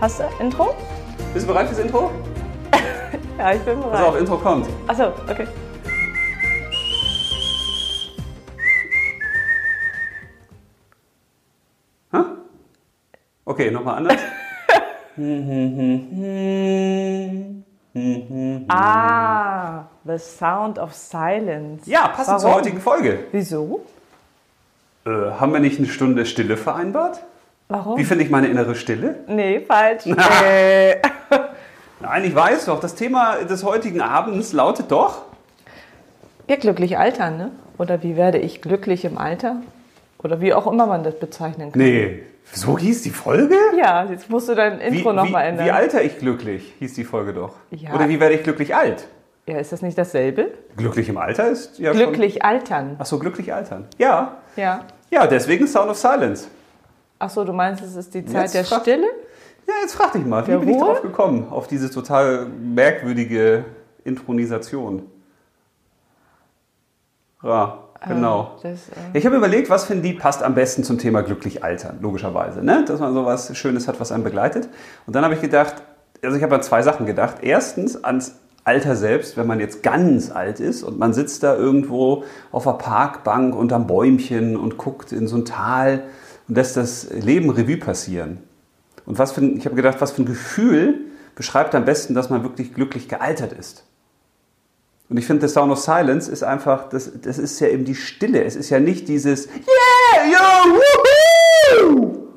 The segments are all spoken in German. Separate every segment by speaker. Speaker 1: Hast du Intro?
Speaker 2: Bist du bereit fürs Intro?
Speaker 1: Ja, ich bin
Speaker 2: Pass auf,
Speaker 1: bereit.
Speaker 2: Intro kommt.
Speaker 1: Achso, okay.
Speaker 2: Hä? Okay, nochmal anders.
Speaker 1: Ah, The Sound of Silence.
Speaker 2: Ja, passend zur
Speaker 1: Warum?
Speaker 2: heutigen Folge.
Speaker 1: Wieso?
Speaker 2: Äh, haben wir nicht eine Stunde Stille vereinbart?
Speaker 1: Warum?
Speaker 2: Wie finde ich meine innere Stille?
Speaker 1: nee, falsch. Oh. äh,
Speaker 2: Nein, ich weiß doch, das Thema des heutigen Abends lautet doch.
Speaker 1: ja, glücklich altern, ne? Oder wie werde ich glücklich im Alter? Oder wie auch immer man das bezeichnen kann.
Speaker 2: Nee, so hieß die Folge?
Speaker 1: Ja, jetzt musst du dein
Speaker 2: Wie,
Speaker 1: Intro
Speaker 2: wie,
Speaker 1: nochmal ändern.
Speaker 2: wie alter ich glücklich, hieß die Folge doch.
Speaker 1: Ja.
Speaker 2: Oder wie werde ich glücklich alt?
Speaker 1: Ja, ist das nicht dasselbe?
Speaker 2: Glücklich im Alter ist ja schon.
Speaker 1: Glücklich altern.
Speaker 2: Ach so, glücklich altern. Ja.
Speaker 1: Ja.
Speaker 2: Ja, deswegen Sound of Silence.
Speaker 1: Achso, du meinst, es ist die Zeit
Speaker 2: Jetzt
Speaker 1: der
Speaker 2: frag-
Speaker 1: Stille?
Speaker 2: Ja, jetzt frag dich mal, wie
Speaker 1: Der
Speaker 2: bin ich
Speaker 1: Ruhe?
Speaker 2: drauf gekommen? Auf diese total merkwürdige Intronisation. Ra, genau.
Speaker 1: Äh, Das, äh,
Speaker 2: Ja, Ich habe überlegt, was für ein Lied passt am besten zum Thema glücklich altern, logischerweise. Ne? Dass man so was Schönes hat, was einen begleitet. Und dann habe ich gedacht, also ich habe an zwei Sachen gedacht. Erstens ans Alter selbst, wenn man jetzt ganz alt ist und man sitzt da irgendwo auf einer Parkbank unterm Bäumchen und guckt in so ein Tal und lässt das Leben Revue passieren. Und was für ein, ich habe gedacht, was für ein Gefühl beschreibt am besten, dass man wirklich glücklich gealtert ist. Und ich finde, The Sound of Silence ist einfach, das, das ist ja eben die Stille. Es ist ja nicht dieses Yeah, yo, woohoo!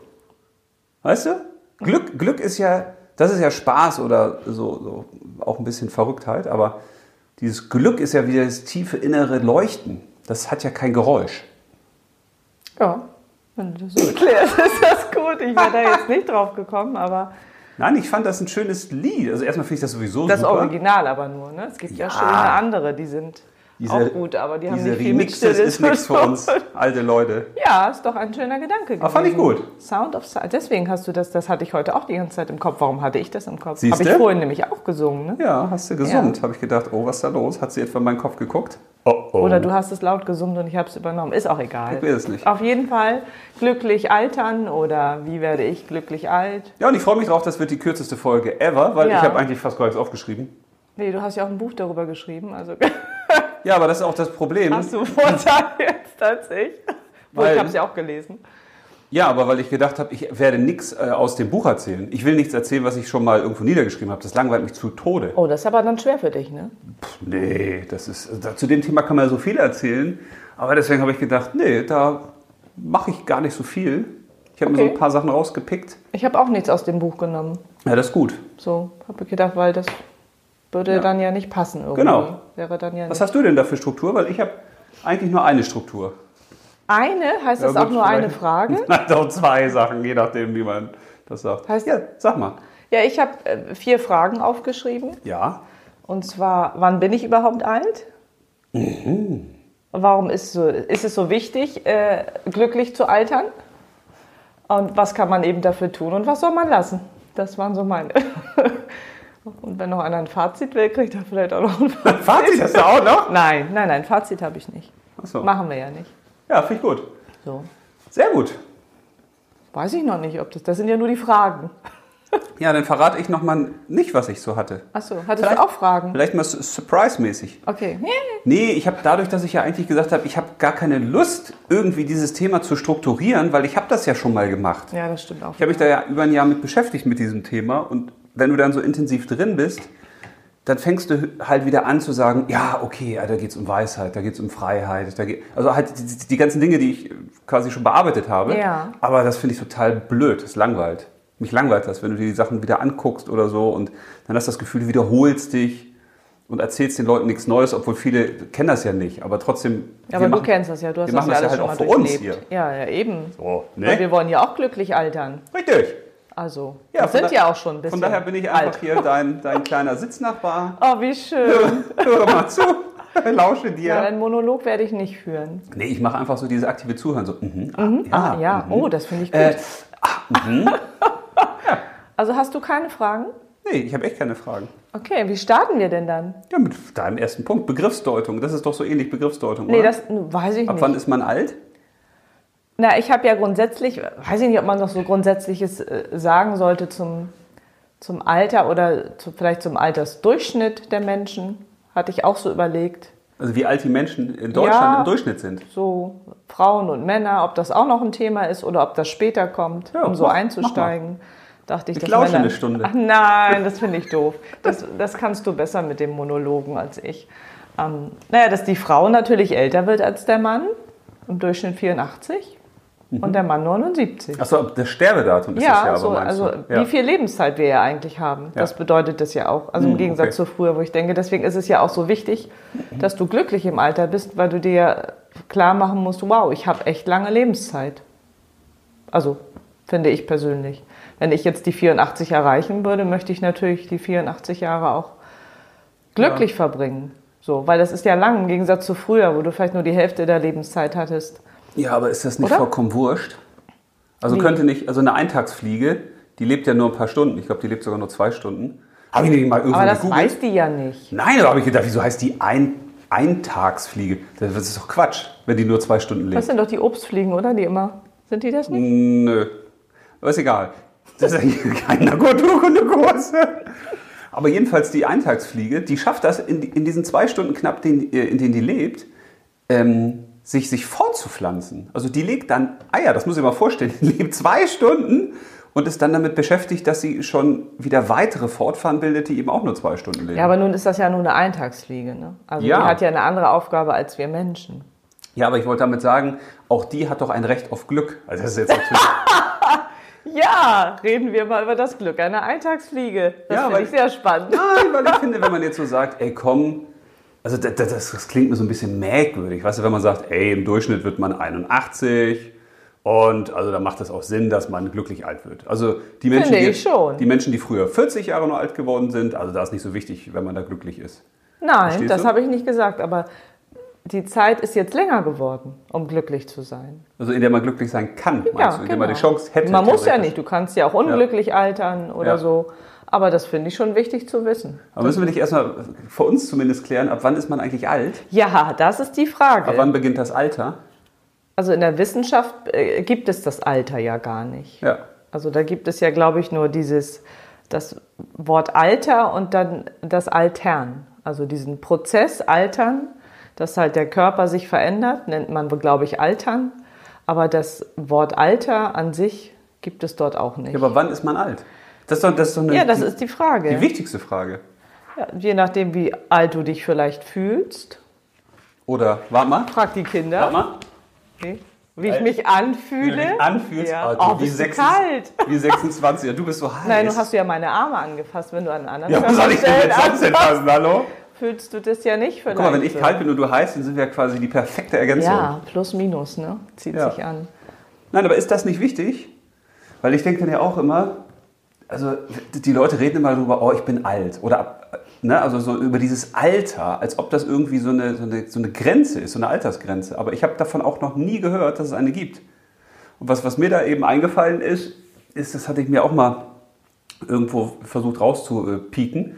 Speaker 2: Weißt du? Glück, Glück ist ja, das ist ja Spaß oder so, so auch ein bisschen Verrücktheit, aber dieses Glück ist ja wieder das tiefe innere Leuchten. Das hat ja kein Geräusch.
Speaker 1: ja, wenn du das so erklärst, ist das gut. Ich wäre da jetzt nicht drauf gekommen, aber
Speaker 2: Nein, ich fand das ein schönes Lied. Also erstmal finde ich das sowieso
Speaker 1: das
Speaker 2: super.
Speaker 1: Original aber nur. Ne? Es gibt ja,
Speaker 2: Ja.
Speaker 1: schöne andere, die sind
Speaker 2: Diese-
Speaker 1: auch gut, aber die haben
Speaker 2: diese
Speaker 1: nicht viel mit
Speaker 2: Remixes
Speaker 1: Stille
Speaker 2: ist nichts
Speaker 1: zu
Speaker 2: für
Speaker 1: tun.
Speaker 2: uns alte Leute.
Speaker 1: Ja, ist doch ein schöner Gedanke gewesen.
Speaker 2: Aber fand ich gut.
Speaker 1: Sound of Silence. Deswegen hast du das, das hatte ich heute auch die ganze Zeit im Kopf. Warum hatte ich das im Kopf?
Speaker 2: Siehste?
Speaker 1: Habe ich vorhin nämlich auch gesungen, ne?
Speaker 2: Ja, hast du gesummt. Habe ich gedacht, oh, was ist da los? Hat sie etwa in meinen Kopf geguckt? Oh, oh.
Speaker 1: Oder du hast es laut gesungen und ich habe es übernommen. Ist auch egal.
Speaker 2: Ich will es nicht.
Speaker 1: Auf jeden Fall glücklich altern oder wie werde ich glücklich alt?
Speaker 2: Ja, und ich freue mich drauf, das wird die kürzeste Folge ever, weil
Speaker 1: Ja.
Speaker 2: ich habe eigentlich fast gar nichts aufgeschrieben.
Speaker 1: Nee, du hast ja auch ein Buch darüber geschrieben. Also
Speaker 2: Ja, aber das ist auch das Problem.
Speaker 1: hast du Vorteil jetzt als ich. Obwohl,
Speaker 2: Hm. Weil-
Speaker 1: ich habe es ja auch gelesen.
Speaker 2: Ja, aber weil ich gedacht habe, ich werde nichts äh, aus dem Buch erzählen. Ich will nichts erzählen, was ich schon mal irgendwo niedergeschrieben habe. Das langweilt mich zu Tode.
Speaker 1: Oh, das ist aber dann schwer für dich, ne?
Speaker 2: Pff, nee, das ist. also Da, zu dem Thema kann man ja so viel erzählen. Aber deswegen habe ich gedacht, nee, da mache ich gar nicht so viel. Ich habe mir so
Speaker 1: Okay.
Speaker 2: ein paar Sachen rausgepickt.
Speaker 1: Ich habe auch nichts aus dem Buch genommen.
Speaker 2: Ja, das ist gut.
Speaker 1: So, habe ich gedacht, weil das würde
Speaker 2: Ja.
Speaker 1: dann ja nicht passen irgendwie.
Speaker 2: Genau.
Speaker 1: Wäre dann ja
Speaker 2: Was
Speaker 1: nicht.
Speaker 2: hast du denn da für Struktur? Weil ich habe eigentlich nur eine Struktur.
Speaker 1: Eine, heißt
Speaker 2: Ja,
Speaker 1: das
Speaker 2: gut,
Speaker 1: auch nur eine
Speaker 2: vielleicht. Hm.
Speaker 1: Frage?
Speaker 2: Na, doch zwei Sachen, je nachdem, wie man das sagt.
Speaker 1: Heißt-
Speaker 2: ja, sag mal.
Speaker 1: Ja, ich habe äh, vier Fragen aufgeschrieben.
Speaker 2: Ja.
Speaker 1: Und zwar, wann bin ich überhaupt alt?
Speaker 2: Mhm.
Speaker 1: Warum ist, so, ist es so wichtig, äh, glücklich zu altern? Und was kann man eben dafür tun und was soll man lassen? Das waren so meine. und wenn noch einer ein Fazit will, kriegt er vielleicht auch noch ein Fazit.
Speaker 2: Fazit hast du auch noch?
Speaker 1: Nein, nein, nein, Fazit habe ich nicht.
Speaker 2: Achso.
Speaker 1: Machen wir ja nicht.
Speaker 2: Ja, finde ich gut.
Speaker 1: So.
Speaker 2: Sehr gut.
Speaker 1: Weiß ich noch nicht, ob das. Das sind ja nur die Fragen.
Speaker 2: Ja, dann verrate ich nochmal nicht, was ich so hatte.
Speaker 1: Achso, hattest
Speaker 2: Vielleicht-
Speaker 1: du auch Fragen?
Speaker 2: Vielleicht mal su- surprise-mäßig.
Speaker 1: Okay.
Speaker 2: Nee, ich habe dadurch, dass ich ja eigentlich gesagt habe, ich habe gar keine Lust, irgendwie dieses Thema zu strukturieren, weil ich habe das ja schon mal gemacht.
Speaker 1: Ja, das stimmt auch.
Speaker 2: Ich habe mich da ja über ein Jahr mit beschäftigt mit diesem Thema und wenn du dann so intensiv drin bist, dann fängst du halt wieder an zu sagen, ja, okay, ja, da geht es um Weisheit, da geht es um Freiheit, da geht, also halt die, die- die ganzen Dinge, die ich quasi schon bearbeitet habe.
Speaker 1: Ja.
Speaker 2: Aber das finde ich total blöd, das langweilt. Mich langweilt das, wenn du dir die Sachen wieder anguckst oder so und dann hast du das Gefühl, du wiederholst dich und erzählst den Leuten nichts Neues, obwohl viele kennen das ja nicht, aber trotzdem.
Speaker 1: Ja,
Speaker 2: wir
Speaker 1: aber
Speaker 2: machen-
Speaker 1: du kennst das ja, du hast
Speaker 2: wir
Speaker 1: das
Speaker 2: machen
Speaker 1: ja alles
Speaker 2: das ja
Speaker 1: schon
Speaker 2: halt
Speaker 1: mal
Speaker 2: auch für uns
Speaker 1: durchlebt. Ja, ja, eben.
Speaker 2: So,
Speaker 1: Weil
Speaker 2: ne?
Speaker 1: wir wollen ja auch glücklich altern.
Speaker 2: Richtig.
Speaker 1: Also,
Speaker 2: Ja,
Speaker 1: wir
Speaker 2: von
Speaker 1: sind
Speaker 2: da-
Speaker 1: ja auch schon ein bisschen
Speaker 2: Von daher bin ich einfach
Speaker 1: alt.
Speaker 2: hier dein, dein kleiner Sitznachbar.
Speaker 1: Oh, wie schön.
Speaker 2: Höre mal zu, lausche dir.
Speaker 1: Ja, einen Monolog werde ich nicht führen.
Speaker 2: nee, ich mache einfach so diese aktive Zuhören. So, mhm, ah,
Speaker 1: Ah,
Speaker 2: ja,
Speaker 1: ja.
Speaker 2: mhm.
Speaker 1: Oh, das finde ich gut.
Speaker 2: Äh,
Speaker 1: Also hast du keine Fragen?
Speaker 2: Nee, ich habe echt keine Fragen.
Speaker 1: Okay, wie starten wir denn dann?
Speaker 2: Ja, mit deinem ersten Punkt. Begriffsdeutung. Das ist doch so ähnlich Begriffsdeutung,
Speaker 1: Nee,
Speaker 2: oder?
Speaker 1: das n- weiß ich
Speaker 2: Ab
Speaker 1: nicht.
Speaker 2: wann ist man alt?
Speaker 1: Na, ich habe ja grundsätzlich, weiß ich nicht, ob man noch so Grundsätzliches äh, sagen sollte zum zum Alter oder zu, vielleicht zum Altersdurchschnitt der Menschen, hatte ich auch so überlegt.
Speaker 2: Also wie alt die Menschen in Deutschland
Speaker 1: Ja.
Speaker 2: im Durchschnitt sind.
Speaker 1: So Frauen und Männer, ob das auch noch ein Thema ist oder ob das später kommt,
Speaker 2: Ja,
Speaker 1: um so
Speaker 2: mach- mach
Speaker 1: einzusteigen. Dachte ich,
Speaker 2: Ich
Speaker 1: dass
Speaker 2: lausche
Speaker 1: Männer-
Speaker 2: eine Stunde.
Speaker 1: Ach nein, das finde ich doof. Das, das kannst du besser mit dem Monologen als ich. Ähm, naja, dass die Frau natürlich älter wird als der Mann, im Durchschnitt 84
Speaker 2: Mhm.
Speaker 1: und der Mann 79.
Speaker 2: Achso, das Sterbedatum ist das
Speaker 1: Ja,
Speaker 2: ja, aber
Speaker 1: so,
Speaker 2: meinst
Speaker 1: also
Speaker 2: du? Ja.
Speaker 1: wie viel Lebenszeit wir ja eigentlich haben, das bedeutet das ja auch. Also im Gegensatz
Speaker 2: Hm, okay.
Speaker 1: zu früher, wo ich denke, deswegen ist es ja auch so wichtig, dass du glücklich im Alter bist, weil du dir klar machen musst, wow, ich habe echt lange Lebenszeit. Also finde ich persönlich. Wenn ich jetzt die 84 erreichen würde, möchte ich natürlich die 84 Jahre auch glücklich verbringen. So, weil das ist ja lang im Gegensatz zu früher, wo du vielleicht nur die Hälfte der Lebenszeit hattest.
Speaker 2: ja, aber ist das nicht
Speaker 1: Oder?
Speaker 2: vollkommen wurscht? Also
Speaker 1: Wie?
Speaker 2: könnte nicht, also eine Eintagsfliege, die lebt ja nur ein paar Stunden. Ich glaube, die lebt sogar nur zwei Stunden. Habe ich nicht mal irgendwo
Speaker 1: Aber das
Speaker 2: gegoogelt?
Speaker 1: weiß die ja nicht.
Speaker 2: Nein, da habe ich gedacht, wieso heißt die ein Eintagsfliege? Das ist doch Quatsch, wenn die nur zwei Stunden lebt.
Speaker 1: Das sind doch die Obstfliegen, oder? Die immer. Sind die das nicht?
Speaker 2: Mm. Nö. Aber ist egal. Das ist eigentlich kein Narkotikose. Aber jedenfalls die Eintagsfliege, die schafft das in, in diesen zwei Stunden knapp, den, äh, in denen die lebt, ähm, sich, sich fortzupflanzen. Also die legt dann Eier, das muss ich mal vorstellen, die lebt zwei Stunden und ist dann damit beschäftigt, dass sie schon wieder weitere Fortfahren bildet, die eben auch nur zwei Stunden leben.
Speaker 1: Ja, aber nun ist das ja nur eine Eintagsfliege. Ne? Also
Speaker 2: Ja.
Speaker 1: die hat ja eine andere Aufgabe als wir Menschen.
Speaker 2: Ja, aber ich wollte damit sagen, auch die hat doch ein Recht auf Glück. Also das ist jetzt natürlich
Speaker 1: Ja, reden wir mal über das Glück einer Eintagsfliege. Das
Speaker 2: Ja,
Speaker 1: finde
Speaker 2: weil-
Speaker 1: ich sehr spannend.
Speaker 2: Nein, weil ich finde, wenn man jetzt so sagt, ey komm, also das, das, das klingt mir so ein bisschen merkwürdig, weißt du, wenn man sagt, ey, im Durchschnitt wird man 81 und also da macht es auch Sinn, dass man glücklich alt wird. Also die Menschen,
Speaker 1: Finde
Speaker 2: die,
Speaker 1: ich schon.
Speaker 2: die Menschen, die früher 40 Jahre nur alt geworden sind, also da ist nicht so wichtig, wenn man da glücklich ist.
Speaker 1: Nein,
Speaker 2: Verstehst
Speaker 1: das
Speaker 2: du?
Speaker 1: habe ich nicht gesagt, aber die Zeit ist jetzt länger geworden, um glücklich zu sein.
Speaker 2: Also in der man glücklich sein kann, meinst
Speaker 1: ja, genau.
Speaker 2: du, in der man die Chance hätte.
Speaker 1: Man muss ja
Speaker 2: theoretisch.
Speaker 1: nicht, du kannst ja auch unglücklich altern oder
Speaker 2: Ja.
Speaker 1: so. Aber das finde ich schon wichtig zu wissen.
Speaker 2: Aber müssen wir nicht erstmal für uns zumindest klären, ab wann ist man eigentlich alt?
Speaker 1: Ja, das ist die
Speaker 2: Ab
Speaker 1: Frage.
Speaker 2: wann beginnt das Alter?
Speaker 1: Also in der Wissenschaft äh, gibt es das Alter ja gar nicht.
Speaker 2: Ja.
Speaker 1: Also da gibt es ja, glaube ich, nur dieses, das Wort Alter und dann das Altern. Also diesen Prozess Altern, dass halt der Körper sich verändert, nennt man, glaube ich, Altern. Aber das Wort Alter an sich gibt es dort auch nicht.
Speaker 2: Ja, aber wann ist man alt? Das ist doch, das ist doch eine,
Speaker 1: Ja, das
Speaker 2: die,
Speaker 1: ist die Frage.
Speaker 2: die wichtigste Frage.
Speaker 1: ja, je nachdem, wie alt du dich vielleicht fühlst,
Speaker 2: Oder, warte mal,
Speaker 1: frag die Kinder,
Speaker 2: warte mal.
Speaker 1: okay, wie ich mich anfühle.
Speaker 2: Äh, Wenn du dich anfühlst,
Speaker 1: Ja.
Speaker 2: Alter,
Speaker 1: Oh,
Speaker 2: wie,
Speaker 1: bist du
Speaker 2: 26,
Speaker 1: kalt.
Speaker 2: wie 26. Ja, du bist so heiß.
Speaker 1: Nein, du hast ja meine Arme angefasst, wenn du an anderen
Speaker 2: ja, wo soll ich denn
Speaker 1: Körperstellen
Speaker 2: jetzt sonst hinfassen, hallo?
Speaker 1: fühlst du das ja nicht vielleicht.
Speaker 2: Guck mal, wenn ich
Speaker 1: so.
Speaker 2: kalt bin und du heiß, dann sind wir quasi die perfekte Ergänzung.
Speaker 1: Ja, plus minus, ne? Zieht
Speaker 2: Ja.
Speaker 1: sich an.
Speaker 2: Nein, aber ist das nicht wichtig? Weil ich denke dann ja auch immer, also die Leute reden immer darüber, oh, ich bin alt. Oder, ab- ne, also so über dieses Alter, als ob das irgendwie so eine, so eine, so eine Grenze ist, so eine Altersgrenze. Aber ich habe davon auch noch nie gehört, dass es eine gibt. Und was, was mir da eben eingefallen ist, ist, das hatte ich mir auch mal irgendwo versucht rauszupieken.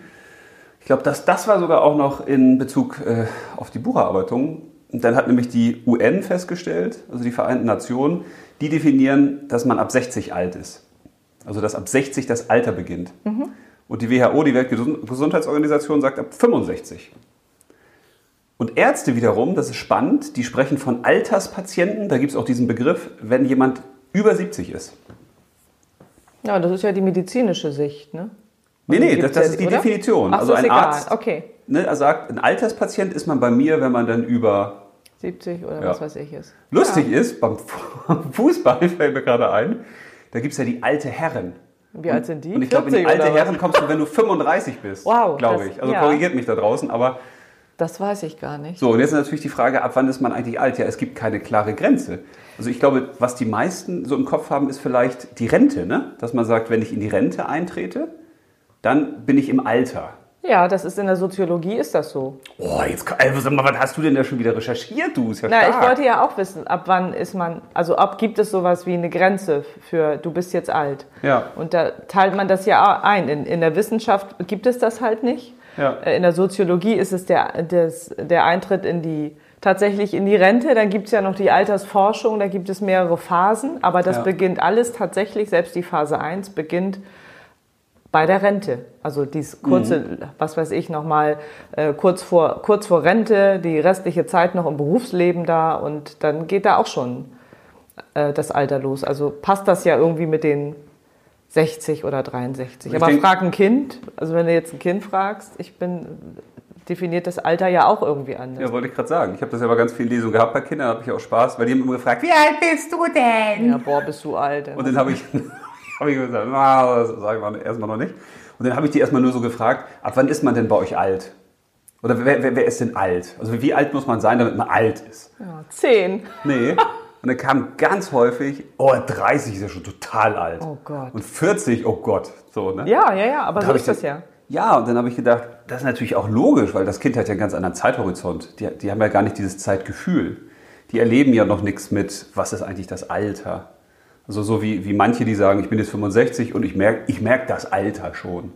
Speaker 2: Ich glaube, das, das war sogar auch noch in Bezug äh, auf die Bucharbeitung. Und dann hat nämlich die UN festgestellt, also die Vereinten Nationen, die definieren, dass man ab 60 alt ist. Also dass ab 60 das Alter beginnt.
Speaker 1: Mhm.
Speaker 2: Und die WHO, die Weltgesundheitsorganisation, sagt ab 65. Und Ärzte wiederum, das ist spannend, die sprechen von Alterspatienten, da gibt es auch diesen Begriff, wenn jemand über 70 ist.
Speaker 1: Ja, das ist ja die medizinische Sicht, ne?
Speaker 2: Nee, nee, das,
Speaker 1: Gibt's
Speaker 2: das
Speaker 1: ja
Speaker 2: ist die
Speaker 1: nicht, oder?
Speaker 2: Definition.
Speaker 1: Ach,
Speaker 2: also
Speaker 1: ist
Speaker 2: ein
Speaker 1: egal.
Speaker 2: Arzt
Speaker 1: Okay,
Speaker 2: ne, er sagt, ein Alterspatient ist man bei mir, wenn man dann über
Speaker 1: 70 oder
Speaker 2: Ja.
Speaker 1: was weiß ich ist.
Speaker 2: lustig ist, beim Fu- Fußball fällt mir gerade ein, da gibt es ja die alte Herren.
Speaker 1: Wie alt sind die?
Speaker 2: Und ich glaube, in die
Speaker 1: 40 oder
Speaker 2: alte
Speaker 1: was?
Speaker 2: Herren kommst du, wenn du 35 bist.
Speaker 1: Wow,
Speaker 2: Glaube
Speaker 1: das-
Speaker 2: ich. Also
Speaker 1: ja.
Speaker 2: korrigiert mich da draußen. Aber
Speaker 1: Das weiß ich gar nicht.
Speaker 2: so, und jetzt ist natürlich die Frage, ab wann ist man eigentlich alt? Ja, es gibt keine klare Grenze. Also ich glaube, was die meisten so im Kopf haben, ist vielleicht die Rente, ne? Dass man sagt, wenn ich in die Rente eintrete, dann bin ich im Alter.
Speaker 1: Ja, das ist in der Soziologie ist das so.
Speaker 2: Oh, jetzt, also sag mal, was hast du denn da schon wieder recherchiert, du? Ist ja
Speaker 1: Na,
Speaker 2: stark.
Speaker 1: ich wollte ja auch wissen, ab wann ist man, also ob gibt es sowas wie eine Grenze für du bist jetzt alt.
Speaker 2: Ja.
Speaker 1: Und da teilt man das ja ein. In, in der Wissenschaft gibt es das halt nicht.
Speaker 2: Ja.
Speaker 1: Äh, In der Soziologie ist es der, des, der Eintritt in die, tatsächlich in die Rente. Dann gibt es ja noch die Altersforschung, da gibt es mehrere Phasen, aber das
Speaker 2: Ja.
Speaker 1: beginnt alles tatsächlich, selbst die Phase 1 beginnt bei der Rente. Also dies kurze, was weiß ich, nochmal äh, kurz, vor, kurz vor Rente, die restliche Zeit noch im Berufsleben da und dann geht da auch schon äh, das Alter los. Also passt das ja irgendwie mit den 60 oder 63.
Speaker 2: Ich
Speaker 1: Aber
Speaker 2: denk-
Speaker 1: frag ein Kind, also wenn du jetzt ein Kind fragst, ich bin, definiert das Alter ja auch irgendwie anders.
Speaker 2: Ja, wollte ich gerade sagen. Ich habe das ja bei ganz vielen Lesungen gehabt bei Kindern, habe ich auch Spaß, weil die haben immer gefragt, wie alt bist du denn?
Speaker 1: Ja, boah, bist du alt.
Speaker 2: Und dann habe ich, hab ich gesagt, na, das sage ich mal erstmal noch nicht. Und dann habe ich die erstmal nur so gefragt, ab wann ist man denn bei euch alt? Oder wer, wer, wer ist denn alt? Also wie alt muss man sein, damit man alt ist?
Speaker 1: ja, zehn.
Speaker 2: Nee. Und dann kam ganz häufig, oh, 30 ist ja schon total alt.
Speaker 1: Oh Gott.
Speaker 2: Und 40, oh Gott. So, ne?
Speaker 1: Ja, ja, ja, aber
Speaker 2: Da
Speaker 1: so
Speaker 2: hab
Speaker 1: Also ist das ja.
Speaker 2: Ja, und dann habe ich gedacht, das ist natürlich auch logisch, weil das Kind hat ja einen ganz anderen Zeithorizont. Die, die haben ja gar nicht dieses Zeitgefühl. Die erleben ja noch nichts mit, was ist eigentlich das Alter. Also so wie, wie manche, die sagen, ich bin jetzt 65 und ich merke ich merk das Alter schon.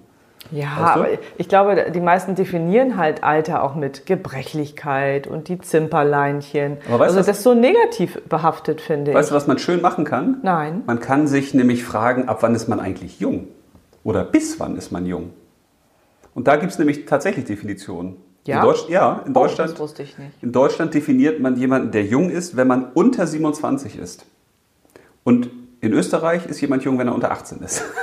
Speaker 1: Ja,
Speaker 2: Weißt du?
Speaker 1: aber ich glaube, die meisten definieren halt Alter auch mit Gebrechlichkeit und die Zimperleinchen.
Speaker 2: Aber weißt
Speaker 1: also
Speaker 2: du
Speaker 1: das
Speaker 2: was-
Speaker 1: ist so negativ behaftet, finde
Speaker 2: Weißt
Speaker 1: ich.
Speaker 2: du, was man schön machen kann?
Speaker 1: Nein.
Speaker 2: Man kann sich nämlich fragen, ab wann ist man eigentlich jung? Oder bis wann ist man jung? Und da gibt es nämlich tatsächlich Definitionen.
Speaker 1: Ja?
Speaker 2: In Deutsch, ja, in Deutschland.
Speaker 1: Oh, das wusste ich nicht.
Speaker 2: In Deutschland definiert man jemanden, der jung ist, wenn man unter 27 ist. Und in Österreich ist jemand jung, wenn er unter 18 ist.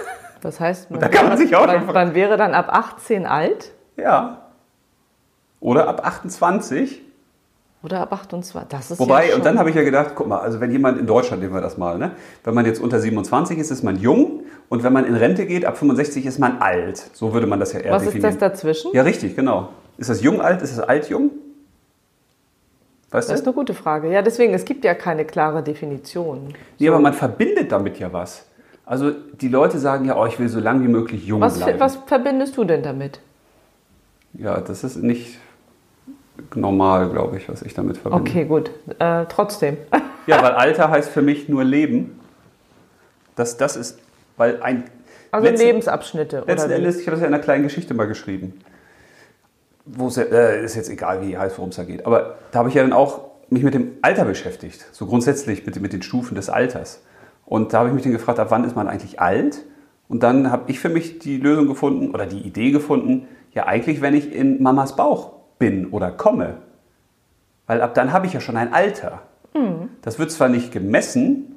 Speaker 1: Das heißt, man,
Speaker 2: da kann man sich auch schon
Speaker 1: man,
Speaker 2: fragen.
Speaker 1: man wäre dann ab 18 alt
Speaker 2: ja. Oder ab 28.
Speaker 1: oder ab 28. Das ist
Speaker 2: Wobei,
Speaker 1: ja schon,
Speaker 2: und dann habe ich ja gedacht, guck mal, also wenn jemand in Deutschland, nehmen wir das mal, ne? wenn man jetzt unter 27 ist, ist man jung. Und wenn man in Rente geht, ab 65 ist man alt. So würde man das ja eher
Speaker 1: was ist
Speaker 2: definieren.
Speaker 1: das dazwischen?
Speaker 2: Ja, richtig, genau. Ist das jung alt? Ist das alt jung? Weißt
Speaker 1: Das
Speaker 2: du?
Speaker 1: ist eine gute Frage. Ja, deswegen, es gibt ja keine klare Definition.
Speaker 2: Nee, aber man verbindet damit ja was. Also die Leute sagen ja, oh, ich will so lange wie möglich jung
Speaker 1: Was,
Speaker 2: bleiben.
Speaker 1: was verbindest du denn damit?
Speaker 2: Ja, das ist nicht normal, glaube ich, was ich damit verbinde.
Speaker 1: Okay, gut. Äh, trotzdem.
Speaker 2: Ja, weil Alter heißt für mich nur Leben. Das, das ist, weil ein...
Speaker 1: Also
Speaker 2: letzten-
Speaker 1: Lebensabschnitte.
Speaker 2: Letzten
Speaker 1: wie?
Speaker 2: Endes, ich habe das ja in einer kleinen Geschichte mal geschrieben. Wo es ja, äh, ist jetzt egal, wie heiß, worum es da geht. Aber da habe ich ja dann auch mich mit dem Alter beschäftigt. So grundsätzlich mit, mit den Stufen des Alters. Und da habe ich mich dann gefragt, ab wann ist man eigentlich alt? Und dann habe ich für mich die Lösung gefunden oder die Idee gefunden, ja eigentlich, wenn ich in Mamas Bauch bin oder komme. Weil ab dann habe ich ja schon ein Alter. Das wird zwar nicht gemessen,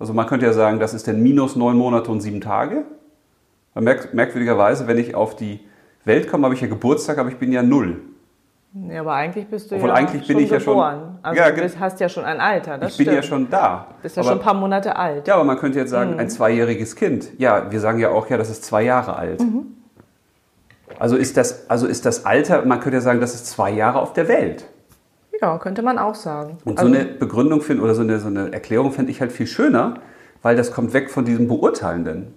Speaker 2: also man könnte ja sagen, das ist dann minus neun Monate und sieben Tage. Man merkt merkwürdigerweise, wenn ich auf die Welt komme, habe ich ja Geburtstag, aber ich bin ja null.
Speaker 1: Ja, aber eigentlich bist du
Speaker 2: Obwohl,
Speaker 1: ja
Speaker 2: eigentlich bin
Speaker 1: schon
Speaker 2: ich ja schon-
Speaker 1: geboren. Also
Speaker 2: Ja,
Speaker 1: du
Speaker 2: ge-
Speaker 1: bist, hast ja schon ein Alter, das
Speaker 2: ich bin
Speaker 1: stimmt.
Speaker 2: ja schon da.
Speaker 1: bist ja
Speaker 2: aber,
Speaker 1: schon Mhm. ein paar Monate alt.
Speaker 2: ja, aber man könnte jetzt sagen, ein zweijähriges Kind. Ja, wir sagen ja auch, ja, das ist zwei Jahre alt.
Speaker 1: Mhm.
Speaker 2: Also, ist das, also ist das Alter, man könnte ja sagen, das ist zwei Jahre auf der Welt.
Speaker 1: Ja, könnte man auch sagen.
Speaker 2: Und
Speaker 1: Also,
Speaker 2: so eine Begründung finden oder so eine, so eine Erklärung fände ich halt viel schöner, weil das kommt weg von diesem Beurteilenden.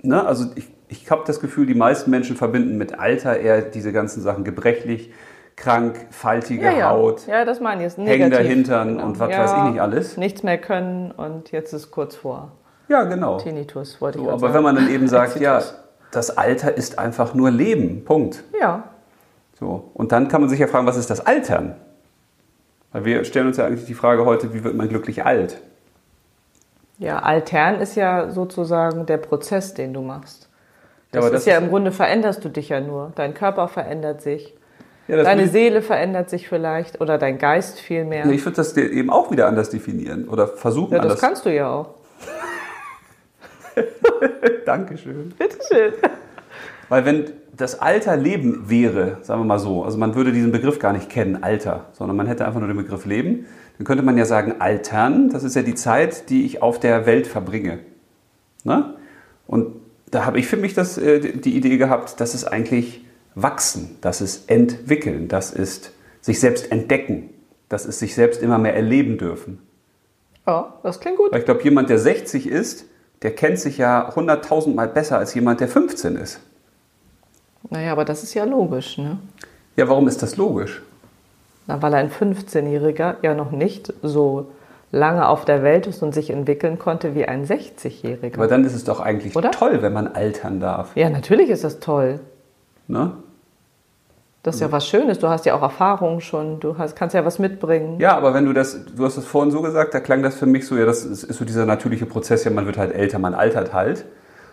Speaker 2: Ne? Also ich, ich habe das Gefühl, die meisten Menschen verbinden mit Alter eher diese ganzen Sachen gebrechlich, krank, faltige
Speaker 1: ja, ja.
Speaker 2: Haut,
Speaker 1: Ja, das meine ich. Ist negativ.
Speaker 2: hängender Hintern und was
Speaker 1: ja,
Speaker 2: weiß ich nicht alles.
Speaker 1: Nichts mehr können und jetzt ist kurz vor
Speaker 2: Ja, genau.
Speaker 1: Tinnitus, wollte ich
Speaker 2: So,
Speaker 1: gerade
Speaker 2: aber wenn
Speaker 1: sagen.
Speaker 2: man dann eben sagt, ja,
Speaker 1: Exitus.
Speaker 2: das Alter ist einfach nur Leben, Punkt.
Speaker 1: Ja,
Speaker 2: So. Und dann kann man sich ja fragen, was ist das Altern? Weil wir stellen uns ja eigentlich die Frage heute, wie wird man glücklich alt?
Speaker 1: ja, altern ist ja sozusagen der Prozess, den du machst.
Speaker 2: Ja,
Speaker 1: Das,
Speaker 2: aber
Speaker 1: ist ja im Grunde veränderst du dich ja nur. Dein Körper verändert sich.
Speaker 2: ja, das
Speaker 1: Deine
Speaker 2: würde-
Speaker 1: Seele verändert sich vielleicht oder dein Geist vielmehr.
Speaker 2: Ja, ich würde das eben auch wieder anders definieren oder versuchen
Speaker 1: Ja, das
Speaker 2: anders.
Speaker 1: kannst du ja auch.
Speaker 2: Dankeschön.
Speaker 1: Bitteschön.
Speaker 2: Weil wenn das Alter Leben wäre, sagen wir mal so, also man würde diesen Begriff gar nicht kennen, Alter, sondern man hätte einfach nur den Begriff Leben, dann könnte man ja sagen, altern, das ist ja die Zeit, die ich auf der Welt verbringe. Ne? Und da habe ich für mich das, äh, die Idee gehabt, das ist eigentlich wachsen, das ist entwickeln, das ist sich selbst entdecken, das ist sich selbst immer mehr erleben dürfen.
Speaker 1: Ja, das klingt gut.
Speaker 2: Weil ich glaube, jemand, der 60 ist, der kennt sich ja 100.000 Mal besser als jemand, der 15 ist.
Speaker 1: Naja, aber das ist ja logisch, ne?
Speaker 2: Ja, warum ist das logisch?
Speaker 1: Na, weil ein 15-Jähriger ja noch nicht so lange auf der Welt ist und sich entwickeln konnte wie ein 60-Jähriger.
Speaker 2: Aber dann ist es doch eigentlich
Speaker 1: Oder?
Speaker 2: toll, wenn man altern darf.
Speaker 1: ja, natürlich ist das toll.
Speaker 2: Ne?
Speaker 1: Das ist ja was Schönes. Du hast ja auch Erfahrungen schon. Du hast, kannst ja was mitbringen.
Speaker 2: Ja, aber wenn du das, du hast das vorhin so gesagt, da klang das für mich so, ja, das ist, ist so dieser natürliche Prozess, ja, man wird halt älter, man altert halt.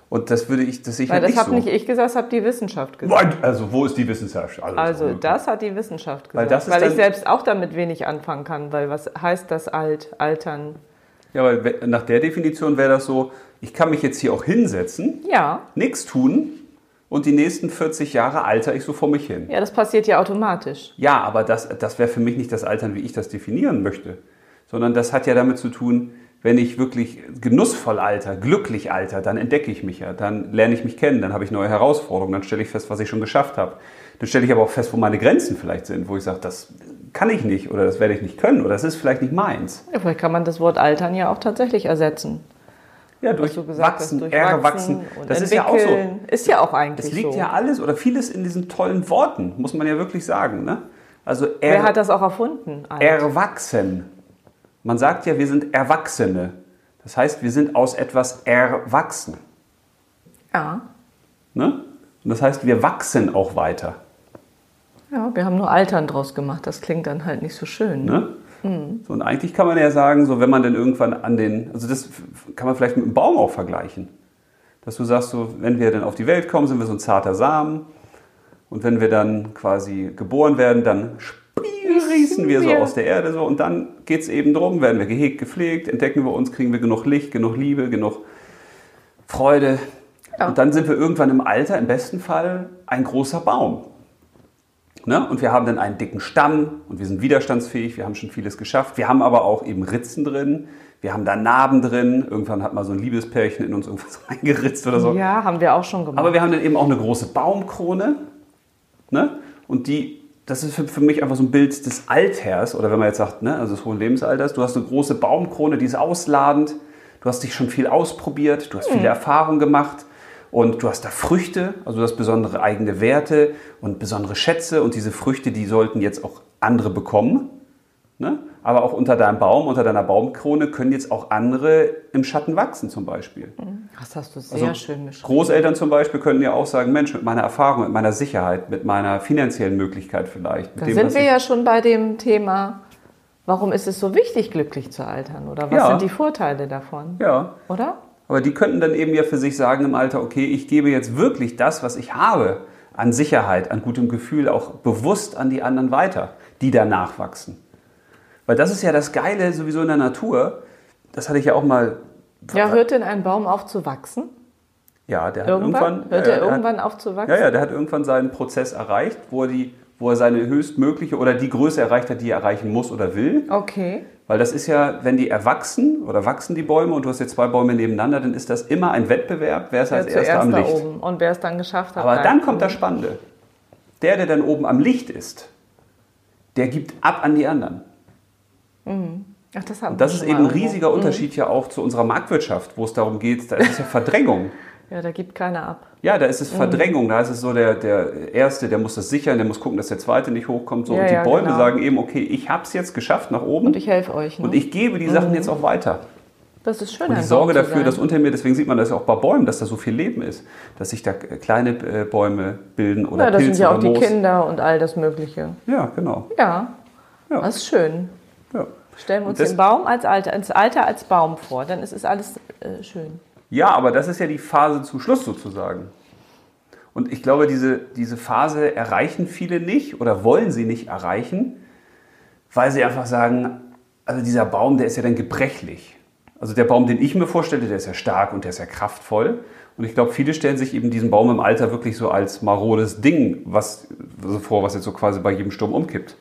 Speaker 2: Und das würde ich, das sehe ich
Speaker 1: Weil
Speaker 2: halt
Speaker 1: das
Speaker 2: nicht
Speaker 1: habe
Speaker 2: so.
Speaker 1: nicht ich gesagt, das hat die Wissenschaft gesagt.
Speaker 2: Nein, Also wo ist die Wissenschaft?
Speaker 1: Also das hat die Wissenschaft gesagt.
Speaker 2: Weil
Speaker 1: Weil,
Speaker 2: das ist
Speaker 1: ich
Speaker 2: dann-
Speaker 1: selbst auch damit wenig anfangen kann, weil was heißt das alt, altern?
Speaker 2: Ja, weil we- nach der Definition wäre das so, ich kann mich jetzt hier auch hinsetzen,
Speaker 1: Ja,
Speaker 2: nichts tun und die nächsten 40 Jahre alter ich so vor mich hin.
Speaker 1: ja, das passiert ja automatisch.
Speaker 2: Ja, aber das, das wäre für mich nicht das Altern, wie ich das definieren möchte, sondern das hat ja damit zu tun, wenn ich wirklich genussvoll alter, glücklich alter, dann entdecke ich mich ja, dann lerne ich mich kennen, dann habe ich neue Herausforderungen, dann stelle ich fest, was ich schon geschafft habe. Dann stelle ich aber auch fest, wo meine Grenzen vielleicht sind, wo ich sage, das kann ich nicht oder das werde ich nicht können oder das ist vielleicht nicht meins.
Speaker 1: Ja, vielleicht kann man das Wort altern ja auch tatsächlich ersetzen.
Speaker 2: Ja, durch
Speaker 1: du gesagt hast,
Speaker 2: Wachsen,
Speaker 1: durch
Speaker 2: Ehre wachsen,
Speaker 1: und
Speaker 2: das ist ja auch so.
Speaker 1: entwickeln. Ist ja auch eigentlich
Speaker 2: Es liegt
Speaker 1: so.
Speaker 2: ja alles oder vieles in diesen tollen Worten, muss man ja wirklich sagen. Ne? Also
Speaker 1: Wer
Speaker 2: Ehre-
Speaker 1: hat das auch erfunden? Alt.
Speaker 2: erwachsen. Man sagt ja, wir sind Erwachsene. Das heißt, wir sind aus etwas erwachsen.
Speaker 1: Ja.
Speaker 2: Ne? Und das heißt, wir wachsen auch weiter.
Speaker 1: ja, wir haben nur altern draus gemacht. Das klingt dann halt nicht so schön.
Speaker 2: Ne?
Speaker 1: Hm.
Speaker 2: So, und eigentlich kann man ja sagen, so wenn man dann irgendwann an den, also das f- kann man vielleicht mit einem Baum auch vergleichen. Dass du sagst, so, wenn wir dann auf die Welt kommen, sind wir so ein zarter Samen. Und wenn wir dann quasi geboren werden, dann sprießen wir so
Speaker 1: Ja.
Speaker 2: aus der Erde so. Und dann geht es eben drum, werden wir gehegt, gepflegt, entdecken wir uns, kriegen wir genug Licht, genug Liebe, genug Freude.
Speaker 1: Ja.
Speaker 2: Und dann sind wir irgendwann im Alter, im besten Fall, ein großer Baum. Ne? Und wir haben dann einen dicken Stamm und wir sind widerstandsfähig, wir haben schon vieles geschafft. Wir haben aber auch eben Ritzen drin, wir haben da Narben drin. Irgendwann hat mal so ein Liebespärchen in uns irgendwas reingeritzt oder so.
Speaker 1: Ja, haben wir auch schon gemacht.
Speaker 2: Also Aber wir haben dann eben auch eine große Baumkrone. Ne? Und die, das ist für, für mich einfach so ein Bild des Alters, oder wenn man jetzt sagt, ne, also des hohen Lebensalters, du hast eine große Baumkrone, die ist ausladend, du hast dich schon viel ausprobiert, du hast viele Erfahrungen gemacht und du hast da Früchte, also du hast besondere eigene Werte und besondere Schätze und diese Früchte, die sollten jetzt auch andere bekommen. Ne? Aber auch unter deinem Baum, unter deiner Baumkrone können jetzt auch andere im Schatten wachsen zum Beispiel.
Speaker 1: das hast du sehr
Speaker 2: Also
Speaker 1: schön beschrieben.
Speaker 2: Großeltern zum Beispiel können ja auch sagen, Mensch, mit meiner Erfahrung, mit meiner Sicherheit, mit meiner finanziellen Möglichkeit vielleicht. Mit
Speaker 1: Da
Speaker 2: dem,
Speaker 1: sind
Speaker 2: was
Speaker 1: wir
Speaker 2: ich,
Speaker 1: ja schon bei dem Thema, warum ist es so wichtig, glücklich zu altern? Oder was
Speaker 2: Ja.
Speaker 1: sind die Vorteile davon?
Speaker 2: ja.
Speaker 1: Oder?
Speaker 2: Aber die könnten dann eben ja für sich sagen im Alter, okay, ich gebe jetzt wirklich das, was ich habe, an Sicherheit, an gutem Gefühl, auch bewusst an die anderen weiter, die danach wachsen. Weil das ist ja das Geile sowieso in der Natur. Das hatte ich ja auch mal.
Speaker 1: Ja, hört denn ein Baum auf zu wachsen?
Speaker 2: Ja, der hat
Speaker 1: Irgendwann? hört
Speaker 2: irgendwann. ja,
Speaker 1: er
Speaker 2: ja, der hat-
Speaker 1: irgendwann auf zu wachsen?
Speaker 2: Ja, ja, der hat irgendwann seinen Prozess erreicht, wo er, die, wo er seine höchstmögliche oder die Größe erreicht hat, die er erreichen muss oder will.
Speaker 1: Okay.
Speaker 2: Weil das ist ja, wenn die erwachsen oder wachsen die Bäume und du hast jetzt zwei Bäume nebeneinander, dann ist das immer ein Wettbewerb, wer ist als
Speaker 1: Wer
Speaker 2: erster am
Speaker 1: zuerst da
Speaker 2: Licht.
Speaker 1: oben. Und wer es dann geschafft hat.
Speaker 2: Aber dann
Speaker 1: bleibt
Speaker 2: kommt das
Speaker 1: oben.
Speaker 2: Spannende. Der, der dann oben am Licht ist, der gibt ab an die anderen.
Speaker 1: Ach, das, haben
Speaker 2: Und
Speaker 1: wir
Speaker 2: das ist
Speaker 1: schon
Speaker 2: eben
Speaker 1: mal
Speaker 2: ein
Speaker 1: irgendwo.
Speaker 2: riesiger Unterschied ja auch zu unserer Marktwirtschaft, wo es darum geht, da ist es ja Verdrängung.
Speaker 1: Ja, da gibt keiner ab.
Speaker 2: Ja, da
Speaker 1: Mhm.
Speaker 2: ist es Verdrängung, da ist es so, der, der Erste, der muss das sichern, der muss gucken, dass der Zweite nicht hochkommt. So.
Speaker 1: Ja,
Speaker 2: und die
Speaker 1: ja,
Speaker 2: Bäume
Speaker 1: genau.
Speaker 2: sagen eben, okay, ich hab's jetzt geschafft nach oben
Speaker 1: Und ich helfe euch. Ne?
Speaker 2: und ich gebe die Sachen jetzt auch weiter.
Speaker 1: das ist schön.
Speaker 2: Und
Speaker 1: ein
Speaker 2: ich sorge
Speaker 1: Baum zu
Speaker 2: dafür,
Speaker 1: sein.
Speaker 2: dass unter mir, deswegen sieht man das ja auch bei Bäumen, dass da so viel Leben ist, dass sich da äh, kleine äh, Bäume bilden oder
Speaker 1: Ja, das
Speaker 2: Pilze
Speaker 1: sind ja auch
Speaker 2: oder
Speaker 1: die
Speaker 2: Moos.
Speaker 1: Kinder und all das Mögliche.
Speaker 2: Ja, genau.
Speaker 1: Ja,
Speaker 2: Ja.
Speaker 1: das ist schön.
Speaker 2: Ja.
Speaker 1: Stellen wir uns
Speaker 2: Und das-
Speaker 1: den Baum als Alter, als Alter als Baum vor, dann ist es alles äh, schön.
Speaker 2: Ja, aber das ist ja die Phase zum Schluss sozusagen. Und ich glaube, diese, diese Phase erreichen viele nicht oder wollen sie nicht erreichen, weil sie einfach sagen, also dieser Baum, der ist ja dann gebrechlich. Also der Baum, den ich mir vorstelle, der ist ja stark und der ist ja kraftvoll. Und ich glaube, viele stellen sich eben diesen Baum im Alter wirklich so als marodes Ding was, so vor, was jetzt so quasi bei jedem Sturm umkippt.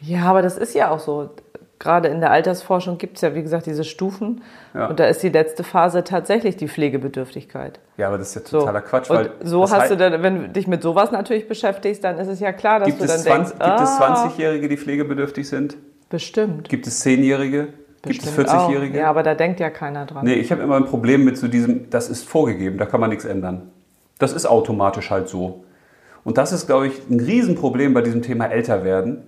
Speaker 1: Ja, aber das ist ja auch so. Gerade in der Altersforschung gibt es ja, wie gesagt, diese Stufen.
Speaker 2: Ja.
Speaker 1: Und da ist die letzte Phase tatsächlich die Pflegebedürftigkeit.
Speaker 2: Ja, aber das ist ja
Speaker 1: So.
Speaker 2: totaler Quatsch.
Speaker 1: Und
Speaker 2: weil
Speaker 1: so
Speaker 2: das
Speaker 1: hast
Speaker 2: hei-
Speaker 1: du dann, wenn du dich mit sowas natürlich beschäftigst, dann ist es ja klar, dass
Speaker 2: gibt
Speaker 1: du dann
Speaker 2: es 20,
Speaker 1: denkst,
Speaker 2: gibt es
Speaker 1: ah,
Speaker 2: 20-Jährige, die pflegebedürftig sind?
Speaker 1: bestimmt.
Speaker 2: Gibt es 10-Jährige? Gibt es
Speaker 1: bestimmt auch.
Speaker 2: 40-Jährige?
Speaker 1: Ja, aber da denkt ja keiner dran.
Speaker 2: Nee, ich habe immer ein Problem mit so diesem, das ist vorgegeben, da kann man nichts ändern. Das ist automatisch halt so. Und das ist, glaube ich, ein Riesenproblem bei diesem Thema älter werden,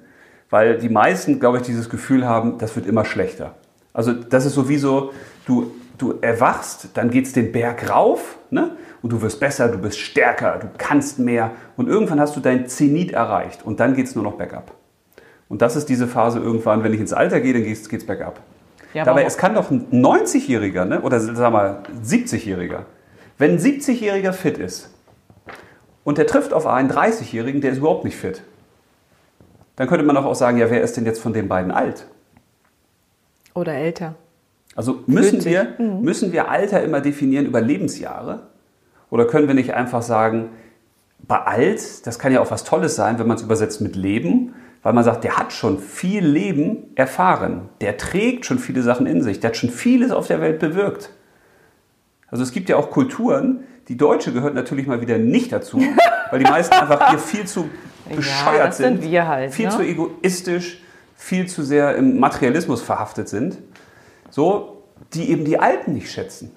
Speaker 2: weil die meisten, glaube ich, dieses Gefühl haben, das wird immer schlechter. Also das ist sowieso, du, du erwachst, dann geht's den Berg rauf ne? und du wirst besser, du bist stärker, du kannst mehr und irgendwann hast du deinen Zenit erreicht und dann geht's nur noch bergab. Und das ist diese Phase irgendwann, wenn ich ins Alter gehe, dann geht's geht's bergab.
Speaker 1: Ja,
Speaker 2: Dabei,
Speaker 1: aber-
Speaker 2: es kann doch ein 90-Jähriger ne? oder sagen wir mal 70-Jähriger, Wenn ein 70-Jähriger fit ist und der trifft auf einen 30-Jährigen, der ist überhaupt nicht fit, dann könnte man doch auch sagen, ja, wer ist denn jetzt von den beiden alt?
Speaker 1: Oder älter.
Speaker 2: Also müssen
Speaker 1: Gültig.
Speaker 2: wir, müssen wir Alter immer definieren über Lebensjahre? Oder können wir nicht einfach sagen, bei alt, das kann ja auch was Tolles sein, wenn man es übersetzt mit Leben, weil man sagt, der hat schon viel Leben erfahren, der trägt schon viele Sachen in sich, der hat schon vieles auf der Welt bewirkt. Also es gibt ja auch Kulturen, die Deutsche gehört natürlich mal wieder nicht dazu, weil die meisten einfach hier viel zu
Speaker 1: Ja,
Speaker 2: bescheuert
Speaker 1: das sind wir halt,
Speaker 2: viel
Speaker 1: ne?
Speaker 2: zu egoistisch, viel zu sehr im Materialismus verhaftet sind, so die eben die Alten nicht schätzen.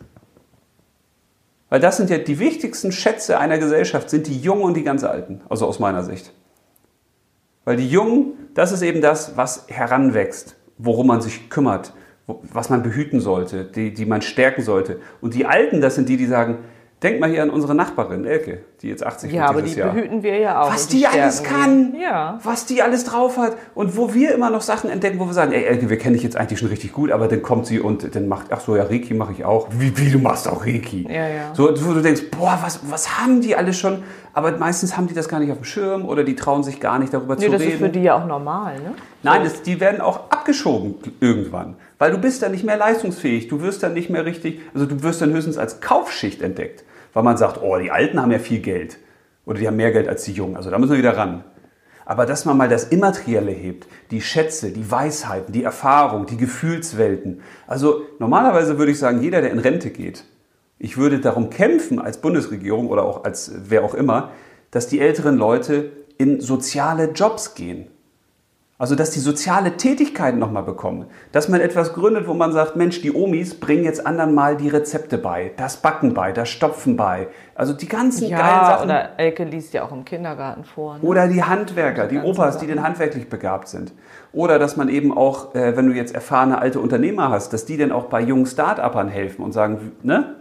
Speaker 2: Weil das sind ja die wichtigsten Schätze einer Gesellschaft, sind die Jungen und die ganz Alten, also aus meiner Sicht. Weil die Jungen, das ist eben das, was heranwächst, worum man sich kümmert, wo- was man behüten sollte, die, die man stärken sollte. Und die Alten, das sind die, die sagen, denk mal hier an unsere Nachbarin Elke, die jetzt 80
Speaker 1: Ja,
Speaker 2: wird
Speaker 1: aber
Speaker 2: dieses
Speaker 1: die
Speaker 2: Jahr.
Speaker 1: behüten wir ja auch.
Speaker 2: Was
Speaker 1: und
Speaker 2: die,
Speaker 1: stärken
Speaker 2: alles
Speaker 1: die.
Speaker 2: kann,
Speaker 1: Ja.
Speaker 2: was die alles drauf hat und wo wir immer noch Sachen entdecken, wo wir sagen, ey Elke, wir kennen dich jetzt eigentlich schon richtig gut, aber dann kommt sie und dann macht, ach so, ja, Reiki mache ich auch. Wie, wie, du machst auch Reiki?
Speaker 1: Ja, ja.
Speaker 2: So, wo du denkst, boah, was, was haben die alles schon? Aber meistens haben die das gar nicht auf dem Schirm oder die trauen sich gar nicht darüber
Speaker 1: Nee,
Speaker 2: zu
Speaker 1: das
Speaker 2: reden.
Speaker 1: ist für die ja auch normal, ne?
Speaker 2: Nein, das, die werden auch abgeschoben irgendwann, weil du bist dann nicht mehr leistungsfähig, du wirst dann nicht mehr richtig, also du wirst dann höchstens als Kaufschicht entdeckt, weil man sagt, oh, die Alten haben ja viel Geld oder die haben mehr Geld als die Jungen, also da müssen wir wieder ran. Aber dass man mal das Immaterielle hebt, die Schätze, die Weisheiten, die Erfahrung, die Gefühlswelten. Also normalerweise würde ich sagen, jeder, der in Rente geht, ich würde darum kämpfen als Bundesregierung oder auch als wer auch immer, dass die älteren Leute in soziale Jobs gehen. Also, dass die soziale Tätigkeit nochmal bekommen. Dass man etwas gründet, wo man sagt, Mensch, die Omis bringen jetzt anderen mal die Rezepte bei, das Backen bei, das Stopfen bei. Also die ganzen geilen
Speaker 1: Ja,
Speaker 2: Sachen.
Speaker 1: oder Elke liest ja auch im Kindergarten vor. Ne?
Speaker 2: Oder die Handwerker, die
Speaker 1: ganzen
Speaker 2: Opas, die denn handwerklich begabt sind. Oder dass man eben auch, äh, wenn du jetzt erfahrene alte Unternehmer hast, dass die dann auch bei jungen Start-Upern helfen und sagen, ne?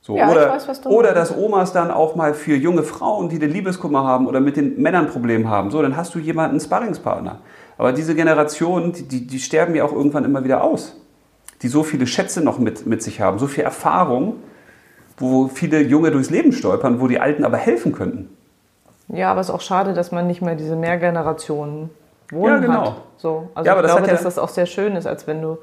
Speaker 2: So,
Speaker 1: Ja, ich
Speaker 2: oder,
Speaker 1: weiß, was du
Speaker 2: oder
Speaker 1: meinst.
Speaker 2: dass Omas dann auch mal für junge Frauen, die den Liebeskummer haben oder mit den Männern Probleme haben, so, dann hast du jemanden einen Sparringspartner. Aber diese Generationen, die, die, die sterben ja auch irgendwann immer wieder aus. Die so viele Schätze noch mit, mit sich haben, so viel Erfahrung, wo viele Junge durchs Leben stolpern, wo die Alten aber helfen könnten.
Speaker 1: Ja, aber es ist auch schade, dass man nicht mehr diese Mehrgenerationen wohnen
Speaker 2: Ja, genau.
Speaker 1: hat. So. Also
Speaker 2: Ja, aber
Speaker 1: ich
Speaker 2: das
Speaker 1: glaube,
Speaker 2: hat ja-
Speaker 1: dass das auch sehr schön ist, als wenn du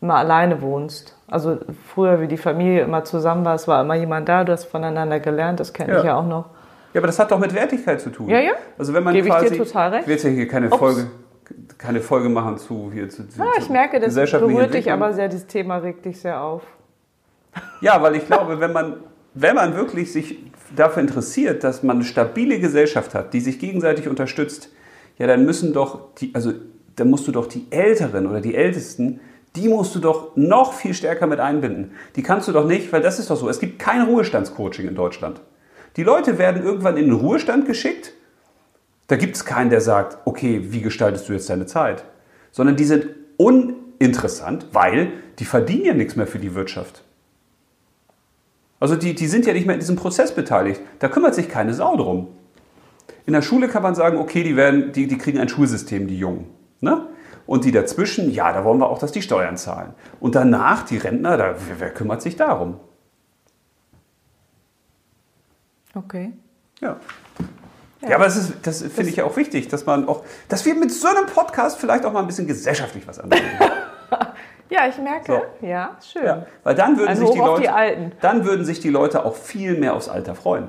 Speaker 1: immer alleine wohnst. Also früher, wie die Familie immer zusammen war, es war immer jemand da, du hast voneinander gelernt, das kenne
Speaker 2: Ja.
Speaker 1: ich ja auch noch.
Speaker 2: Ja, aber das hat doch mit Wertigkeit zu tun.
Speaker 1: Ja, ja.
Speaker 2: Also wenn man
Speaker 1: Gebe ich dir
Speaker 2: quasi,
Speaker 1: total recht.
Speaker 2: Ich will jetzt ja hier keine
Speaker 1: Ups.
Speaker 2: Folge, keine Folge machen zu hier zu. zu
Speaker 1: Ja, ich merke, das
Speaker 2: gesellschaftlichen
Speaker 1: berührt dich
Speaker 2: Entwicklung.
Speaker 1: aber sehr, dieses Thema regt dich sehr auf.
Speaker 2: Ja, weil ich glaube, wenn man wenn man wirklich sich dafür interessiert, dass man eine stabile Gesellschaft hat, die sich gegenseitig unterstützt, ja, dann müssen doch die, also dann musst du doch die Älteren oder die Ältesten, die musst du doch noch viel stärker mit einbinden. Die kannst du doch nicht, weil das ist doch so. Es gibt kein Ruhestandscoaching in Deutschland. Die Leute werden irgendwann in den Ruhestand geschickt Da gibt es keinen, der sagt, okay, wie gestaltest du jetzt deine Zeit? Sondern die sind uninteressant, weil die verdienen ja nichts mehr für die Wirtschaft. Also die, die sind ja nicht mehr in diesem Prozess beteiligt. Da kümmert sich keine Sau drum. In der Schule kann man sagen, okay, die, werden, die, die kriegen ein Schulsystem, die Jungen. Ne? Und die dazwischen, ja, da wollen wir auch, dass die Steuern zahlen. Und danach, die Rentner, da, wer, wer kümmert sich darum?
Speaker 1: Okay.
Speaker 2: Ja. Ja, aber das, ist, das finde ich ja auch wichtig, dass man auch, dass wir mit so einem Podcast vielleicht auch mal ein bisschen gesellschaftlich was anbieten.
Speaker 1: Ja, ich merke. Ja, schön.
Speaker 2: ja. Weil dann würden
Speaker 1: Ein
Speaker 2: sich
Speaker 1: Also Hoch
Speaker 2: die
Speaker 1: auf
Speaker 2: Leute,
Speaker 1: die Alten.
Speaker 2: dann würden sich die Leute auch viel mehr aufs Alter freuen.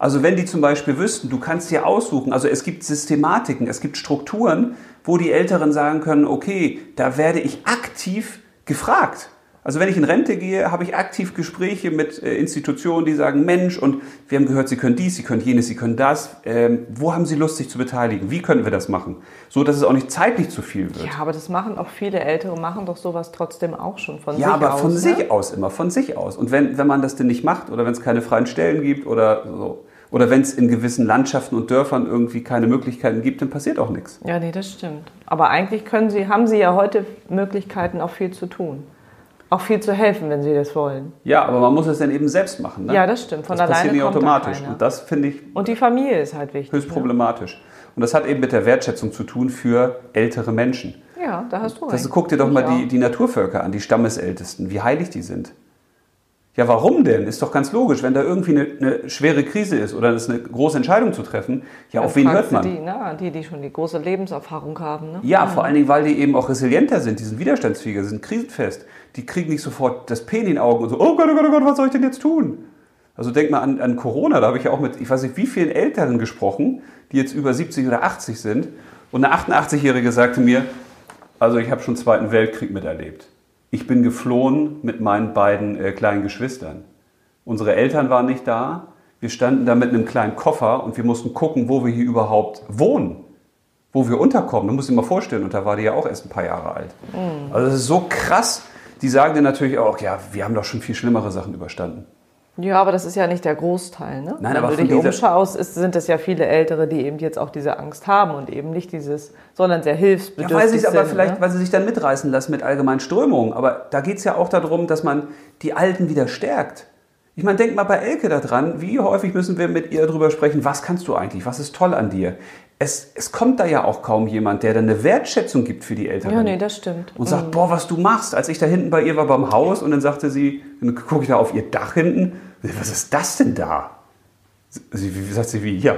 Speaker 2: Also wenn die zum Beispiel wüssten, du kannst dir aussuchen, also es gibt Systematiken, es gibt Strukturen, wo die Älteren sagen können, okay, da werde ich aktiv gefragt. Also wenn ich in Rente gehe, habe ich aktiv Gespräche mit äh, Institutionen, die sagen, Mensch, und wir haben gehört, Sie können dies, Sie können jenes, Sie können das. Ähm, wo haben Sie Lust, sich zu beteiligen? Wie können wir das machen? So, dass es auch nicht zeitlich zu viel wird.
Speaker 1: Ja, aber das machen auch viele Ältere, machen doch sowas trotzdem auch schon von
Speaker 2: Ja,
Speaker 1: sich
Speaker 2: aber
Speaker 1: aus.
Speaker 2: von
Speaker 1: ne?
Speaker 2: sich aus immer, von sich aus. Und wenn, wenn man das denn nicht macht oder wenn es keine freien Stellen gibt oder so, oder wenn es in gewissen Landschaften und Dörfern irgendwie keine Möglichkeiten gibt, dann passiert auch nichts.
Speaker 1: Ja, nee, das stimmt. Aber eigentlich können sie, haben sie ja heute Möglichkeiten, auch viel zu tun. Auch viel zu helfen, wenn sie das wollen.
Speaker 2: Ja, aber man muss es dann eben selbst machen. Ne?
Speaker 1: Ja, das stimmt. Von
Speaker 2: das passiert
Speaker 1: alleine
Speaker 2: nicht
Speaker 1: kommt da
Speaker 2: automatisch.
Speaker 1: keiner.
Speaker 2: Und das finde ich
Speaker 1: Und die Familie ist halt wichtig.
Speaker 2: höchst
Speaker 1: ne?
Speaker 2: problematisch. Und das hat eben mit der Wertschätzung zu tun für ältere Menschen.
Speaker 1: Ja, da hast du
Speaker 2: Das,
Speaker 1: recht.
Speaker 2: guck dir doch mal
Speaker 1: Ja.
Speaker 2: die, die Naturvölker an, die Stammesältesten, wie heilig die sind. Ja, warum denn? Ist doch ganz logisch, wenn da irgendwie eine, eine schwere Krise ist oder es eine große Entscheidung zu treffen, ja,
Speaker 1: Dann
Speaker 2: auf wen hört
Speaker 1: fragst du
Speaker 2: man?
Speaker 1: Die, ne? die, die schon die große Lebenserfahrung haben. Ne?
Speaker 2: Ja, vor allen Dingen, weil die eben auch resilienter sind, die sind widerstandsfähiger, sind krisenfest. Die kriegen nicht sofort das P in den Augen und so, oh Gott, oh Gott, oh Gott, was soll ich denn jetzt tun? Also denk mal an, an Corona, da habe ich ja auch mit, ich weiß nicht, wie vielen Älteren gesprochen, die jetzt über 70 oder 80 sind. Und eine 88-Jährige sagte mir, also ich habe schon Zweiten Weltkrieg miterlebt. Ich bin geflohen mit meinen beiden äh, kleinen Geschwistern. Unsere Eltern waren nicht da. Wir standen da mit einem kleinen Koffer und wir mussten gucken, wo wir hier überhaupt wohnen wo wir unterkommen. Du musst dir mal vorstellen, und da war die ja auch erst ein paar Jahre alt.
Speaker 1: Mhm.
Speaker 2: Also das ist so krass. Die sagen dann natürlich auch, ja, wir haben doch schon viel schlimmere Sachen überstanden.
Speaker 1: Ja, aber das ist ja nicht der Großteil. Ne?
Speaker 2: Nein,
Speaker 1: Wenn
Speaker 2: aber
Speaker 1: du
Speaker 2: von
Speaker 1: dich
Speaker 2: dieser-
Speaker 1: umschaust, ist, sind es ja viele Ältere, die eben jetzt auch diese Angst haben und eben nicht dieses, sondern sehr
Speaker 2: Ja,
Speaker 1: hilfsbedürftig
Speaker 2: weil sie es aber
Speaker 1: sind.
Speaker 2: vielleicht,
Speaker 1: ne?
Speaker 2: weil sie sich dann mitreißen lassen mit allgemeinen Strömungen. Aber da geht es ja auch darum, dass man die Alten wieder stärkt. Ich meine, denk mal bei Elke daran, wie häufig müssen wir mit ihr darüber sprechen, was kannst du eigentlich, was ist toll an dir. Es, es kommt da ja auch kaum jemand, der dann eine Wertschätzung gibt für die Eltern.
Speaker 1: Ja, nee, das stimmt.
Speaker 2: und sagt, boah, was du machst. Als ich da hinten bei ihr war beim Haus und dann sagte sie, dann gucke ich da auf ihr Dach hinten, was ist das denn da? Sie, wie sagt sie, wie, ja,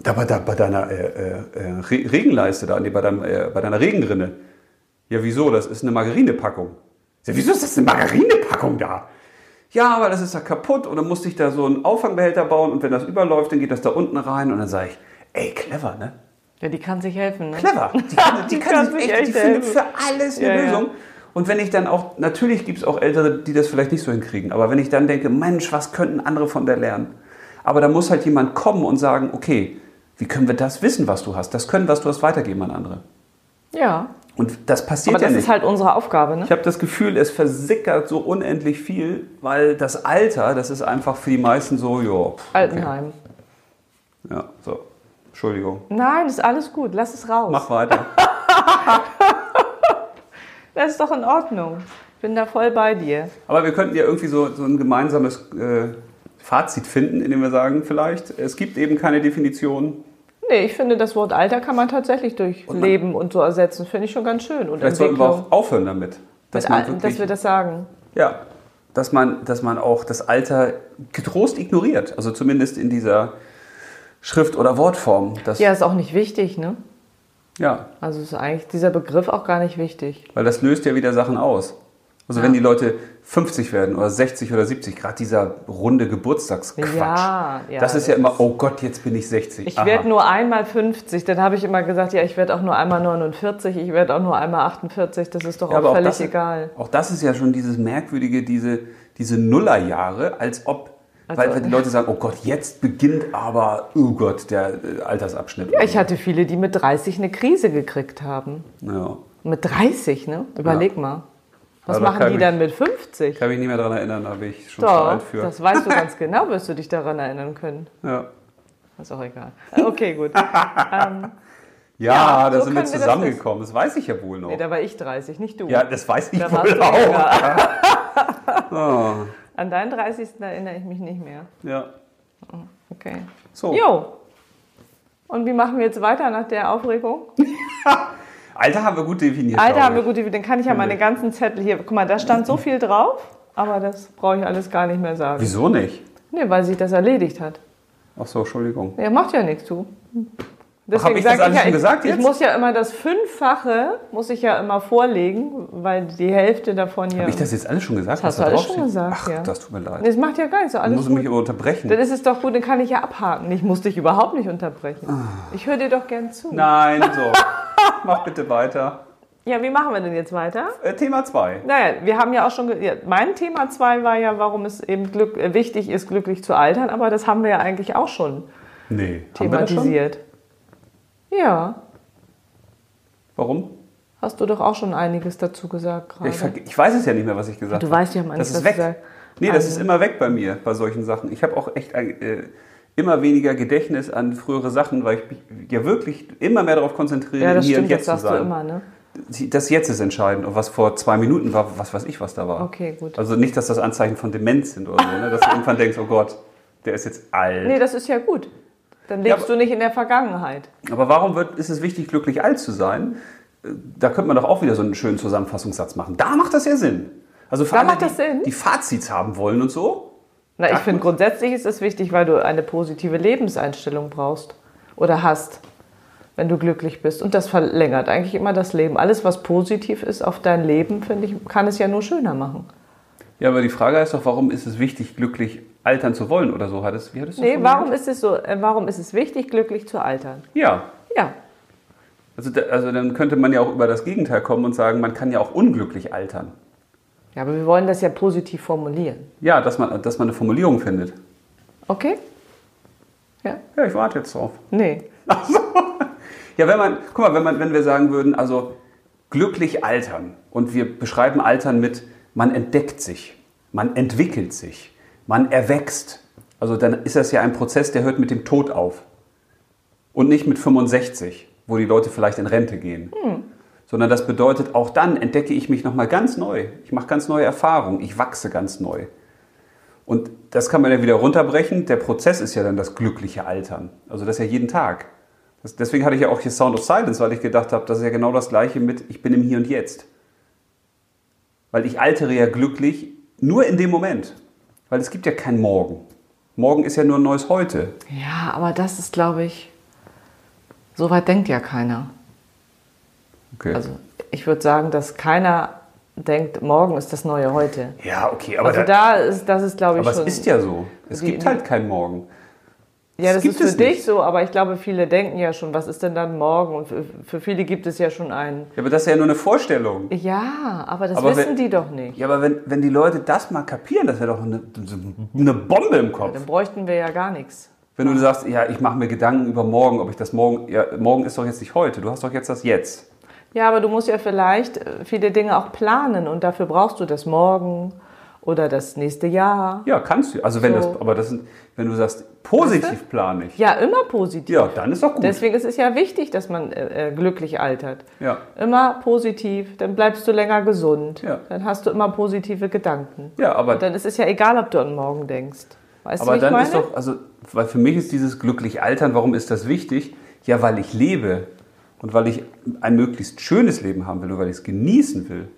Speaker 2: da bei, da, bei deiner äh, äh, äh, Re- Regenleiste da, nee, bei, deinem, äh, bei deiner Regenrinne. Ja, wieso? Das ist eine Margarinepackung. Ja, wieso ist das eine Margarinepackung da? Ja, aber das ist da kaputt und dann musste ich da so einen Auffangbehälter bauen und wenn das überläuft, dann geht das da unten rein und dann sage ich, ey, clever, ne?
Speaker 1: Ja, die kann sich helfen. Ne?
Speaker 2: clever. Die kann, die kann, sich echt, die findet
Speaker 1: helfen.
Speaker 2: für alles eine
Speaker 1: Ja, ja.
Speaker 2: Lösung. Und wenn ich dann auch, natürlich gibt es auch Ältere, die das vielleicht nicht so hinkriegen, aber wenn ich dann denke, Mensch, was könnten andere von der lernen? Aber da muss halt jemand kommen und sagen, okay, wie können wir das wissen, was du hast? Das können, was du hast, weitergeben an andere.
Speaker 1: Ja,
Speaker 2: Und das passiert
Speaker 1: aber das
Speaker 2: ja nicht.
Speaker 1: ist halt unsere Aufgabe. Ne?
Speaker 2: Ich habe das Gefühl, es versickert so unendlich viel, weil das Alter, das ist einfach für die meisten so, jo, pff,
Speaker 1: Altenheim.
Speaker 2: Okay. Ja, so. Entschuldigung.
Speaker 1: Nein, ist alles gut. Lass es raus.
Speaker 2: Mach weiter.
Speaker 1: Das ist doch in Ordnung. Ich bin da voll bei dir.
Speaker 2: Aber wir könnten ja irgendwie so, so ein gemeinsames äh, Fazit finden, indem wir sagen, vielleicht, es gibt eben keine Definition.
Speaker 1: Nee, ich finde, das Wort Alter kann man tatsächlich durch
Speaker 2: Und man-
Speaker 1: Leben und so ersetzen. Finde ich schon ganz schön. Und
Speaker 2: Vielleicht sollten wir
Speaker 1: Entwicklung.
Speaker 2: auch aufhören damit. Dass
Speaker 1: Mit
Speaker 2: man
Speaker 1: Al-
Speaker 2: wirklich,
Speaker 1: dass wir das sagen.
Speaker 2: ja, dass man, dass man auch das Alter getrost ignoriert. Also zumindest in dieser Schrift- oder Wortform. Das,
Speaker 1: Ja, ist auch nicht wichtig, ne?
Speaker 2: ja,
Speaker 1: Also ist eigentlich dieser Begriff auch gar nicht wichtig.
Speaker 2: weil das löst ja wieder Sachen aus. Also
Speaker 1: Ja.
Speaker 2: wenn die Leute 50 werden oder 60 oder 70, gerade dieser runde Geburtstagsquatsch.
Speaker 1: Ja, ja,
Speaker 2: das ist
Speaker 1: das
Speaker 2: ja immer, oh Gott, jetzt bin ich 60.
Speaker 1: Ich
Speaker 2: Aha.
Speaker 1: werde nur einmal 50, dann habe ich immer gesagt, ja, ich werde auch nur einmal 49, ich werde auch nur einmal 48, das ist doch
Speaker 2: Ja,
Speaker 1: auch völlig
Speaker 2: das,
Speaker 1: egal.
Speaker 2: Auch das ist ja schon dieses merkwürdige, diese, diese Nullerjahre, als ob,
Speaker 1: Also-
Speaker 2: weil, weil die Leute sagen, oh Gott, jetzt beginnt aber, oh Gott, der äh, Altersabschnitt.
Speaker 1: Ja, ich hatte viele, die mit 30 eine Krise gekriegt haben.
Speaker 2: ja,
Speaker 1: Mit 30, ne? Überleg mal. Was
Speaker 2: Ja, da
Speaker 1: machen
Speaker 2: kann
Speaker 1: die
Speaker 2: ich-
Speaker 1: dann mit 50?
Speaker 2: kann mich nicht mehr daran erinnern, da bin ich schon zu
Speaker 1: Doch,
Speaker 2: alt für.
Speaker 1: das weißt du ganz genau, wirst du dich daran erinnern können.
Speaker 2: ja.
Speaker 1: Ist auch egal. Okay, gut.
Speaker 2: Ja,
Speaker 1: Ja,
Speaker 2: da
Speaker 1: so
Speaker 2: sind wir
Speaker 1: können wir das
Speaker 2: zusammengekommen, das, weiß ich ja wohl noch.
Speaker 1: Nee, da war ich 30, nicht du.
Speaker 2: ja, das weiß ich
Speaker 1: da warst
Speaker 2: wohl
Speaker 1: du jünger.
Speaker 2: auch. Ah,
Speaker 1: An deinen 30. erinnere ich mich nicht mehr.
Speaker 2: Ja.
Speaker 1: Okay.
Speaker 2: So.
Speaker 1: Jo. Und wie machen wir jetzt weiter nach der Aufregung?
Speaker 2: Alter haben wir gut definiert.
Speaker 1: Alter,
Speaker 2: glaube
Speaker 1: haben wir
Speaker 2: ich.
Speaker 1: gute Idee. Dann kann ich ja meine ganzen Zettel hier. Guck mal, da stand so viel drauf, aber das brauche ich alles gar nicht mehr sagen.
Speaker 2: Wieso nicht?
Speaker 1: Nee, weil sich das erledigt hat.
Speaker 2: Ach so, Entschuldigung.
Speaker 1: Ja, macht ja nichts zu.
Speaker 2: hab ich das
Speaker 1: sag
Speaker 2: alles
Speaker 1: ja,
Speaker 2: schon gesagt
Speaker 1: ich,
Speaker 2: jetzt?
Speaker 1: ich muss ja immer das Fünffache muss ich ja immer vorlegen, weil die Hälfte davon ja.
Speaker 2: Habe ich das jetzt alles schon
Speaker 1: hast
Speaker 2: gesagt? was
Speaker 1: du
Speaker 2: da
Speaker 1: alles schon
Speaker 2: draufsteht?
Speaker 1: gesagt,
Speaker 2: Ach,
Speaker 1: ja.
Speaker 2: das tut mir leid.
Speaker 1: Nee, das macht ja gar nichts. so
Speaker 2: Du
Speaker 1: Alles
Speaker 2: musst
Speaker 1: gut.
Speaker 2: mich aber unterbrechen.
Speaker 1: Dann ist es doch gut, dann kann ich ja abhaken. Ich muss dich überhaupt nicht
Speaker 2: Ah.
Speaker 1: unterbrechen. Ich höre dir doch gern zu.
Speaker 2: Nein, so. Mach bitte weiter.
Speaker 1: Ja, wie machen wir denn jetzt weiter?
Speaker 2: Äh, Thema 2.
Speaker 1: Naja, wir haben ja auch schon. ge- Ja, mein Thema 2 war ja, warum es eben glück, äh, wichtig ist, glücklich zu altern, aber das haben wir ja eigentlich auch schon
Speaker 2: Nee.
Speaker 1: thematisiert. Ja,
Speaker 2: Warum?
Speaker 1: hast du doch auch schon einiges dazu gesagt gerade.
Speaker 2: Ich, ver- ich weiß es ja nicht mehr, was ich gesagt
Speaker 1: Du
Speaker 2: habe.
Speaker 1: weißt ja am Anfang,
Speaker 2: Das ist
Speaker 1: was
Speaker 2: weg.
Speaker 1: du sagst.
Speaker 2: Nee, das
Speaker 1: Also-
Speaker 2: ist immer weg bei mir, bei solchen Sachen. Ich habe auch echt ein, äh, immer weniger Gedächtnis an frühere Sachen, weil ich mich ja wirklich immer mehr darauf konzentriere,
Speaker 1: Ja, das
Speaker 2: hier
Speaker 1: stimmt,
Speaker 2: und
Speaker 1: das
Speaker 2: jetzt zu
Speaker 1: sagst du
Speaker 2: sein.
Speaker 1: immer, ne?
Speaker 2: Das Jetzt ist entscheidend. Und was vor zwei Minuten war, was weiß ich, was da war.
Speaker 1: Okay, gut.
Speaker 2: Also nicht, dass das Anzeichen von Demenz sind oder so, ne? dass du irgendwann denkst, oh Gott, der ist jetzt alt.
Speaker 1: Nee, das ist ja gut. Dann
Speaker 2: Ja,
Speaker 1: lebst du nicht in der Vergangenheit.
Speaker 2: Aber warum wird, ist es wichtig, Äh, glücklich alt zu sein? Da könnte man doch auch wieder so einen schönen Zusammenfassungssatz machen. Da macht das ja Sinn. Also für
Speaker 1: Da
Speaker 2: alle,
Speaker 1: macht das Sinn.
Speaker 2: die, die Fazits haben wollen und so.
Speaker 1: Na, ich
Speaker 2: Ach,
Speaker 1: finde
Speaker 2: gut.
Speaker 1: grundsätzlich ist es wichtig, weil du eine positive Lebenseinstellung brauchst oder hast, wenn du glücklich bist. Und das verlängert eigentlich immer das Leben. Alles, was positiv ist auf dein Leben, finde ich, kann es ja nur schöner machen.
Speaker 2: Ja, aber die Frage ist doch, warum ist es wichtig, glücklich altern zu wollen oder so? Hat es, wie hattest du
Speaker 1: Nee,
Speaker 2: formuliert?
Speaker 1: warum ist es so? äh, Warum ist es wichtig, glücklich zu altern?
Speaker 2: Ja,
Speaker 1: Ja,
Speaker 2: also, da, also dann könnte man ja auch über das Gegenteil kommen und sagen, man kann ja auch unglücklich altern.
Speaker 1: ja aber wir wollen das ja positiv formulieren.
Speaker 2: Ja, dass man, dass man eine Formulierung findet.
Speaker 1: Okay? Ja?
Speaker 2: Ja, ich warte jetzt drauf.
Speaker 1: Nee.
Speaker 2: Ja, wenn man, guck mal, wenn, man, wenn wir sagen würden, also glücklich altern und wir beschreiben Altern mit, man entdeckt sich, man entwickelt sich, man erwächst. Also dann ist das ja ein Prozess, der hört mit dem Tod auf. Und nicht mit 65, wo die Leute vielleicht in Rente gehen. Sondern das bedeutet, auch dann entdecke ich mich nochmal ganz neu. Ich mache ganz neue Erfahrungen, ich wachse ganz neu. Und das kann man ja wieder runterbrechen. Der Prozess ist ja dann das glückliche Altern. Also das ist ja jeden Tag. Das, deswegen hatte ich ja auch hier Sound of Silence, weil ich gedacht habe, das ist ja genau das gleiche mit ich bin im Hier und Jetzt. Weil ich altere ja glücklich nur in dem Moment. Weil es gibt ja kein Morgen. Morgen ist ja nur ein neues Heute.
Speaker 1: Ja, aber das ist, glaube ich, so weit denkt ja keiner.
Speaker 2: Okay.
Speaker 1: Also ich würde sagen, dass keiner denkt, morgen ist das neue heute.
Speaker 2: ja, okay, aber,
Speaker 1: also
Speaker 2: da,
Speaker 1: da ist, das ist, glaube ich,
Speaker 2: aber es
Speaker 1: schon.
Speaker 2: ist ja so. Es
Speaker 1: Die-
Speaker 2: gibt halt kein Morgen.
Speaker 1: ja, das
Speaker 2: gibt
Speaker 1: ist für
Speaker 2: es
Speaker 1: dich
Speaker 2: nicht.
Speaker 1: so, aber ich glaube, viele denken ja schon, was ist denn dann morgen? Und für, für viele gibt es ja schon einen.
Speaker 2: Ja, aber das ist ja nur eine Vorstellung.
Speaker 1: Ja, aber das
Speaker 2: Aber
Speaker 1: wissen
Speaker 2: wenn-
Speaker 1: die doch nicht.
Speaker 2: Ja, aber wenn, wenn die Leute das mal kapieren, das wäre doch eine, eine Bombe im Kopf.
Speaker 1: Dann bräuchten wir ja gar nichts.
Speaker 2: Wenn du sagst, ja, ich mache mir Gedanken über morgen, ob ich das morgen, ja, morgen ist doch jetzt nicht heute, du hast doch jetzt das Jetzt.
Speaker 1: Ja, aber du musst ja vielleicht äh, viele Dinge auch planen und dafür brauchst du das morgen oder das nächste Jahr.
Speaker 2: Ja, kannst du. Also wenn
Speaker 1: So.
Speaker 2: das, aber das sind, wenn du sagst, positiv plane ich,
Speaker 1: Ja, immer positiv.
Speaker 2: ja, dann ist doch gut.
Speaker 1: Deswegen ist es ja wichtig, dass man äh, äh, glücklich altert.
Speaker 2: ja.
Speaker 1: Immer positiv, dann bleibst du länger gesund.
Speaker 2: Ja.
Speaker 1: Dann hast du immer positive Gedanken.
Speaker 2: ja, aber,
Speaker 1: Und dann ist es ja egal, ob du an morgen denkst. Weißt
Speaker 2: aber
Speaker 1: du, wie ich
Speaker 2: dann
Speaker 1: meine?
Speaker 2: ist doch, also, weil für mich ist dieses glücklich altern, warum ist das wichtig? Ja, weil ich lebe und weil ich ein möglichst schönes Leben haben will und weil ich es genießen will.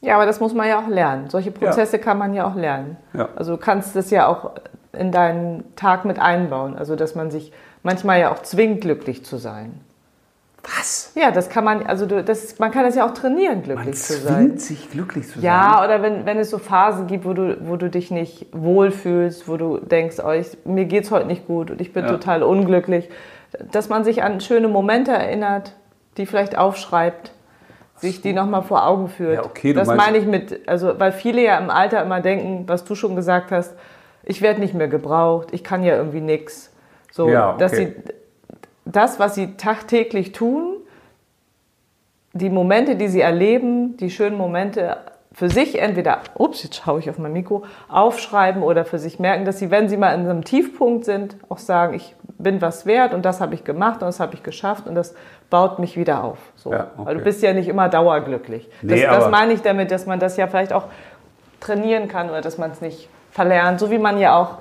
Speaker 1: ja, aber das muss man ja auch lernen. Solche Prozesse kann man ja auch lernen.
Speaker 2: Ja.
Speaker 1: Also du kannst das ja auch in deinen Tag mit einbauen. Also dass man sich manchmal ja auch zwingt, glücklich zu sein.
Speaker 2: Was?
Speaker 1: Ja, das kann man, also du, das, man kann das ja auch trainieren,
Speaker 2: Man
Speaker 1: glücklich zu sein.
Speaker 2: zwingt sich glücklich zu sein.
Speaker 1: Ja, oder wenn, wenn es so Phasen gibt, wo du, wo du dich nicht wohlfühlst, wo du denkst, oh, ich, mir geht's heute nicht gut und ich bin
Speaker 2: Ja.
Speaker 1: total unglücklich, dass man sich an schöne Momente erinnert, die vielleicht aufschreibt, sich die nochmal vor Augen führt.
Speaker 2: Ja, okay, du
Speaker 1: das
Speaker 2: meinst-
Speaker 1: meine ich mit, also weil viele ja im Alter immer denken, was du schon gesagt hast, ich werde nicht mehr gebraucht, ich kann ja irgendwie nix. So,
Speaker 2: Ja,
Speaker 1: dass sie
Speaker 2: okay.
Speaker 1: das, was sie tagtäglich tun, die Momente, die sie erleben, die schönen Momente für sich entweder, ups, jetzt schaue ich auf mein Mikro, aufschreiben oder für sich merken, dass sie, wenn sie mal in so einem Tiefpunkt sind, auch sagen, ich bin was wert und das habe ich gemacht und das habe ich geschafft und das baut mich wieder auf. So.
Speaker 2: Ja, okay.
Speaker 1: Weil du bist ja nicht immer dauerglücklich.
Speaker 2: Nee,
Speaker 1: das, das
Speaker 2: aber-
Speaker 1: meine ich damit, dass man das ja vielleicht auch trainieren kann oder dass man es nicht verlernt, so wie man ja auch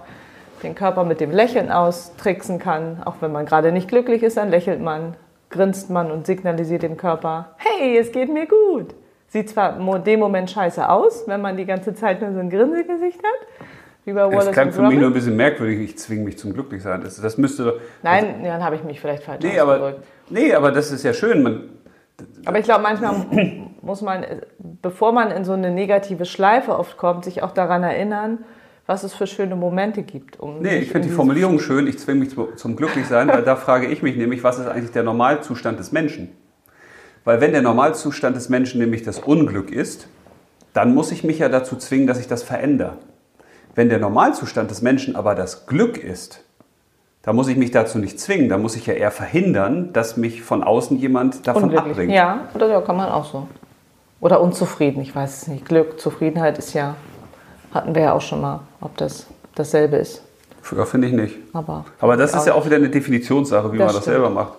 Speaker 1: den Körper mit dem Lächeln austricksen kann. Auch wenn man gerade nicht glücklich ist, dann lächelt man, grinst man und signalisiert dem Körper, hey, es geht mir gut. Sieht zwar in dem Moment scheiße aus, wenn man die ganze Zeit nur so ein Grinsegesicht hat, wie bei
Speaker 2: Das
Speaker 1: Wallace
Speaker 2: klang
Speaker 1: und
Speaker 2: für mich nur
Speaker 1: Gromit.
Speaker 2: ein bisschen merkwürdig, ich zwinge mich zum Glücklichsein. Das, das müsste doch,
Speaker 1: Nein, ja, dann habe ich mich vielleicht falsch
Speaker 2: Nee, aber,
Speaker 1: ausgedrückt.
Speaker 2: nee, aber das ist ja schön. Man,
Speaker 1: Aber ich glaube, manchmal muss man, äh, bevor man in so eine negative Schleife oft kommt, sich auch daran erinnern, was es für schöne Momente gibt. Um
Speaker 2: nee,
Speaker 1: nicht
Speaker 2: ich finde
Speaker 1: in
Speaker 2: die
Speaker 1: diese-
Speaker 2: Formulierung schön, ich zwinge mich zu, zum Glücklichsein, weil da frage ich mich nämlich, was ist eigentlich der Normalzustand des Menschen? Weil wenn der Normalzustand des Menschen nämlich das Unglück ist, dann muss ich mich ja dazu zwingen, dass ich das verändere. Wenn der Normalzustand des Menschen aber das Glück ist, da muss ich mich dazu nicht zwingen, da muss ich ja eher verhindern, dass mich von außen jemand davon
Speaker 1: Unglücklich.
Speaker 2: abbringt.
Speaker 1: Ja, oder ja, kann man auch so. Oder unzufrieden, ich weiß es nicht. Glück, Zufriedenheit ist ja, hatten wir ja auch schon mal, ob das dasselbe ist.
Speaker 2: Ja, finde ich nicht.
Speaker 1: Aber,
Speaker 2: Aber das ist ja auch wieder eine Definitionssache, wie
Speaker 1: Das
Speaker 2: man das
Speaker 1: stimmt.
Speaker 2: selber macht.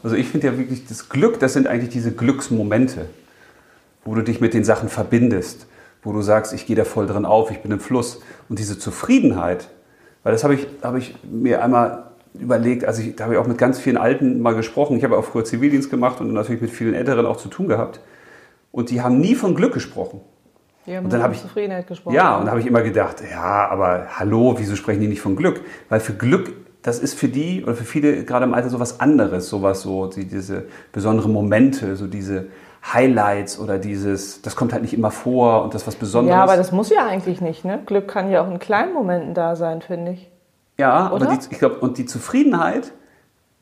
Speaker 2: Also ich finde ja wirklich, das Glück, das sind eigentlich diese Glücksmomente, wo du dich mit den Sachen verbindest, wo du sagst, ich gehe da voll drin auf, ich bin im Fluss. Und diese Zufriedenheit, weil das habe ich, habe ich mir einmal überlegt, also ich, da habe ich auch mit ganz vielen Alten mal gesprochen. Ich habe auch früher Zivildienst gemacht und natürlich mit vielen Älteren auch zu tun gehabt. Und die haben nie von Glück gesprochen.
Speaker 1: Wir haben
Speaker 2: Und dann
Speaker 1: nur
Speaker 2: habe
Speaker 1: über
Speaker 2: ich
Speaker 1: Zufriedenheit gesprochen.
Speaker 2: ja, und da habe ich immer gedacht, ja, aber hallo, wieso sprechen die nicht von Glück? Weil für Glück, das ist für die oder für viele gerade im Alter sowas anderes, sowas so, die, diese besonderen Momente, so diese Highlights oder dieses, das kommt halt nicht immer vor und das ist was Besonderes.
Speaker 1: ja, aber das muss ja eigentlich nicht. Ne? Glück kann ja auch in kleinen Momenten da sein, finde ich.
Speaker 2: Ja, aber
Speaker 1: Oder?
Speaker 2: die, ich glaube, und die Zufriedenheit,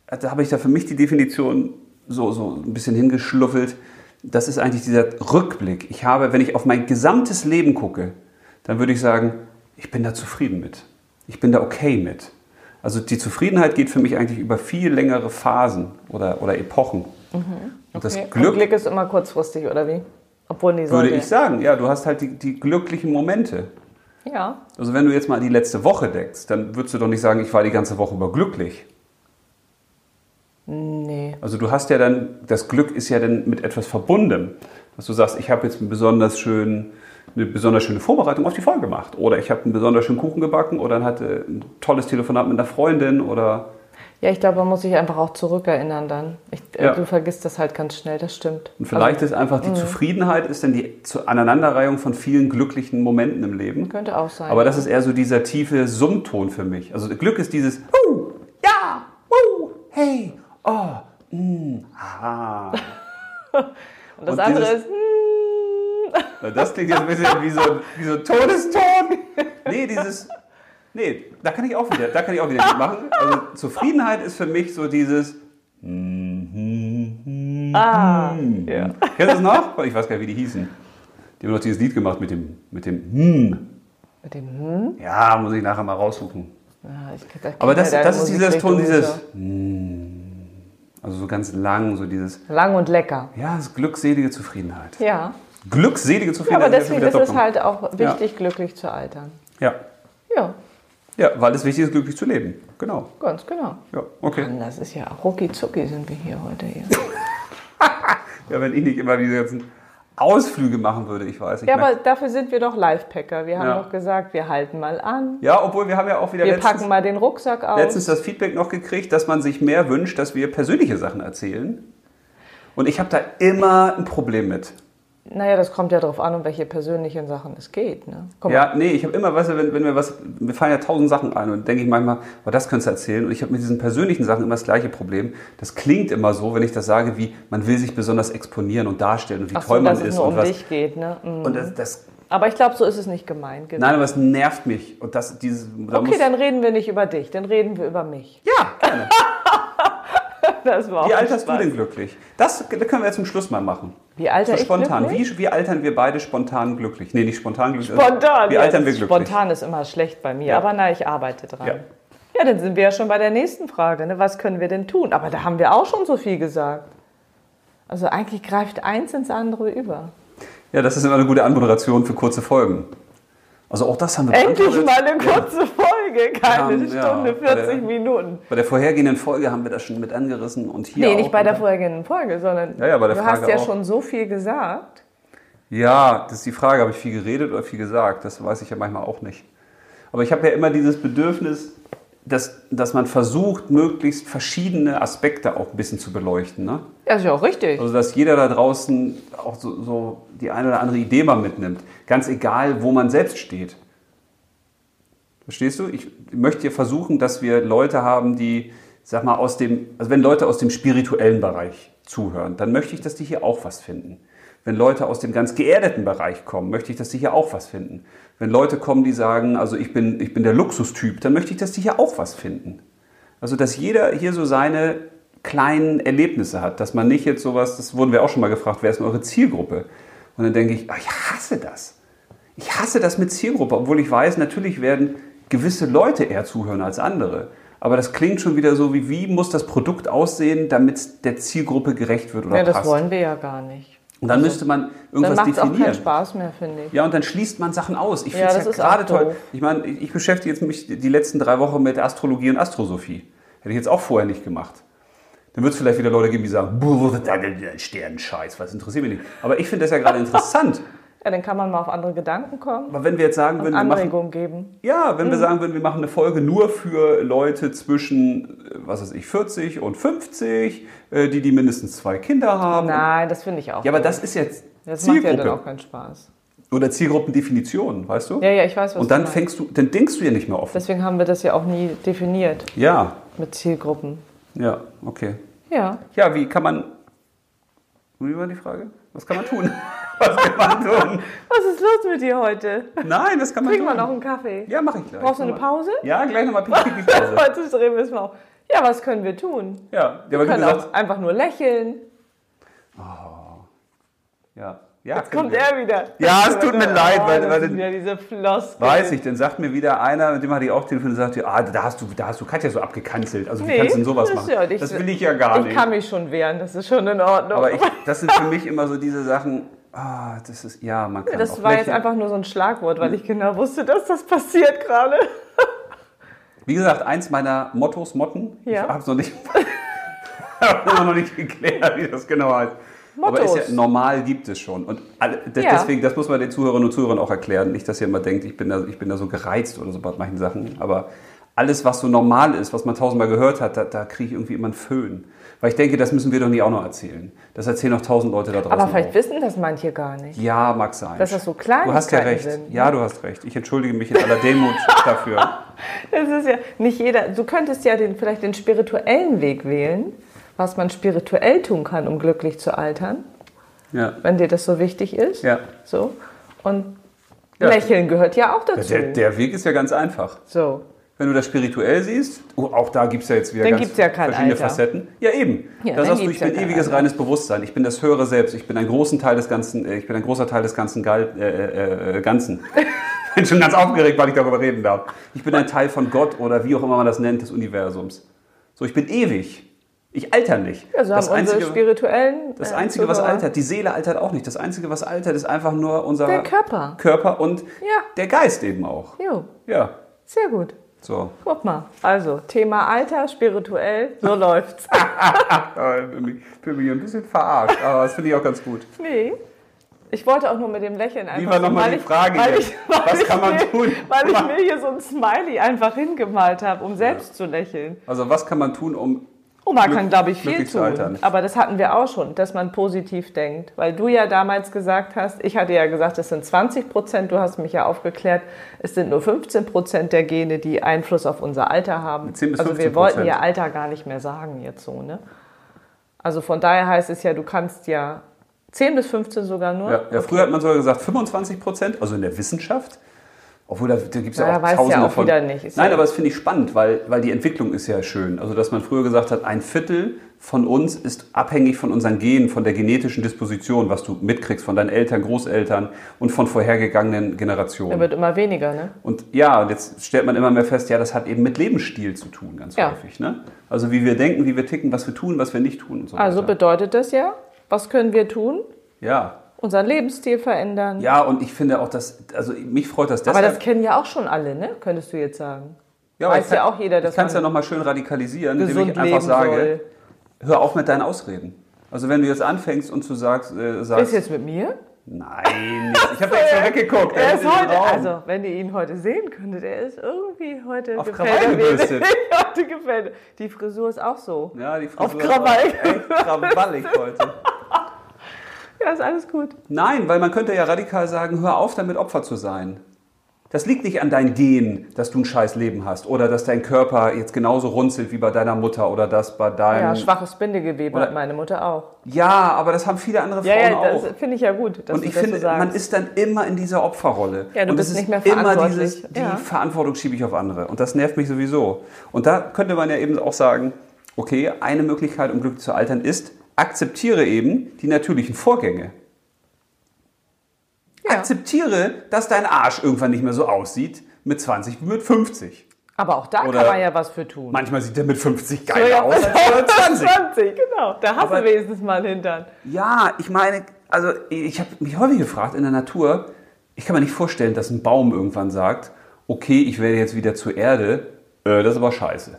Speaker 2: äh, da habe ich da für mich die Definition so, so ein bisschen hingeschluffelt. Das ist eigentlich dieser Rückblick. Ich habe, wenn ich auf mein gesamtes Leben gucke, dann würde ich sagen, ich bin da zufrieden mit. Ich bin da okay mit. Also die Zufriedenheit geht für mich eigentlich über viel längere Phasen oder, oder Epochen. Und das
Speaker 1: Mhm. Okay.
Speaker 2: Glück,
Speaker 1: Und Glück ist immer kurzfristig, oder wie? Obwohl nie
Speaker 2: würde
Speaker 1: sollte.
Speaker 2: ich sagen, ja, du hast halt die, die glücklichen Momente.
Speaker 1: Ja.
Speaker 2: Also wenn du jetzt mal an die letzte Woche denkst, dann würdest du doch nicht sagen, ich war die ganze Woche über glücklich.
Speaker 1: Nee.
Speaker 2: Also du hast ja dann, das Glück ist ja dann mit etwas verbunden. Dass du sagst, ich habe jetzt einen besonders schönen, eine besonders schöne Vorbereitung auf die Folge gemacht. Oder ich habe einen besonders schönen Kuchen gebacken oder dann hatte ein tolles Telefonat mit einer Freundin oder
Speaker 1: Ja, ich glaube, man muss sich einfach auch zurückerinnern dann. Ich, äh,
Speaker 2: Ja.
Speaker 1: Du vergisst das halt ganz schnell, das stimmt.
Speaker 2: und vielleicht ist einfach die Zufriedenheit, ist dann die Zu- Aneinanderreihung von vielen glücklichen Momenten im Leben.
Speaker 1: Könnte auch sein.
Speaker 2: Aber das ist eher so dieser tiefe Summton für mich. Also Glück ist dieses uh, ja, uh, hey, oh, mm, aha.
Speaker 1: und das
Speaker 2: und
Speaker 1: andere
Speaker 2: dieses-
Speaker 1: ist, hm,
Speaker 2: Na, Äh, das klingt jetzt ein bisschen wie so, wie so ein Todeston. Nee, dieses. Nee, da kann ich auch wieder, da kann ich auch wieder mitmachen. Also Zufriedenheit ist für mich so dieses. mhm,
Speaker 1: ah. Ja.
Speaker 2: Kennst du das noch? Ich weiß gar nicht, wie die hießen. Die haben noch dieses Lied gemacht mit dem, mit dem Hm.
Speaker 1: Mit dem hm.
Speaker 2: Ja, muss ich nachher mal raussuchen.
Speaker 1: Ja, ich, da
Speaker 2: Aber
Speaker 1: kennt
Speaker 2: das,
Speaker 1: ja deine
Speaker 2: das ist dieses
Speaker 1: Musikrichtung
Speaker 2: Ton, dieses.
Speaker 1: nicht
Speaker 2: "Mm." Also so ganz lang, so dieses.
Speaker 1: so. Lang und lecker.
Speaker 2: Ja, das ist glückselige Zufriedenheit.
Speaker 1: Ja.
Speaker 2: Glückselige
Speaker 1: ja
Speaker 2: Zufriedenheit.
Speaker 1: aber
Speaker 2: ist schon
Speaker 1: deswegen
Speaker 2: wieder
Speaker 1: ist halt es
Speaker 2: Topnummer.
Speaker 1: halt auch wichtig, glücklich zu altern.
Speaker 2: Ja.
Speaker 1: Ja,
Speaker 2: ja, weil es wichtig ist, glücklich zu leben. Genau.
Speaker 1: ganz genau.
Speaker 2: Ja, okay.
Speaker 1: Mann, das ist ja rucki zucki sind wir hier heute hier.
Speaker 2: Ja, wenn ich nicht immer diese ganzen Ausflüge machen würde, ich weiß. ne? Ich
Speaker 1: Ja,
Speaker 2: merk-
Speaker 1: aber dafür sind wir doch Lifepacker. Wir haben
Speaker 2: Ja.
Speaker 1: doch gesagt, wir halten mal an.
Speaker 2: ja, obwohl wir haben ja auch wieder
Speaker 1: Wir
Speaker 2: letztens,
Speaker 1: packen mal den Rucksack aus.
Speaker 2: letztens das Feedback noch gekriegt, dass man sich mehr wünscht, dass wir persönliche Sachen erzählen. Und ich habe da immer ein Problem mit.
Speaker 1: Naja, das kommt ja darauf an, um welche persönlichen Sachen es geht. Ne? Guck mal,
Speaker 2: Ja, nee, ich habe immer, weißt du, wenn, wenn mir was, mir fallen ja tausend Sachen ein und denke ich manchmal, oh, das könntest du erzählen. Und ich habe mit diesen persönlichen Sachen immer das gleiche Problem. Das klingt immer so, wenn ich das sage, wie man will sich besonders exponieren und darstellen und wie
Speaker 1: ach so,
Speaker 2: toll man
Speaker 1: dass
Speaker 2: ist
Speaker 1: es nur
Speaker 2: und
Speaker 1: um
Speaker 2: was.
Speaker 1: dich geht. Ne? Mhm.
Speaker 2: Und das, das,
Speaker 1: Aber ich glaube, so ist es nicht gemeint. Genau.
Speaker 2: nein, aber es nervt mich. Und das, dieses, da
Speaker 1: okay,
Speaker 2: muss-
Speaker 1: dann reden wir nicht über dich, dann reden wir über mich.
Speaker 2: ja, gerne.
Speaker 1: Das war auch
Speaker 2: Wie alterst du
Speaker 1: Spaß.
Speaker 2: denn glücklich? Das können wir zum Schluss mal machen.
Speaker 1: Wie alter
Speaker 2: So
Speaker 1: ich
Speaker 2: spontan.
Speaker 1: glücklich?
Speaker 2: Wie, wie altern wir beide spontan glücklich? Nee, nicht spontan glücklich. also
Speaker 1: Spontan.
Speaker 2: Wie
Speaker 1: ja,
Speaker 2: altern wir glücklich?
Speaker 1: Spontan ist immer schlecht bei mir,
Speaker 2: Ja.
Speaker 1: aber na, ich arbeite dran.
Speaker 2: Ja.
Speaker 1: Ja. dann sind wir ja schon bei der nächsten Frage. Ne? Was können wir denn tun? Aber da haben wir auch schon so viel gesagt. Also eigentlich greift eins ins andere über.
Speaker 2: Ja, das ist immer eine gute Anmoderation für kurze Folgen. Also auch das haben wir
Speaker 1: Endlich
Speaker 2: beantwortet.
Speaker 1: mal eine kurze Folge, keine
Speaker 2: Ja, ja,
Speaker 1: Stunde,
Speaker 2: bei der-
Speaker 1: 40 Minuten.
Speaker 2: Bei der vorhergehenden Folge haben wir das schon mit angerissen und hier
Speaker 1: Nee,
Speaker 2: auch.
Speaker 1: nicht bei der
Speaker 2: Und-
Speaker 1: vorhergehenden Folge, sondern
Speaker 2: Ja, ja, bei der
Speaker 1: du
Speaker 2: Frage
Speaker 1: hast ja
Speaker 2: auch.
Speaker 1: schon so viel gesagt.
Speaker 2: Ja, das ist die Frage, habe ich viel geredet oder viel gesagt? Das weiß ich ja manchmal auch nicht. Aber ich habe ja immer dieses Bedürfnis, dass, dass man versucht, möglichst verschiedene Aspekte auch ein bisschen zu beleuchten. Ne?
Speaker 1: Ja, ist ja auch richtig.
Speaker 2: Also, dass jeder da draußen auch so, so die eine oder andere Idee mal mitnimmt. Ganz egal, wo man selbst steht. Verstehst du? Ich möchte hier versuchen, dass wir Leute haben, die, sag mal, aus dem, also wenn Leute aus dem spirituellen Bereich zuhören, dann möchte ich, dass die hier auch was finden. Wenn Leute aus dem ganz geerdeten Bereich kommen, möchte ich, dass die hier auch was finden. Wenn Leute kommen, die sagen, also ich bin, ich bin der Luxustyp, dann möchte ich, dass die hier auch was finden. Also, dass jeder hier so seine kleinen Erlebnisse hat, dass man nicht jetzt sowas, das wurden wir auch schon mal gefragt, wer ist denn eure Zielgruppe? Und dann denke ich, ah, ich hasse das. Ich hasse das mit Zielgruppe, obwohl ich weiß, natürlich werden gewisse Leute eher zuhören als andere. Aber das klingt schon wieder so wie, wie muss das Produkt aussehen, damit es der Zielgruppe gerecht wird oder
Speaker 1: Ja, das
Speaker 2: passt.
Speaker 1: wollen wir ja gar nicht.
Speaker 2: Und dann müsste man
Speaker 1: Dann
Speaker 2: irgendwas
Speaker 1: macht es auch keinen
Speaker 2: definieren.
Speaker 1: Spaß mehr, finde ich.
Speaker 2: Ja, und dann schließt man Sachen aus. Ich
Speaker 1: Ja,
Speaker 2: finde es
Speaker 1: das
Speaker 2: ja
Speaker 1: ist auch
Speaker 2: gerade toll.
Speaker 1: doof.
Speaker 2: Ich meine, ich ich beschäftige jetzt mich die letzten drei Wochen mit Astrologie und Astrosophie. Hätte ich jetzt auch vorher nicht gemacht. Dann wird es vielleicht wieder Leute geben, die sagen, "Buh, da- da- da- Sternenscheiß, was interessiert mich nicht. Aber ich finde das ja gerade interessant.
Speaker 1: Ja, dann kann man mal auf andere Gedanken kommen
Speaker 2: Aber wenn wir jetzt sagen
Speaker 1: und Mhm.
Speaker 2: würden, wir machen,
Speaker 1: Anregungen geben.
Speaker 2: ja, wenn wir sagen würden, wir machen eine Folge nur für Leute zwischen, äh, was weiß ich, 40 und 50, äh, die, die mindestens zwei Kinder haben.
Speaker 1: Nein, das finde ich auch.
Speaker 2: Ja, aber
Speaker 1: doof.
Speaker 2: das ist jetzt
Speaker 1: das macht ja
Speaker 2: Zielgruppe.
Speaker 1: dann auch keinen Spaß.
Speaker 2: Oder Zielgruppendefinition, weißt du?
Speaker 1: Ja, ja, ich weiß, was
Speaker 2: Und dann
Speaker 1: du meinst.
Speaker 2: fängst du, dann denkst du ja nicht mehr offen.
Speaker 1: Deswegen haben wir das ja auch nie definiert
Speaker 2: Ja,
Speaker 1: mit Zielgruppen.
Speaker 2: ja, okay.
Speaker 1: Ja.
Speaker 2: Ja, wie kann man. Wie war die Frage? Was kann man tun? Was kann man tun?
Speaker 1: Was ist los mit dir heute?
Speaker 2: Nein, das kann man
Speaker 1: Trink mal
Speaker 2: tun.
Speaker 1: noch einen Kaffee.
Speaker 2: Ja, mache ich gleich.
Speaker 1: Brauchst du eine
Speaker 2: Nochmal.
Speaker 1: Pause?
Speaker 2: Ja, gleich nochmal Pipi-Pause.
Speaker 1: Heute drehen wir es mal auf. Ja, was können wir tun?
Speaker 2: Ja, ja, aber
Speaker 1: Wir
Speaker 2: wie
Speaker 1: können
Speaker 2: gesagt.
Speaker 1: auch einfach nur lächeln.
Speaker 2: Ja, ja.
Speaker 1: Jetzt kommt er wieder. Oh,
Speaker 2: Ja, es tut mir leid, weil-
Speaker 1: das
Speaker 2: weil-
Speaker 1: sind wieder diese Floskel.
Speaker 2: Weiß ich, dann sagt mir wieder einer, mit dem hatte ich auch telefoniert, sagt, ja, ah, da hast du, da hast du Katja so abgekanzelt. Also wie
Speaker 1: Nee,
Speaker 2: kannst du denn sowas
Speaker 1: das
Speaker 2: machen?
Speaker 1: ist ja nicht
Speaker 2: das
Speaker 1: so-
Speaker 2: will ich ja gar
Speaker 1: Ich
Speaker 2: nicht.
Speaker 1: kann mich schon wehren, das ist schon in Ordnung.
Speaker 2: Aber ich, das sind für mich immer so diese Sachen, ah, das ist, ja, man kann
Speaker 1: das
Speaker 2: auch
Speaker 1: war jetzt
Speaker 2: lächeln.
Speaker 1: einfach nur so ein Schlagwort, weil ich genau wusste, dass das passiert gerade.
Speaker 2: Wie gesagt, eins meiner Mottos, Motten,
Speaker 1: Ja.
Speaker 2: ich habe es noch nicht, hab immer noch nicht geklärt, wie das genau heißt. Aber ist
Speaker 1: Mottos.
Speaker 2: ja, normal gibt es schon. Und alle, de-
Speaker 1: Ja.
Speaker 2: deswegen, das muss man den Zuhörern und Zuhörern auch erklären. Nicht, dass ihr immer denkt, ich bin da, ich bin da so gereizt oder so bei manchen Sachen. Aber alles, was so normal ist, was man tausendmal gehört hat, da, da kriege ich irgendwie immer einen Föhn. Weil ich denke, das müssen wir doch nie auch noch erzählen. Das erzählen noch tausend Leute da draußen.
Speaker 1: Aber vielleicht
Speaker 2: auch.
Speaker 1: wissen das manche gar nicht.
Speaker 2: Ja, mag sein.
Speaker 1: Dass das so
Speaker 2: Du hast ja
Speaker 1: Kleinigkeiten
Speaker 2: recht.
Speaker 1: sind, ne?
Speaker 2: Ja, du hast recht. Ich entschuldige mich in aller Demut dafür.
Speaker 1: Das ist ja nicht jeder. Du könntest ja den, vielleicht den spirituellen Weg wählen, was man spirituell tun kann, um glücklich zu altern,
Speaker 2: Ja.
Speaker 1: wenn dir das so wichtig ist.
Speaker 2: Ja.
Speaker 1: So. Und
Speaker 2: Ja.
Speaker 1: Lächeln gehört ja auch dazu.
Speaker 2: Also Der, der Weg ist ja ganz einfach.
Speaker 1: so.
Speaker 2: Wenn du das spirituell siehst, oh, auch da gibt es ja jetzt wieder
Speaker 1: Dann
Speaker 2: ganz
Speaker 1: gibt's ja kein
Speaker 2: verschiedene
Speaker 1: Alter.
Speaker 2: Facetten. Ja, eben.
Speaker 1: Ja,
Speaker 2: da
Speaker 1: dann
Speaker 2: sagst du,
Speaker 1: gibt's
Speaker 2: ich
Speaker 1: ja
Speaker 2: bin
Speaker 1: kein
Speaker 2: ewiges
Speaker 1: Alter.
Speaker 2: reines Bewusstsein, ich bin das höhere Selbst, ich bin ein großen Teil des Ganzen, äh, ich bin ein großer Teil des ganzen Gal äh, äh, äh, Ganzen. Ich bin schon ganz aufgeregt, weil ich darüber reden darf. Ich bin ein Teil von Gott oder wie auch immer man das nennt, des Universums. So, ich bin ewig. Ich alter nicht.
Speaker 1: Also haben
Speaker 2: das,
Speaker 1: unsere
Speaker 2: Einzige,
Speaker 1: spirituellen.
Speaker 2: das
Speaker 1: äh,
Speaker 2: Einzige, was
Speaker 1: Zuhörer-
Speaker 2: altert, die Seele altert auch nicht. Das Einzige, was altert, ist einfach nur unser
Speaker 1: Der Körper.
Speaker 2: Körper und
Speaker 1: Ja.
Speaker 2: der Geist eben auch.
Speaker 1: Jo,
Speaker 2: Ja,
Speaker 1: sehr gut.
Speaker 2: so.
Speaker 1: Guck mal. Also, Thema Alter, spirituell, so läuft's.
Speaker 2: Äh, Für mich, für mich ein bisschen verarscht, aber das finde ich auch ganz gut.
Speaker 1: Nee. Ich wollte auch nur mit dem Lächeln einfach.
Speaker 2: Wie war noch mal
Speaker 1: weil
Speaker 2: die
Speaker 1: ich-
Speaker 2: Frage
Speaker 1: weil
Speaker 2: jetzt?
Speaker 1: ich, weil
Speaker 2: Was
Speaker 1: ich
Speaker 2: kann man
Speaker 1: mir,
Speaker 2: tun?
Speaker 1: Weil ich mir hier so ein Smiley einfach hingemalt habe, um selbst zu lächeln.
Speaker 2: Also was kann man tun, um...
Speaker 1: Oma
Speaker 2: Glück-
Speaker 1: kann, glaube ich, viel
Speaker 2: glücklich zu
Speaker 1: tun.
Speaker 2: altern.
Speaker 1: Aber das hatten wir auch schon, dass man positiv denkt. Weil du ja damals gesagt hast, ich hatte ja gesagt, es sind 20 Prozent, du hast mich ja aufgeklärt, es sind nur 15 Prozent der Gene, die Einfluss auf unser Alter haben.
Speaker 2: 10 bis
Speaker 1: also wir
Speaker 2: 15%.
Speaker 1: wollten ja Alter gar nicht mehr sagen jetzt so, ne? Also von daher heißt es ja, du kannst ja 10 bis 15 sogar nur.
Speaker 2: Ja, ja, früher hat man sogar gesagt 25 Prozent, also in der Wissenschaft. Obwohl, da, da gibt es ja,
Speaker 1: Ja,
Speaker 2: auch
Speaker 1: weiß ja
Speaker 2: tausende
Speaker 1: auch
Speaker 2: von...
Speaker 1: wieder nicht. Ist
Speaker 2: Nein,
Speaker 1: ja-
Speaker 2: aber das finde ich spannend, weil, weil die Entwicklung ist ja schön. Also, dass man früher gesagt hat, ein Viertel von uns ist abhängig von unseren Genen, von der genetischen Disposition, was du mitkriegst von deinen Eltern, Großeltern und von vorhergegangenen Generationen.
Speaker 1: Dann wird immer weniger, ne?
Speaker 2: Und ja, und jetzt stellt man immer mehr fest, ja, das hat eben mit Lebensstil zu tun, ganz
Speaker 1: Ja.
Speaker 2: häufig. Ne? Also wie wir denken, wie wir ticken, was wir tun, was wir nicht tun und so
Speaker 1: Also
Speaker 2: weiter.
Speaker 1: bedeutet das ja, was können wir tun?
Speaker 2: Ja.
Speaker 1: Unseren Lebensstil verändern.
Speaker 2: Ja, und ich finde auch, dass, also mich freut das
Speaker 1: Aber
Speaker 2: deshalb.
Speaker 1: das kennen ja auch schon alle, ne? Könntest du jetzt sagen.
Speaker 2: ja, aber
Speaker 1: weiß
Speaker 2: ich kann-
Speaker 1: ja auch jeder, dass
Speaker 2: Ich kann es ja
Speaker 1: man
Speaker 2: nochmal schön radikalisieren, indem
Speaker 1: gesund
Speaker 2: ich einfach
Speaker 1: leben
Speaker 2: sage,
Speaker 1: soll.
Speaker 2: hör auf mit deinen Ausreden. Also wenn du jetzt anfängst und du sagst, äh,
Speaker 1: Ist
Speaker 2: sagst
Speaker 1: jetzt mit mir?
Speaker 2: nein, jetzt- ich habe extra weggeguckt.
Speaker 1: Er ist
Speaker 2: in den
Speaker 1: heute,
Speaker 2: Raum.
Speaker 1: also wenn ihr ihn heute sehen könntet, er ist irgendwie heute
Speaker 2: Auf
Speaker 1: gefällt
Speaker 2: Krawall
Speaker 1: er mir
Speaker 2: gebürstet.
Speaker 1: nicht. heute gefällt. er- Die Frisur ist auch so.
Speaker 2: ja, die Frisur
Speaker 1: auf
Speaker 2: ist
Speaker 1: Krawall.
Speaker 2: Echt krawallig heute.
Speaker 1: Ja, ist alles gut.
Speaker 2: Nein, weil man könnte ja radikal sagen, hör auf damit Opfer zu sein. Das liegt nicht an deinen Genen, dass du ein scheiß Leben hast oder dass dein Körper jetzt genauso runzelt wie bei deiner Mutter oder dass bei
Speaker 1: Ja,
Speaker 2: deinem...
Speaker 1: schwaches Bindegewebe
Speaker 2: oder-
Speaker 1: hat meine Mutter auch.
Speaker 2: Ja, aber das haben viele andere Frauen
Speaker 1: Ja, ja,
Speaker 2: auch.
Speaker 1: das finde ich ja gut, dass
Speaker 2: Und
Speaker 1: du
Speaker 2: ich
Speaker 1: das
Speaker 2: finde,
Speaker 1: so sagst.
Speaker 2: man ist dann immer in dieser Opferrolle.
Speaker 1: Ja, du
Speaker 2: und
Speaker 1: bist
Speaker 2: es
Speaker 1: nicht mehr
Speaker 2: ist immer
Speaker 1: verantwortlich.
Speaker 2: dieses, die
Speaker 1: Ja.
Speaker 2: Verantwortung schiebe ich auf andere. Und das nervt mich sowieso. Und da könnte man ja eben auch sagen, okay, eine Möglichkeit, um glücklich zu altern, ist, akzeptiere eben die natürlichen Vorgänge.
Speaker 1: Ja.
Speaker 2: Akzeptiere, dass dein Arsch irgendwann nicht mehr so aussieht mit 20, mit 50.
Speaker 1: Aber auch da
Speaker 2: Oder-
Speaker 1: kann man ja was für tun.
Speaker 2: Manchmal sieht der mit 50
Speaker 1: So,
Speaker 2: geiler
Speaker 1: ja,
Speaker 2: aus als mit 20.
Speaker 1: 20, genau. Da hast
Speaker 2: Aber-
Speaker 1: du wenigstens mal einen Hintern.
Speaker 2: Ja, ich meine, also ich habe mich häufig gefragt in der Natur, ich kann mir nicht vorstellen, dass ein Baum irgendwann sagt, okay, ich werde jetzt wieder zur Erde, äh, das ist aber scheiße.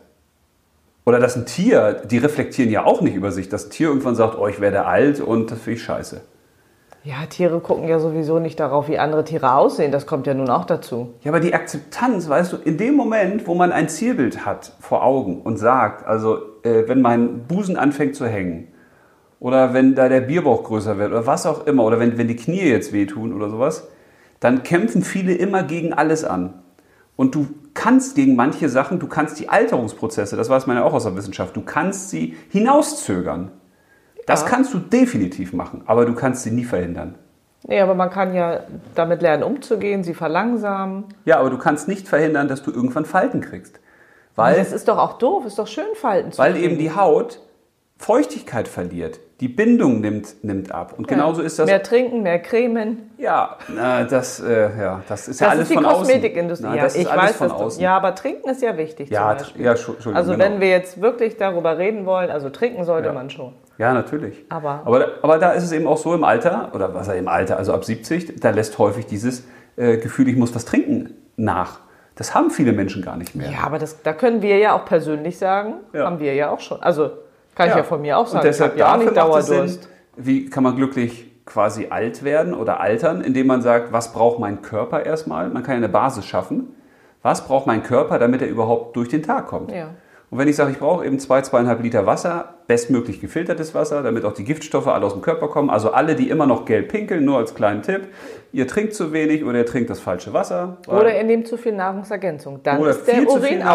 Speaker 2: Oder dass ein Tier, die reflektieren ja auch nicht über sich, dass ein Tier irgendwann sagt, oh, ich werde alt und das finde ich scheiße.
Speaker 1: Ja, Tiere gucken ja sowieso nicht darauf, wie andere Tiere aussehen. Das kommt ja nun auch dazu.
Speaker 2: Ja, aber die Akzeptanz, weißt du, in dem Moment, wo man ein Zielbild hat vor Augen und sagt, also äh, wenn mein Busen anfängt zu hängen oder wenn da der Bierbauch größer wird oder was auch immer oder wenn, wenn die Knie jetzt wehtun oder sowas, dann kämpfen viele immer gegen alles an. Und du kannst gegen manche Sachen, du kannst die Alterungsprozesse, das weiß man ja auch aus der Wissenschaft, du kannst sie hinauszögern. Das
Speaker 1: Ja.
Speaker 2: kannst du definitiv machen, aber du kannst sie nie verhindern.
Speaker 1: Nee, aber man kann ja damit lernen, umzugehen, sie verlangsamen.
Speaker 2: Ja, aber du kannst nicht verhindern, dass du irgendwann Falten kriegst. Weil
Speaker 1: Das ist doch auch doof, ist doch schön, Falten zu
Speaker 2: Weil
Speaker 1: kriegen.
Speaker 2: eben die Haut Feuchtigkeit verliert. Die Bindung nimmt, nimmt ab. Und genauso ist das.
Speaker 1: Mehr trinken, mehr cremen.
Speaker 2: Ja, na, das, äh, ja, das ist ja
Speaker 1: Das
Speaker 2: alles
Speaker 1: ist die
Speaker 2: von außen.
Speaker 1: Kosmetikindustrie.
Speaker 2: Nein, das
Speaker 1: ja,
Speaker 2: ist
Speaker 1: ich
Speaker 2: alles
Speaker 1: weiß
Speaker 2: von
Speaker 1: das doch.
Speaker 2: außen.
Speaker 1: Ja, aber trinken ist ja wichtig.
Speaker 2: ja,
Speaker 1: zum Beispiel.
Speaker 2: ja, Schu- Entschuldigung.
Speaker 1: also
Speaker 2: genau.
Speaker 1: wenn wir jetzt wirklich darüber reden wollen, also trinken sollte
Speaker 2: Ja.
Speaker 1: man schon.
Speaker 2: ja, natürlich.
Speaker 1: Aber-
Speaker 2: aber, aber da ist es eben auch so im Alter, oder was er im Alter, also ab 70, da lässt häufig dieses äh, Gefühl, ich muss was trinken, nach. Das haben viele Menschen gar nicht mehr.
Speaker 1: Ja, aber das, da können wir ja auch persönlich sagen,
Speaker 2: Ja.
Speaker 1: haben wir ja auch schon. Also kann ich ja von mir auch sagen,
Speaker 2: Und deshalb
Speaker 1: ich habe ja auch
Speaker 2: dafür
Speaker 1: nicht
Speaker 2: macht es Sinn,
Speaker 1: Dauerdurst.
Speaker 2: wie kann man glücklich quasi alt werden oder altern, indem man sagt, was braucht mein Körper erstmal? Man kann ja eine Basis schaffen. Was braucht mein Körper, damit er überhaupt durch den Tag kommt?
Speaker 1: Ja.
Speaker 2: Und wenn ich sage, ich brauche eben zwei, zweieinhalb Liter Wasser, bestmöglich gefiltertes Wasser, damit auch die Giftstoffe alle aus dem Körper kommen. Also alle, die immer noch gelb pinkeln, nur als kleinen Tipp, ihr trinkt zu wenig oder ihr trinkt das falsche Wasser. weil-
Speaker 1: Oder ihr nehmt zu viel Nahrungsergänzung. Dann
Speaker 2: Oder
Speaker 1: ist der
Speaker 2: viel zu viel
Speaker 1: Urin auch gelb. Das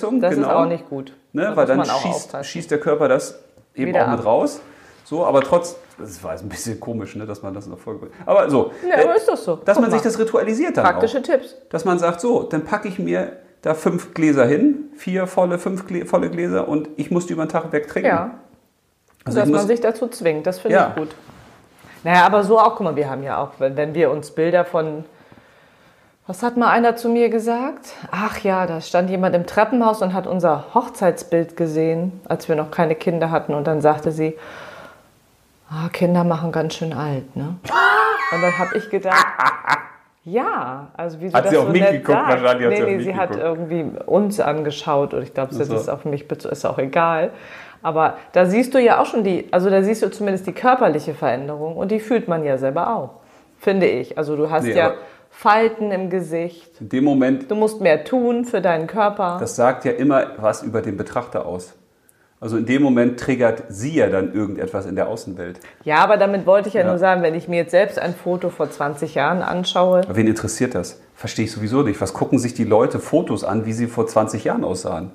Speaker 2: Nahrungsergänzung,
Speaker 1: ist
Speaker 2: genau.
Speaker 1: auch nicht gut.
Speaker 2: Ne,
Speaker 1: Da
Speaker 2: weil
Speaker 1: muss
Speaker 2: dann
Speaker 1: man auch
Speaker 2: schießt,
Speaker 1: aufpassen.
Speaker 2: schießt der Körper das eben
Speaker 1: Wieder
Speaker 2: auch mit
Speaker 1: ab.
Speaker 2: raus. So, aber trotz, das war jetzt ein bisschen komisch, ne, dass man das noch vorgebracht hat. Aber so, äh,
Speaker 1: Ja, aber ist doch so.
Speaker 2: dass
Speaker 1: Guck
Speaker 2: man sich
Speaker 1: mal.
Speaker 2: das ritualisiert dann auch.
Speaker 1: Praktische Tipps.
Speaker 2: Dass man sagt, so, dann packe ich mir da fünf Gläser hin, vier volle, fünf Glä volle Gläser und ich muss die über den Tag wegtrinken.
Speaker 1: Ja.
Speaker 2: also ich
Speaker 1: dass man
Speaker 2: muss,
Speaker 1: sich dazu zwingt, das finde
Speaker 2: Ja.
Speaker 1: ich gut. Naja, aber so auch, guck mal, wir haben ja auch, wenn, wenn wir uns Bilder von, was hat mal einer zu mir gesagt? Ach ja, da stand jemand im Treppenhaus und hat unser Hochzeitsbild gesehen, als wir noch keine Kinder hatten und dann sagte sie, ah, Kinder machen ganz schön alt, ne? Und dann habe ich gedacht, ja, also wie
Speaker 2: Hat sie
Speaker 1: das
Speaker 2: auf
Speaker 1: so
Speaker 2: mich
Speaker 1: nett
Speaker 2: geguckt?
Speaker 1: sagt.
Speaker 2: Wahrscheinlich hat
Speaker 1: nee,
Speaker 2: sie auf
Speaker 1: nee,
Speaker 2: mich
Speaker 1: sie hat
Speaker 2: geguckt.
Speaker 1: irgendwie uns angeschaut und ich glaube, sie
Speaker 2: Ach so.
Speaker 1: hat es auf mich bezogen, ist auch egal. Aber da siehst du ja auch schon die, also da siehst du zumindest die körperliche Veränderung und die fühlt man ja selber auch, finde ich. Also du hast
Speaker 2: Nee,
Speaker 1: ja
Speaker 2: aber-
Speaker 1: Falten im Gesicht,
Speaker 2: in dem Moment
Speaker 1: du musst mehr tun für deinen Körper.
Speaker 2: Das sagt ja immer was über den Betrachter aus. Also in dem Moment triggert sie ja dann irgendetwas in der Außenwelt.
Speaker 1: ja, aber damit wollte ich ja,
Speaker 2: Ja.
Speaker 1: nur sagen, wenn ich mir jetzt selbst ein Foto vor 20 Jahren anschaue,
Speaker 2: Aber wen interessiert das? Verstehe ich sowieso nicht. Was gucken sich die Leute Fotos an, wie sie vor 20 Jahren aussahen?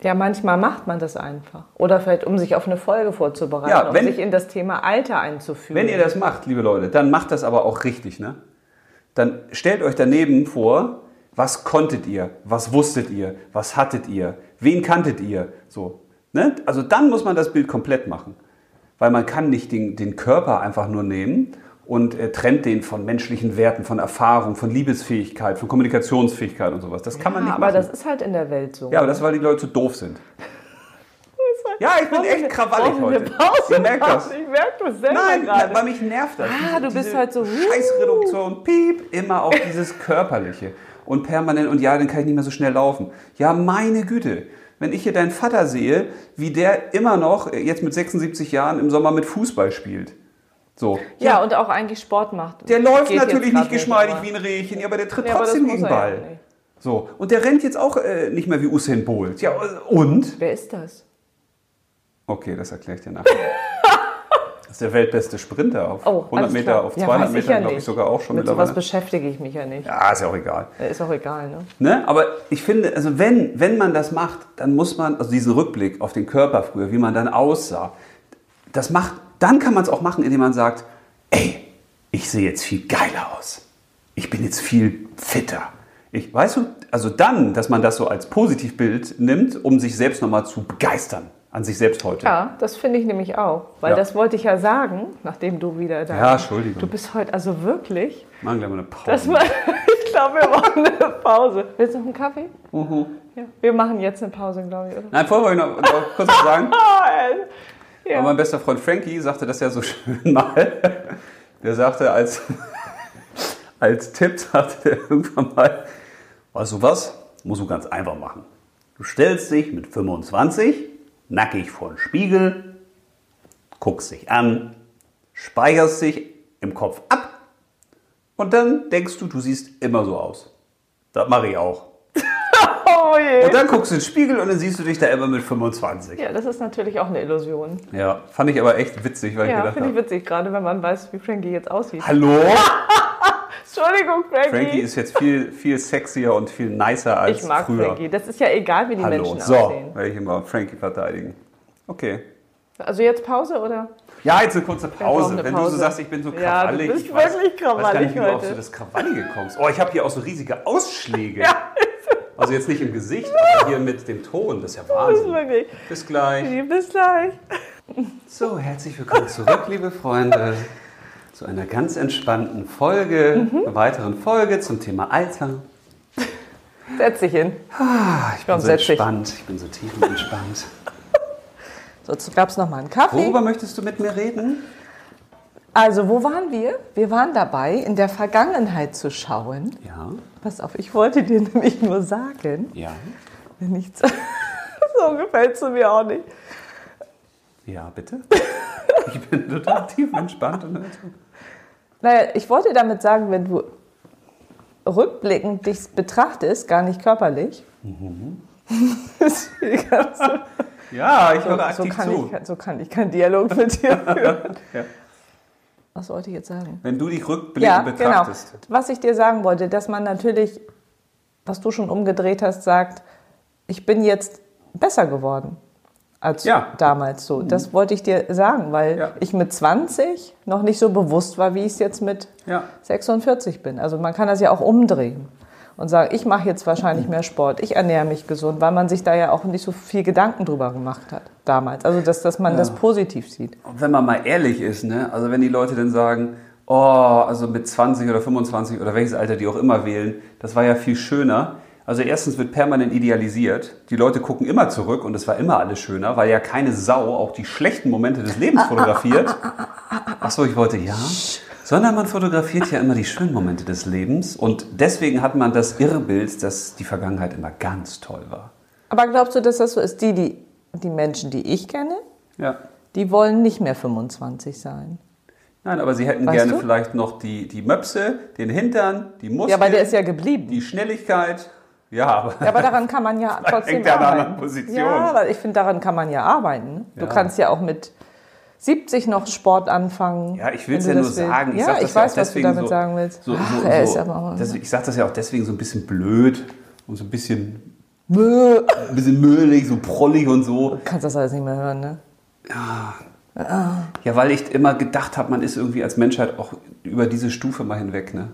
Speaker 1: ja, manchmal macht man das einfach. Oder vielleicht, um sich auf eine Folge vorzubereiten,
Speaker 2: Ja, wenn-
Speaker 1: um sich in das Thema Alter einzuführen.
Speaker 2: Wenn ihr das macht, liebe Leute, dann macht das aber auch richtig, ne? Dann stellt euch daneben vor, was konntet ihr, was wusstet ihr, was hattet ihr, wen kanntet ihr, so. Ne? Also dann muss man das Bild komplett machen, weil man kann nicht den, den Körper einfach nur nehmen und äh, trennt den von menschlichen Werten, von Erfahrung, von Liebesfähigkeit, von Kommunikationsfähigkeit und sowas. Das kann man
Speaker 1: ja,
Speaker 2: nicht
Speaker 1: aber
Speaker 2: machen.
Speaker 1: das ist halt in der Welt so.
Speaker 2: ja, aber das, weil die Leute so doof sind. Ja, ich bin echt krawallig
Speaker 1: Brauchen wir
Speaker 2: heute.
Speaker 1: Pause
Speaker 2: Ihr merkt das.
Speaker 1: machen? Ich merke das selber
Speaker 2: Nein,
Speaker 1: gerade.
Speaker 2: bei mich nervt das.
Speaker 1: Ah, du bist halt so, wuh.
Speaker 2: Scheißreduktion, piep, immer auf dieses Körperliche. Und permanent, und ja, dann kann ich nicht mehr so schnell laufen. Ja, meine Güte. Wenn ich hier deinen Vater sehe, wie der immer noch, äh, jetzt mit 76 Jahren, im Sommer mit Fußball spielt. So.
Speaker 1: ja, und auch eigentlich Sport macht.
Speaker 2: Der läuft
Speaker 1: Geht jetzt
Speaker 2: natürlich
Speaker 1: grad
Speaker 2: nicht geschmeidig
Speaker 1: aber-
Speaker 2: wie ein Rehchen, ja, aber der tritt
Speaker 1: Ja, aber das
Speaker 2: trotzdem
Speaker 1: muss
Speaker 2: gegen
Speaker 1: er ja
Speaker 2: Ball.
Speaker 1: nicht.
Speaker 2: so. Und der rennt jetzt auch äh, nicht mehr wie Usain Bolt. Ja, und?
Speaker 1: Wer ist das?
Speaker 2: Okay, das erkläre ich dir nachher. Das ist der weltbeste Sprinter auf
Speaker 1: Oh,
Speaker 2: 100
Speaker 1: alles
Speaker 2: Meter,
Speaker 1: klar.
Speaker 2: auf
Speaker 1: Ja,
Speaker 2: 200
Speaker 1: weiß ich
Speaker 2: Meter,
Speaker 1: ja
Speaker 2: glaube ich
Speaker 1: nicht.
Speaker 2: sogar auch schon
Speaker 1: Mit sowas
Speaker 2: mittlerweile.
Speaker 1: beschäftige ich mich ja nicht.
Speaker 2: Ja, ist ja auch egal.
Speaker 1: Ist auch egal, ne?
Speaker 2: Ne? Aber ich finde, also wenn, wenn man das macht, dann muss man, also diesen Rückblick auf den Körper früher, wie man dann aussah, das macht, dann kann man es auch machen, indem man sagt, ey, ich sehe jetzt viel geiler aus. Ich bin jetzt viel fitter. Ich, weißt du, also dann, dass man das so als Positivbild nimmt, um sich selbst nochmal zu begeistern an sich selbst heute.
Speaker 1: Ja, das finde ich nämlich auch. Weil
Speaker 2: Ja.
Speaker 1: das wollte ich ja sagen, nachdem du wieder da
Speaker 2: Ja, Entschuldigung.
Speaker 1: Du bist heute also wirklich.
Speaker 2: Machen gleich mal eine Pause.
Speaker 1: Das war, ich glaube, wir machen eine Pause. Willst du noch einen Kaffee?
Speaker 2: Mhm.
Speaker 1: Ja. Wir machen jetzt eine Pause, glaube ich, oder?
Speaker 2: Nein, vorher wollte ich noch, noch kurz was sagen.
Speaker 1: Nein!
Speaker 2: Aber
Speaker 1: Ja.
Speaker 2: mein bester Freund Frankie sagte das ja so schön mal. Der sagte als, als Tipp, sagte er irgendwann mal, weißt du was, musst du ganz einfach machen. Du stellst dich mit 25 nackig vor den Spiegel, guckst dich an, speicherst dich im Kopf ab und dann denkst du, du siehst immer so aus. Das mache ich auch.
Speaker 1: Oh je.
Speaker 2: Und dann guckst du in den Spiegel und dann siehst du dich da immer mit 25.
Speaker 1: Ja, das ist natürlich auch eine Illusion.
Speaker 2: Ja, fand ich aber echt witzig, weil ich
Speaker 1: Ja,
Speaker 2: gedacht
Speaker 1: finde ich
Speaker 2: habe,
Speaker 1: witzig, gerade wenn man weiß, wie Frankie jetzt aussieht.
Speaker 2: hallo?
Speaker 1: Entschuldigung, Frankie.
Speaker 2: Frankie ist jetzt viel, viel sexier und viel nicer als
Speaker 1: ich mag
Speaker 2: früher.
Speaker 1: Frankie. Das ist ja egal, wie die
Speaker 2: Hallo.
Speaker 1: Menschen
Speaker 2: so,
Speaker 1: aussehen.
Speaker 2: werde ich immer Frankie verteidigen. Okay.
Speaker 1: Also jetzt Pause, oder?
Speaker 2: Ja, jetzt eine kurze Pause.
Speaker 1: eine
Speaker 2: Wenn du so
Speaker 1: Pause.
Speaker 2: sagst, ich bin so
Speaker 1: Ja,
Speaker 2: krawallig.
Speaker 1: du bist
Speaker 2: ich weiß,
Speaker 1: wirklich
Speaker 2: weiß gar nicht,
Speaker 1: krawallig
Speaker 2: wie du auf
Speaker 1: heute.
Speaker 2: so das Krawallige kommst. Oh, ich habe hier auch so riesige Ausschläge.
Speaker 1: Ja,
Speaker 2: Also jetzt nicht im Gesicht, aber hier mit dem Ton. Das ist ja
Speaker 1: das ist
Speaker 2: Wahnsinn.
Speaker 1: wirklich.
Speaker 2: Bis gleich.
Speaker 1: Bis gleich.
Speaker 2: So, herzlich willkommen zurück, liebe Freunde, zu einer ganz entspannten Folge,
Speaker 1: Mhm.
Speaker 2: einer weiteren Folge zum Thema Alter.
Speaker 1: Setz dich hin.
Speaker 2: Ah, ich bin
Speaker 1: Komm,
Speaker 2: so
Speaker 1: setz dich.
Speaker 2: entspannt. Ich bin so tiefenentspannt.
Speaker 1: So, gab es nochmal einen Kaffee.
Speaker 2: Worüber möchtest du mit mir reden?
Speaker 1: Also, wo waren wir? Wir waren dabei, in der Vergangenheit zu schauen.
Speaker 2: Ja.
Speaker 1: Pass auf, ich wollte dir nämlich nur sagen,
Speaker 2: Ja.
Speaker 1: wenn nichts. so gefällt es mir auch nicht.
Speaker 2: Ja, bitte. Ich bin total tiefenentspannt und hör zu.
Speaker 1: Naja, ich wollte damit sagen, wenn du rückblickend dich betrachtest, gar nicht körperlich.
Speaker 2: Mhm.
Speaker 1: ist die ganze-
Speaker 2: Ja, ich höre
Speaker 1: so,
Speaker 2: aktiv
Speaker 1: kann
Speaker 2: zu.
Speaker 1: ich, halt so kann ich keinen Dialog mit dir führen.
Speaker 2: Ja.
Speaker 1: Was wollte ich jetzt sagen?
Speaker 2: Wenn du dich rückblickend
Speaker 1: Ja, genau.
Speaker 2: betrachtest.
Speaker 1: Was ich dir sagen wollte, dass man natürlich, was du schon umgedreht hast, sagt, ich bin jetzt besser geworden als
Speaker 2: Ja. Mhm.
Speaker 1: damals so. Das wollte ich dir sagen, weil
Speaker 2: Ja.
Speaker 1: ich mit 20 noch nicht so bewusst war, wie ich es jetzt mit
Speaker 2: Ja.
Speaker 1: 46 bin. Also man kann das ja auch umdrehen und sagen, ich mache jetzt
Speaker 2: Mhm.
Speaker 1: wahrscheinlich mehr Sport, ich ernähre mich gesund, weil man sich da ja auch nicht so viel Gedanken drüber gemacht hat damals. Also dass, dass man das positiv sieht.
Speaker 2: Und wenn man mal ehrlich ist, ne? also wenn die Leute dann sagen, oh, also mit 20 oder 25 oder welches Alter die auch immer wählen, das war ja viel schöner. Also erstens wird permanent idealisiert. Die Leute gucken immer zurück und es war immer alles schöner, weil ja keine Sau auch die schlechten Momente des Lebens fotografiert. Achso, ich wollte ja. Sondern man fotografiert ja immer die schönen Momente des Lebens und deswegen hat man das Irrbild, dass die Vergangenheit immer ganz toll war.
Speaker 1: Aber glaubst du, dass das so ist? Die, die, die Menschen, die ich kenne,
Speaker 2: Ja.
Speaker 1: die wollen nicht mehr 25 sein.
Speaker 2: Nein, aber sie hätten
Speaker 1: Weißt
Speaker 2: gerne
Speaker 1: du?
Speaker 2: vielleicht noch die, die Möpse, den Hintern, die Muskeln,
Speaker 1: Ja, aber der ist ja geblieben.
Speaker 2: die Schnelligkeit. Ja, aber
Speaker 1: Ja, aber daran kann man ja trotzdem
Speaker 2: hängt er an einer
Speaker 1: arbeiten.
Speaker 2: anderen Position.
Speaker 1: Ja, aber ich finde, daran kann man ja arbeiten. Du
Speaker 2: Ja.
Speaker 1: kannst ja auch mit 70 noch Sport anfangen.
Speaker 2: Ja, ich will es ja
Speaker 1: wenn
Speaker 2: nur
Speaker 1: du das willst.
Speaker 2: sagen.
Speaker 1: Ja,
Speaker 2: sag
Speaker 1: ich
Speaker 2: das
Speaker 1: weiß,
Speaker 2: ja auch
Speaker 1: was du
Speaker 2: deswegen
Speaker 1: damit
Speaker 2: so,
Speaker 1: sagen willst.
Speaker 2: So, so,
Speaker 1: Ach,
Speaker 2: so,
Speaker 1: er ist aber auch...
Speaker 2: das, ich sage das ja auch deswegen so ein bisschen blöd und so ein bisschen,
Speaker 1: Bäh.
Speaker 2: ein bisschen müllig, so prollig und so.
Speaker 1: Du kannst das alles nicht mehr hören, ne?
Speaker 2: Ja, weil ich immer gedacht habe, man ist irgendwie als Menschheit auch über diese Stufe mal hinweg. Ne?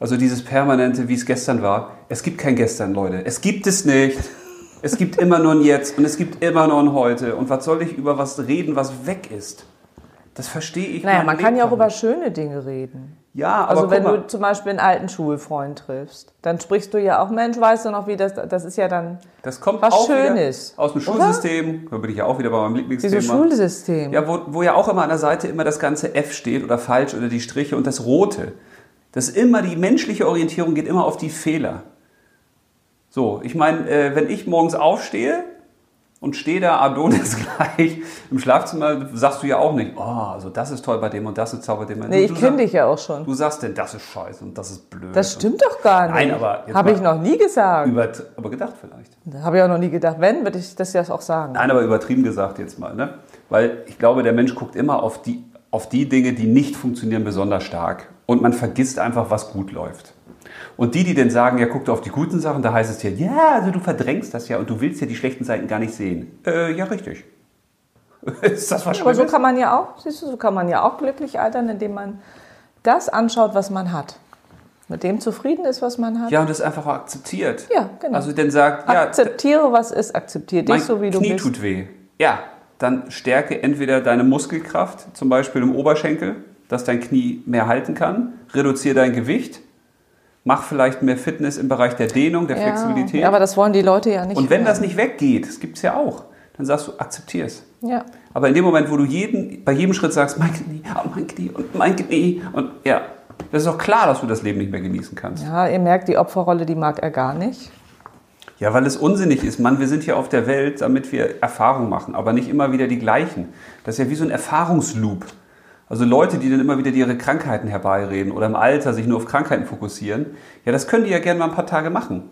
Speaker 2: Also dieses permanente, wie es gestern war. Es gibt kein gestern, Leute. Es gibt es nicht. Es gibt immer nur ein Jetzt und es gibt immer nur ein Heute. Und was soll ich über was reden, was weg ist? Das verstehe ich
Speaker 1: Naja,
Speaker 2: mein
Speaker 1: man kann
Speaker 2: Leben
Speaker 1: ja auch
Speaker 2: lang
Speaker 1: über
Speaker 2: nicht.
Speaker 1: schöne Dinge reden.
Speaker 2: Ja, aber
Speaker 1: Also wenn
Speaker 2: guck mal.
Speaker 1: du zum Beispiel einen alten Schulfreund triffst, dann sprichst du ja auch, Mensch, weißt du noch, wie das, das ist ja dann
Speaker 2: Das kommt
Speaker 1: was
Speaker 2: auch
Speaker 1: Schönes,
Speaker 2: wieder aus dem
Speaker 1: oder?
Speaker 2: Schulsystem. Da bin ich ja auch wieder bei meinem Lieblingsthema.
Speaker 1: dieses Schulsystem.
Speaker 2: Ja, wo, wo ja auch immer an der Seite immer das ganze F steht oder falsch oder die Striche und das Rote. Das ist immer die menschliche Orientierung geht immer auf die Fehler. So, ich meine, äh, wenn ich morgens aufstehe und stehe da Adonis gleich im Schlafzimmer, sagst du ja auch nicht, oh, also das ist toll bei dem und das ist toll bei dem.
Speaker 1: nee,
Speaker 2: Du
Speaker 1: ich kenne
Speaker 2: sag-
Speaker 1: dich ja auch schon.
Speaker 2: Du sagst denn, das ist scheiße und das ist blöd.
Speaker 1: Das stimmt doch gar nicht.
Speaker 2: Nein, aber jetzt
Speaker 1: Habe
Speaker 2: mal-
Speaker 1: ich noch nie gesagt.
Speaker 2: Über, aber gedacht vielleicht.
Speaker 1: Habe ich auch noch nie gedacht. Wenn, würde ich das ja auch sagen.
Speaker 2: Nein, aber übertrieben gesagt jetzt mal, ne? Weil ich glaube, der Mensch guckt immer auf die, auf die Dinge, die nicht funktionieren, besonders stark. Und man vergisst einfach, was gut läuft. Und die, die dann sagen, ja, guck doch auf die guten Sachen, da heißt es ja, ja, also du verdrängst das ja und du willst ja die schlechten Seiten gar nicht sehen. Äh, ja, richtig. Ist das was
Speaker 1: Aber so
Speaker 2: Schlimmes?
Speaker 1: kann man ja auch, siehst du, so kann man ja auch glücklich altern, indem man das anschaut, was man hat. Mit dem zufrieden ist, was man hat.
Speaker 2: Ja, und das einfach auch akzeptiert.
Speaker 1: Ja, genau.
Speaker 2: Also dann sagt, ja,
Speaker 1: Akzeptiere, was ist, akzeptiere dich
Speaker 2: mein
Speaker 1: so, wie du
Speaker 2: Knie
Speaker 1: bist.
Speaker 2: tut weh. Ja, dann stärke entweder deine Muskelkraft, zum Beispiel im Oberschenkel, dass dein Knie mehr halten kann, reduziere dein Gewicht, mach vielleicht mehr Fitness im Bereich der Dehnung, der Flexibilität.
Speaker 1: Ja, aber das wollen die Leute ja nicht.
Speaker 2: Und wenn
Speaker 1: hören.
Speaker 2: das nicht weggeht, das gibt es ja auch, dann sagst du, akzeptier es.
Speaker 1: Ja.
Speaker 2: Aber in dem Moment, wo du jeden, bei jedem Schritt sagst, mein Knie, oh, mein Knie und mein Knie und ja, das ist doch klar, dass du das Leben nicht mehr genießen kannst.
Speaker 1: ja, ihr merkt, die Opferrolle, die mag er gar nicht.
Speaker 2: Ja, weil es unsinnig ist. Mann, wir sind hier auf der Welt, damit wir Erfahrung machen, aber nicht immer wieder die gleichen. Das ist ja wie so ein Erfahrungsloop. Also Leute, die dann immer wieder ihre Krankheiten herbeireden oder im Alter sich nur auf Krankheiten fokussieren, ja, das können die ja gerne mal ein paar Tage machen.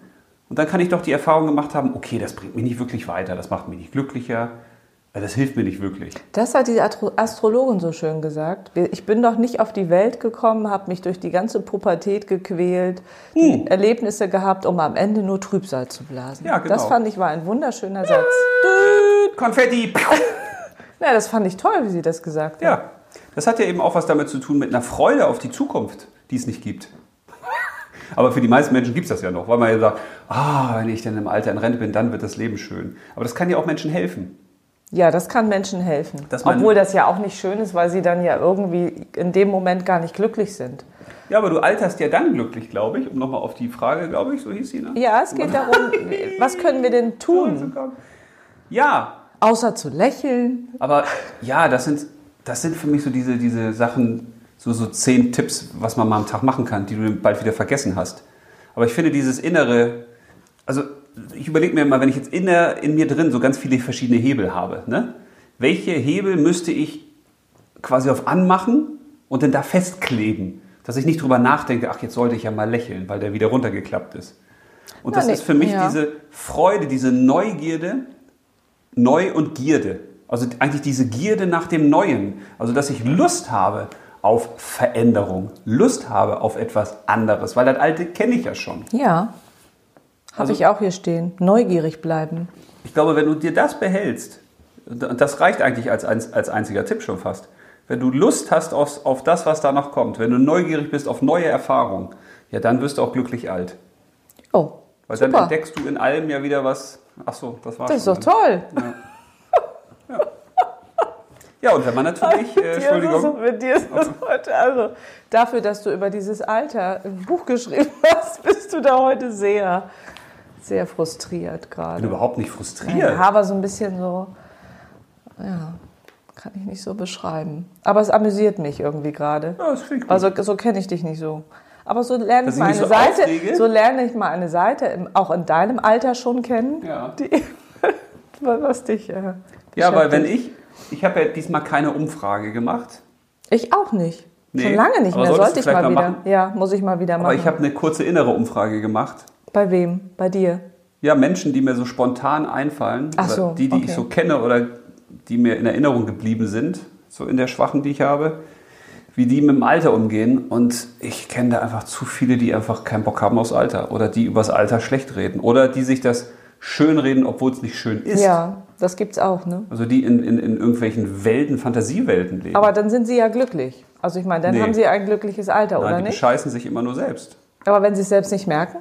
Speaker 2: Und dann kann ich doch die Erfahrung gemacht haben, okay, das bringt mich nicht wirklich weiter, das macht mich nicht glücklicher, Also das hilft mir nicht wirklich.
Speaker 1: Das hat die Atro Astrologin so schön gesagt. Wir- Ich bin doch nicht auf die Welt gekommen, habe mich durch die ganze Pubertät gequält, die Erlebnisse gehabt, um am Ende nur Trübsal zu blasen.
Speaker 2: Hm. Ja, genau.
Speaker 1: Das fand ich war ein wunderschöner Satz.
Speaker 2: Konfetti!
Speaker 1: Ja, das fand ich toll, wie sie das gesagt hat.
Speaker 2: Ja, das hat ja eben auch was damit zu tun mit einer Freude auf die Zukunft, die es nicht gibt. Aber für die meisten Menschen gibt es das ja noch, weil man ja sagt, ah, wenn ich dann im Alter in Rente bin, dann wird das Leben schön. Aber das kann ja auch Menschen helfen.
Speaker 1: Ja, das kann Menschen helfen.
Speaker 2: Dass man-
Speaker 1: Obwohl das ja auch nicht schön ist, weil sie dann ja irgendwie in dem Moment gar nicht glücklich sind.
Speaker 2: Ja, aber du alterst ja dann glücklich, glaube ich, um nochmal auf die Frage, glaube ich, so hieß sie, ne?
Speaker 1: Ja, es geht darum, was können wir denn tun?
Speaker 2: Ja,
Speaker 1: Außer zu lächeln.
Speaker 2: aber ja, das sind, das sind für mich so diese, diese Sachen, so, so zehn Tipps, was man mal am Tag machen kann, die du bald wieder vergessen hast. Aber ich finde dieses innere, also ich überlege mir immer, wenn ich jetzt inner, in mir drin so ganz viele verschiedene Hebel habe, ne? welche Hebel müsste ich quasi auf anmachen und dann da festkleben, dass ich nicht drüber nachdenke, ach, jetzt sollte ich ja mal lächeln, weil der wieder runtergeklappt ist. Und
Speaker 1: Na,
Speaker 2: das
Speaker 1: nee,
Speaker 2: ist für mich
Speaker 1: ja.
Speaker 2: diese Freude, diese Neugierde, Neu und Gierde. Also eigentlich diese Gierde nach dem Neuen. Also dass ich Lust habe auf Veränderung, Lust habe auf etwas anderes, weil das Alte kenne ich ja schon.
Speaker 1: Ja. Habe
Speaker 2: Also-
Speaker 1: ich auch hier stehen. Neugierig bleiben.
Speaker 2: Ich glaube, wenn du dir das behältst, und das reicht eigentlich als, eins- als einziger Tipp schon fast, wenn du Lust hast auf, auf das, was da noch kommt, wenn du neugierig bist auf neue Erfahrungen, ja, dann wirst du auch glücklich alt.
Speaker 1: Oh,
Speaker 2: Weil dann
Speaker 1: super.
Speaker 2: entdeckst du in allem ja wieder was. Ach so, das war
Speaker 1: Das ist
Speaker 2: schon
Speaker 1: doch
Speaker 2: dann.
Speaker 1: toll.
Speaker 2: Ja, und wenn man natürlich,
Speaker 1: Mit
Speaker 2: äh,
Speaker 1: dir ist
Speaker 2: Entschuldigung,
Speaker 1: es- mit dir ist das heute, also dafür, dass du über dieses Alter ein Buch geschrieben hast, bist du da heute sehr, sehr frustriert
Speaker 2: ich bin
Speaker 1: gerade.
Speaker 2: überhaupt nicht frustriert.
Speaker 1: Mein Haar war so ein bisschen so, ja, kann ich nicht so beschreiben. Aber es amüsiert mich irgendwie gerade.
Speaker 2: Ja, das finde ich gut.
Speaker 1: Also so kenne ich dich nicht so. Aber so lerne ich
Speaker 2: Dass ich
Speaker 1: mal eine
Speaker 2: mich so
Speaker 1: Seite,
Speaker 2: aufrege?
Speaker 1: so lerne ich mal eine Seite im, auch in deinem Alter schon kennen,
Speaker 2: ja.
Speaker 1: die, was dich. Äh,
Speaker 2: Ja, weil wenn
Speaker 1: beschäftigt.
Speaker 2: ich, ich habe ja diesmal keine Umfrage gemacht,
Speaker 1: Ich auch nicht.
Speaker 2: Nee,
Speaker 1: Schon lange nicht
Speaker 2: aber
Speaker 1: mehr. Sollte
Speaker 2: solltest du
Speaker 1: ich mal
Speaker 2: vielleicht mal
Speaker 1: wieder.
Speaker 2: machen.
Speaker 1: Ja, muss ich mal wieder machen.
Speaker 2: aber ich ne- habe eine kurze innere Umfrage gemacht.
Speaker 1: Bei wem? Bei dir?
Speaker 2: Ja, Menschen, die mir so spontan einfallen,
Speaker 1: Ach
Speaker 2: oder
Speaker 1: so,
Speaker 2: die, die ich
Speaker 1: okay.
Speaker 2: so kenne oder die mir in Erinnerung geblieben sind, so in der Schwachen, die ich habe, wie die mit dem Alter umgehen. Und ich kenne da einfach zu viele, die einfach keinen Bock haben aufs Alter oder die übers Alter schlecht reden oder die sich das schön reden, obwohl es nicht schön ist.
Speaker 1: Ja, das gibt's auch, ne?
Speaker 2: Also die in, in, in irgendwelchen Welten, Fantasiewelten leben.
Speaker 1: Aber dann sind sie ja glücklich. Also ich meine, dann
Speaker 2: Nee.
Speaker 1: haben sie ein glückliches Alter,
Speaker 2: Nein,
Speaker 1: oder
Speaker 2: die
Speaker 1: nicht?
Speaker 2: bescheißen sich immer nur selbst.
Speaker 1: Aber wenn sie es selbst nicht merken?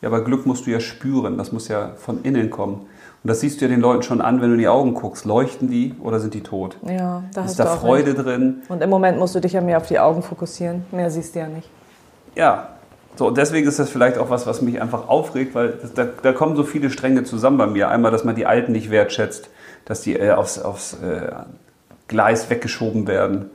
Speaker 2: Ja, aber Glück musst du ja spüren, das muss ja von innen kommen. Und das siehst du ja den Leuten schon an, wenn du in die Augen guckst. Leuchten die oder sind die tot?
Speaker 1: Ja, da hast
Speaker 2: Ist
Speaker 1: du
Speaker 2: da
Speaker 1: auch
Speaker 2: Freude drin?
Speaker 1: recht. Und im Moment musst du dich ja mehr auf die Augen fokussieren. Mehr siehst du ja nicht.
Speaker 2: Ja. So, und deswegen ist das vielleicht auch was, was mich einfach aufregt, weil das, da, da kommen so viele Stränge zusammen bei mir. Einmal, dass man die Alten nicht wertschätzt, dass die äh, aufs, aufs äh, Gleis weggeschoben werden.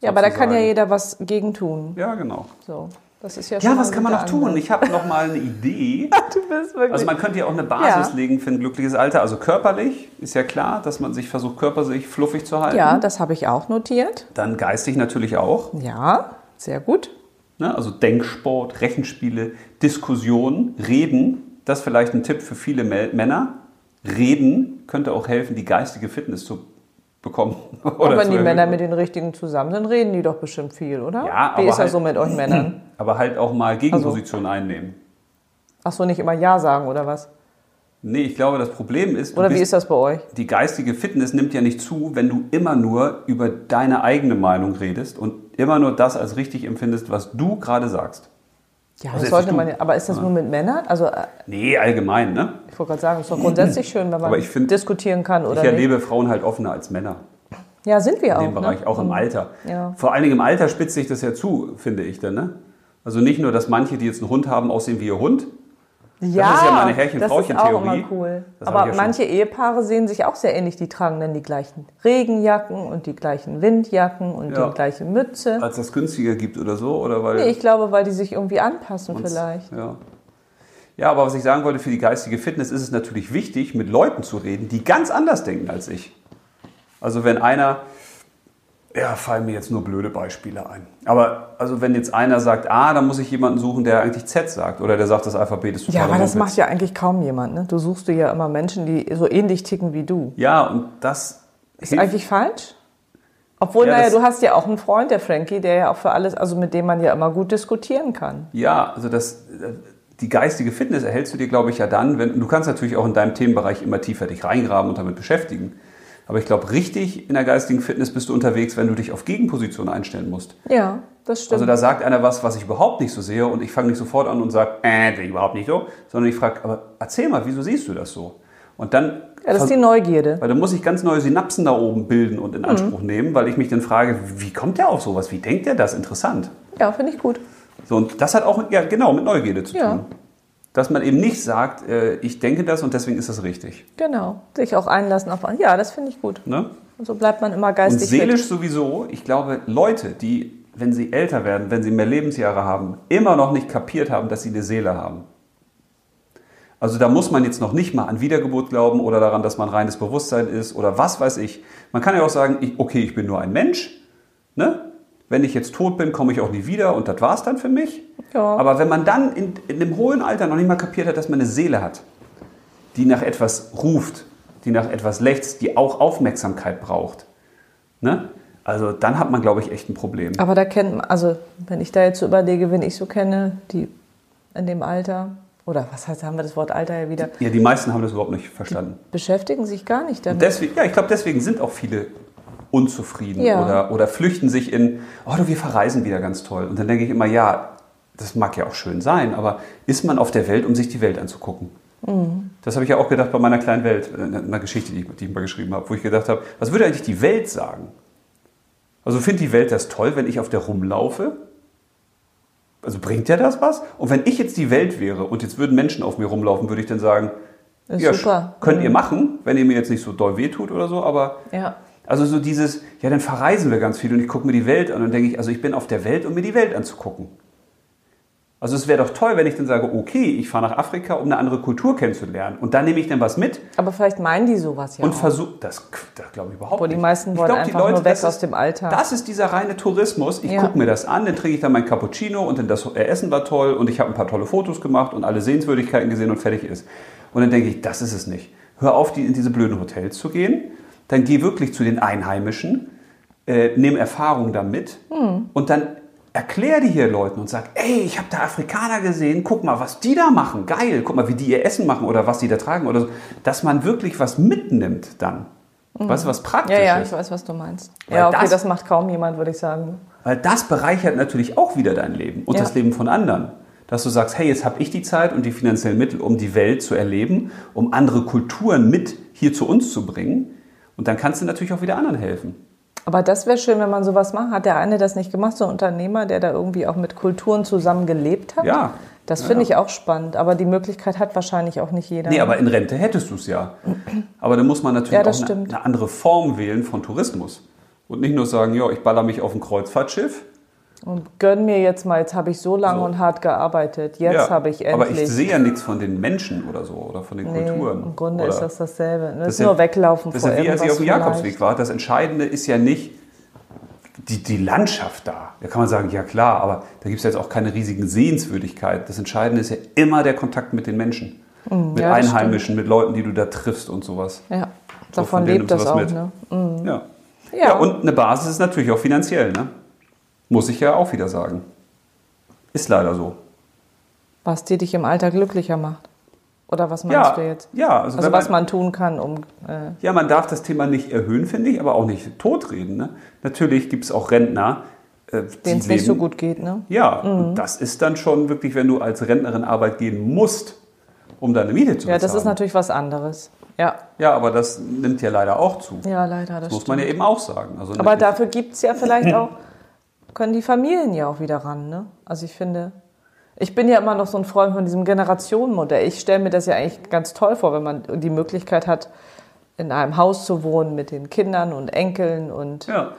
Speaker 1: Ja, aber da kann ja
Speaker 2: sozusagen.
Speaker 1: jeder was gegen tun.
Speaker 2: Ja, genau.
Speaker 1: So, das ist ja schon
Speaker 2: Ja,
Speaker 1: mal
Speaker 2: was
Speaker 1: ein
Speaker 2: kann man
Speaker 1: guter
Speaker 2: noch tun?
Speaker 1: Ansatz.
Speaker 2: Ich habe noch mal eine Idee.
Speaker 1: Du bist wirklich.
Speaker 2: Also man könnte ja auch eine Basis
Speaker 1: Ja.
Speaker 2: legen für ein glückliches Alter. Also körperlich ist ja klar, dass man sich versucht, körperlich fluffig zu halten.
Speaker 1: ja, das habe ich auch notiert.
Speaker 2: Dann geistig natürlich auch.
Speaker 1: Ja, sehr gut.
Speaker 2: Ne? Also Denksport, Rechenspiele, Diskussionen, Reden. Das ist vielleicht ein Tipp für viele Mä- Männer. Reden könnte auch helfen, die geistige Fitness zu bekommen. Oder
Speaker 1: Und wenn
Speaker 2: zu
Speaker 1: die
Speaker 2: erhöhen.
Speaker 1: Männer mit den richtigen zusammen sind, reden die doch bestimmt viel, oder?
Speaker 2: Ja,
Speaker 1: Wie
Speaker 2: aber
Speaker 1: ist
Speaker 2: halt-
Speaker 1: das so mit euch Männern?
Speaker 2: Aber halt auch mal Gegenposition
Speaker 1: Also-
Speaker 2: einnehmen.
Speaker 1: Ach so, nicht immer Ja sagen, oder was?
Speaker 2: Nee, ich glaube, das Problem ist, du
Speaker 1: Oder wie
Speaker 2: bist
Speaker 1: ist das bei euch?
Speaker 2: die geistige Fitness nimmt ja nicht zu, wenn du immer nur über deine eigene Meinung redest und immer nur das als richtig empfindest, was du gerade sagst.
Speaker 1: Ja,
Speaker 2: Also
Speaker 1: das
Speaker 2: jetzt
Speaker 1: sollte
Speaker 2: nicht
Speaker 1: man.
Speaker 2: du.
Speaker 1: ja- Aber ist das nur mit Männern? Also, äh,
Speaker 2: Nee, allgemein, ne?
Speaker 1: ich wollte gerade sagen, ist doch grundsätzlich schön, wenn man
Speaker 2: Aber ich find-
Speaker 1: diskutieren kann, oder?
Speaker 2: ich
Speaker 1: nicht?
Speaker 2: erlebe Frauen halt offener als Männer
Speaker 1: Ja, sind wir
Speaker 2: in
Speaker 1: auch.
Speaker 2: dem Bereich,
Speaker 1: ne?
Speaker 2: auch im Alter.
Speaker 1: Ja.
Speaker 2: Vor allen Dingen im Alter spitzt sich das ja zu, finde ich dann, ne? Also nicht nur, dass manche, die jetzt einen Hund haben, aussehen wie ihr Hund.
Speaker 1: Ja,
Speaker 2: ist ja meine
Speaker 1: Das ist auch
Speaker 2: Härchen-Frauchen-Theorie.
Speaker 1: immer cool.
Speaker 2: Das hab
Speaker 1: Aber
Speaker 2: ich ja schon.
Speaker 1: manche Ehepaare sehen sich auch sehr ähnlich. Die tragen dann die gleichen Regenjacken und die gleichen Windjacken und
Speaker 2: Ja. Also
Speaker 1: die gleiche Mütze.
Speaker 2: Als das günstiger gibt oder so, oder weil.
Speaker 1: Nee, ich glaube, weil die sich irgendwie anpassen
Speaker 2: Uns-
Speaker 1: vielleicht.
Speaker 2: Ja. ja, aber was ich sagen wollte, für die geistige Fitness ist es natürlich wichtig, mit Leuten zu reden, die ganz anders denken als ich. Also wenn einer, ja, fallen mir jetzt nur blöde Beispiele ein. Aber also wenn jetzt einer sagt A, dann muss ich jemanden suchen, der eigentlich Z sagt oder der sagt, das Alphabet ist total
Speaker 1: Ja, aber das
Speaker 2: Mumpitz.
Speaker 1: macht ja eigentlich kaum jemand. Ne? Du suchst dir ja immer Menschen, die so ähnlich ticken wie du.
Speaker 2: Ja, und das
Speaker 1: Ist
Speaker 2: Hilf-
Speaker 1: eigentlich falsch? Obwohl,
Speaker 2: Ja,
Speaker 1: naja,
Speaker 2: das-
Speaker 1: du hast ja auch einen Freund, der Frankie, der ja auch für alles, also mit dem man ja immer gut diskutieren kann.
Speaker 2: Ja, also das, die geistige Fitness erhältst du dir, glaube ich, ja dann, wenn du kannst natürlich auch in deinem Themenbereich immer tiefer dich reingraben und damit beschäftigen. Aber ich glaube, richtig in der geistigen Fitness bist du unterwegs, wenn du dich auf Gegenposition einstellen musst.
Speaker 1: Ja, das stimmt.
Speaker 2: Also da sagt einer was, was ich überhaupt nicht so sehe und ich fange nicht sofort an und sage, äh, bin ich überhaupt nicht so, sondern ich frage, aber erzähl mal, wieso siehst du das so? Und dann,
Speaker 1: ja, das ist die Neugierde.
Speaker 2: weil dann muss ich ganz neue Synapsen da oben bilden und in
Speaker 1: Mhm.
Speaker 2: Anspruch nehmen, weil ich mich dann frage, wie kommt der auf sowas? Wie denkt der das? Interessant.
Speaker 1: Ja, finde ich gut.
Speaker 2: So, und das hat auch mit, ja, genau, mit Neugierde zu
Speaker 1: Ja.
Speaker 2: tun. Dass man eben nicht sagt, äh, ich denke das und deswegen ist das richtig.
Speaker 1: Genau. Sich auch einlassen auf. Ja, das finde ich gut.
Speaker 2: Ne?
Speaker 1: Und so bleibt man immer
Speaker 2: Und
Speaker 1: geistig
Speaker 2: seelisch
Speaker 1: fit.
Speaker 2: sowieso, ich glaube, Leute, die, wenn sie älter werden, wenn sie mehr Lebensjahre haben, immer noch nicht kapiert haben, dass sie eine Seele haben. Also da muss man jetzt noch nicht mal an Wiedergeburt glauben oder daran, dass man reines Bewusstsein ist oder was weiß ich. Man kann ja auch sagen, ich, okay, ich bin nur ein Mensch. Ne? Wenn ich jetzt tot bin, komme ich auch nie wieder und das war's dann für mich.
Speaker 1: Ja.
Speaker 2: Aber wenn man dann in, in dem hohen Alter noch nicht mal kapiert hat, dass man eine Seele hat, die nach etwas ruft, die nach etwas lechzt, die auch Aufmerksamkeit braucht, ne? also dann hat man, glaube ich, echt ein Problem.
Speaker 1: Aber da kennt man, also wenn ich da jetzt so überlege, wen ich so kenne, die in dem Alter, oder was heißt, haben wir das Wort Alter ja wieder,
Speaker 2: Ja, die meisten haben das überhaupt nicht verstanden.
Speaker 1: beschäftigen sich gar nicht damit.
Speaker 2: Deswegen, ja, ich glaube, deswegen sind auch viele unzufrieden
Speaker 1: Ja.
Speaker 2: oder, oder flüchten sich in, oh du, wir verreisen wieder ganz toll. Und dann denke ich immer, ja, das mag ja auch schön sein, aber ist man auf der Welt, um sich die Welt anzugucken?
Speaker 1: Mhm.
Speaker 2: Das habe ich ja auch gedacht bei meiner kleinen Welt, äh, einer Geschichte, die ich, die ich mal geschrieben habe, wo ich gedacht habe, was würde eigentlich die Welt sagen? Also findet die Welt das toll, wenn ich auf der rumlaufe? Also bringt ja das was? Und wenn ich jetzt die Welt wäre und jetzt würden Menschen auf mir rumlaufen, würde ich dann sagen,
Speaker 1: Ist
Speaker 2: ja,
Speaker 1: super.
Speaker 2: sch- könnt ihr machen, wenn ihr mir jetzt nicht so doll wehtut oder so, aber
Speaker 1: ja.
Speaker 2: also so dieses, ja, dann verreisen wir ganz viel und ich gucke mir die Welt an und denke ich, also ich bin auf der Welt, um mir die Welt anzugucken. Also es wäre doch toll, wenn ich dann sage, okay, ich fahre nach Afrika, um eine andere Kultur kennenzulernen und dann nehme ich dann was mit
Speaker 1: Aber vielleicht meinen die sowas ja
Speaker 2: und
Speaker 1: auch.
Speaker 2: versuche, das, das glaube ich überhaupt
Speaker 1: Wo
Speaker 2: nicht.
Speaker 1: die meisten
Speaker 2: Ich
Speaker 1: wollen
Speaker 2: glaub, die
Speaker 1: einfach nur weg
Speaker 2: das
Speaker 1: aus
Speaker 2: ist-
Speaker 1: dem Alltag.
Speaker 2: Das ist dieser reine Tourismus. Ich
Speaker 1: Ja.
Speaker 2: gucke mir das an, dann trinke ich dann mein Cappuccino und dann das äh, Essen war toll und ich habe ein paar tolle Fotos gemacht und alle Sehenswürdigkeiten gesehen und fertig ist. Und dann denke ich, das ist es nicht. Hör auf, die, in diese blöden Hotels zu gehen. Dann geh wirklich zu den Einheimischen, äh, nimm Erfahrung damit
Speaker 1: Hm.
Speaker 2: und dann erklär die hier Leuten und sag, ey, ich habe da Afrikaner gesehen, guck mal, was die da machen, geil, guck mal, wie die ihr Essen machen oder was die da tragen oder so, dass man wirklich was mitnimmt dann. Weißt du, was praktisch
Speaker 1: Hm. ja, ja,
Speaker 2: ist?
Speaker 1: ich weiß, was du meinst.
Speaker 2: Weil
Speaker 1: ja, okay,
Speaker 2: das-
Speaker 1: das, macht kaum jemand, würde ich sagen.
Speaker 2: Weil das bereichert natürlich auch wieder dein Leben und
Speaker 1: Ja.
Speaker 2: das Leben von anderen. Dass du sagst, hey, jetzt habe ich die Zeit und die finanziellen Mittel, um die Welt zu erleben, um andere Kulturen mit hier zu uns zu bringen. Und dann kannst du natürlich auch wieder anderen helfen.
Speaker 1: Aber das wäre schön, wenn man sowas macht. Hat der eine das nicht gemacht, so ein Unternehmer, der da irgendwie auch mit Kulturen zusammen gelebt hat?
Speaker 2: Ja.
Speaker 1: Das
Speaker 2: Ja,
Speaker 1: finde
Speaker 2: ja.
Speaker 1: ich auch spannend. Aber die Möglichkeit hat wahrscheinlich auch nicht jeder.
Speaker 2: Nee, aber in Rente hättest du es ja. Aber dann muss man natürlich
Speaker 1: Ja, das
Speaker 2: auch eine,
Speaker 1: stimmt.
Speaker 2: eine andere Form wählen von Tourismus. Und nicht nur sagen, ja, ich baller mich auf ein Kreuzfahrtschiff.
Speaker 1: Und gönn mir jetzt mal, jetzt habe ich so lange
Speaker 2: So.
Speaker 1: und hart gearbeitet. Jetzt
Speaker 2: ja,
Speaker 1: habe ich endlich.
Speaker 2: Aber ich sehe ja nichts von den Menschen oder so oder von den
Speaker 1: Nee,
Speaker 2: Kulturen.
Speaker 1: Im Grunde
Speaker 2: oder
Speaker 1: ist das dasselbe. Das,
Speaker 2: Das
Speaker 1: ist
Speaker 2: ja-
Speaker 1: nur weglaufen
Speaker 2: Das
Speaker 1: vor
Speaker 2: ist ja wie, als ich
Speaker 1: irgendwas
Speaker 2: auf dem
Speaker 1: vielleicht.
Speaker 2: Jakobsweg war. Das Entscheidende ist ja nicht die, die Landschaft da. Da kann man sagen, ja klar, aber da gibt es jetzt auch keine riesigen Sehenswürdigkeiten. Das Entscheidende ist ja immer der Kontakt mit den Menschen. mit
Speaker 1: Hm, ja, das stimmt.
Speaker 2: Einheimischen, mit Leuten, die du da triffst und sowas.
Speaker 1: Ja,
Speaker 2: So,
Speaker 1: davon
Speaker 2: von denen
Speaker 1: lebt
Speaker 2: nimmst du
Speaker 1: das
Speaker 2: was
Speaker 1: auch. Ne?
Speaker 2: mit. Ja.
Speaker 1: Ja.
Speaker 2: ja. und eine Basis ist natürlich auch finanziell. Ne? Muss ich ja auch wieder sagen. Ist leider so.
Speaker 1: Was die dich im Alter glücklicher macht. Oder was meinst
Speaker 2: Ja,
Speaker 1: du jetzt?
Speaker 2: ja, also,
Speaker 1: Also
Speaker 2: wenn
Speaker 1: was man tun kann, um... Äh,
Speaker 2: Ja, man darf das Thema nicht erhöhen, finde ich, aber auch nicht totreden. Ne? Natürlich gibt es auch Rentner, äh, die
Speaker 1: denen es nicht so
Speaker 2: leben-
Speaker 1: gut geht, ne?
Speaker 2: Ja, und das ist dann schon wirklich, wenn du als Rentnerin Arbeit gehen musst, um deine Miete zu bezahlen.
Speaker 1: Ja, das ist natürlich was anderes. Ja,
Speaker 2: Ja, aber das nimmt ja leider auch zu.
Speaker 1: ja leider, das
Speaker 2: Muss
Speaker 1: stimmt.
Speaker 2: man ja eben auch sagen. Also
Speaker 1: Aber
Speaker 2: nicht-
Speaker 1: dafür gibt es ja vielleicht auch, können die Familien ja auch wieder ran, ne? Also ich finde, ich bin ja immer noch so ein Freund von diesem Generationenmodell. Ich stelle mir das ja eigentlich ganz toll vor, wenn man die Möglichkeit hat, in einem Haus zu wohnen mit den Kindern und Enkeln und
Speaker 2: ja,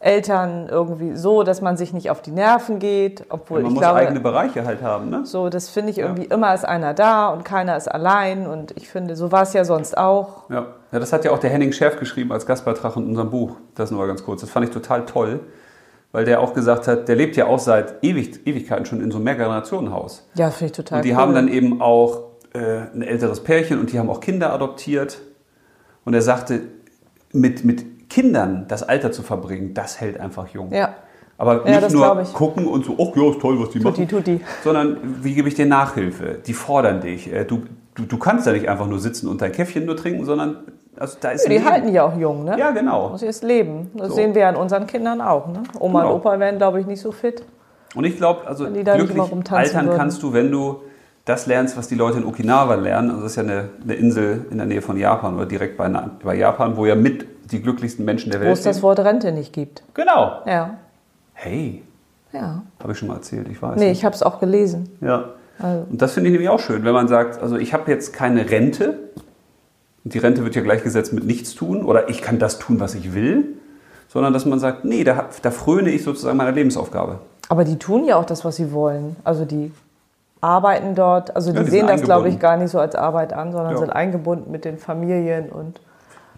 Speaker 1: Eltern irgendwie so, dass man sich nicht auf die Nerven geht, obwohl
Speaker 2: man
Speaker 1: ich
Speaker 2: muss
Speaker 1: glaube,
Speaker 2: eigene Bereiche halt haben. Ne?
Speaker 1: so das finde ich irgendwie immer ist einer da und keiner ist allein und ich finde, so war es ja sonst auch.
Speaker 2: Ja. ja, das hat ja auch der Henning Schärf geschrieben als Gastbeitrag in unserem Buch. Das nur mal ganz kurz. Das fand ich total toll, weil der auch gesagt hat, der lebt ja auch seit Ewig Ewigkeiten schon in so einem Mehrgenerationenhaus.
Speaker 1: Ja, finde ich total
Speaker 2: Und die
Speaker 1: cool.
Speaker 2: haben dann eben auch äh, ein älteres Pärchen und die haben auch Kinder adoptiert. Und er sagte, mit, mit Kindern das Alter zu verbringen, das hält einfach jung.
Speaker 1: Ja.
Speaker 2: Aber
Speaker 1: Ja,
Speaker 2: nicht
Speaker 1: das glaub
Speaker 2: nur
Speaker 1: ich.
Speaker 2: gucken und so, ach ja, ist toll, was die
Speaker 1: Tutti,
Speaker 2: machen,
Speaker 1: tutti.
Speaker 2: sondern wie gebe ich dir Nachhilfe? Die fordern dich. Äh, Du, du, du kannst da nicht einfach nur sitzen und dein Käffchen nur trinken, sondern also da ist
Speaker 1: Die
Speaker 2: Leben.
Speaker 1: halten ja auch jung, ne?
Speaker 2: Ja, genau.
Speaker 1: Das ist Leben. Das
Speaker 2: So.
Speaker 1: sehen wir an unseren Kindern auch. Ne? Oma
Speaker 2: Genau.
Speaker 1: und Opa werden, glaube ich, nicht so fit.
Speaker 2: Und ich glaube, also
Speaker 1: Wenn die da nicht
Speaker 2: glücklich
Speaker 1: immer rumtanzen
Speaker 2: altern
Speaker 1: würden.
Speaker 2: kannst du, wenn du das lernst, was die Leute in Okinawa lernen. Also das ist ja eine, eine Insel in der Nähe von Japan oder direkt bei, Na- bei Japan, wo ja mit die glücklichsten Menschen der
Speaker 1: Wo
Speaker 2: Welt
Speaker 1: es das
Speaker 2: sind.
Speaker 1: Wort Rente nicht gibt.
Speaker 2: Genau.
Speaker 1: Ja,
Speaker 2: Hey,
Speaker 1: ja.
Speaker 2: habe ich schon mal erzählt, ich weiß.
Speaker 1: Nee, ich habe es auch gelesen.
Speaker 2: Ja.
Speaker 1: Also.
Speaker 2: Und das finde ich nämlich auch schön, wenn man sagt, also ich habe jetzt keine Rente. Und die Rente wird ja gleichgesetzt mit nichts tun oder ich kann das tun, was ich will. Sondern dass man sagt, nee, da, hab- da fröne ich sozusagen meiner Lebensaufgabe.
Speaker 1: Aber die tun ja auch das, was sie wollen. Also die arbeiten dort. Also die
Speaker 2: die
Speaker 1: sehen
Speaker 2: sind
Speaker 1: das, glaube ich,
Speaker 2: eingebunden.
Speaker 1: gar nicht so als Arbeit an, sondern
Speaker 2: Ja.
Speaker 1: sind eingebunden mit den Familien und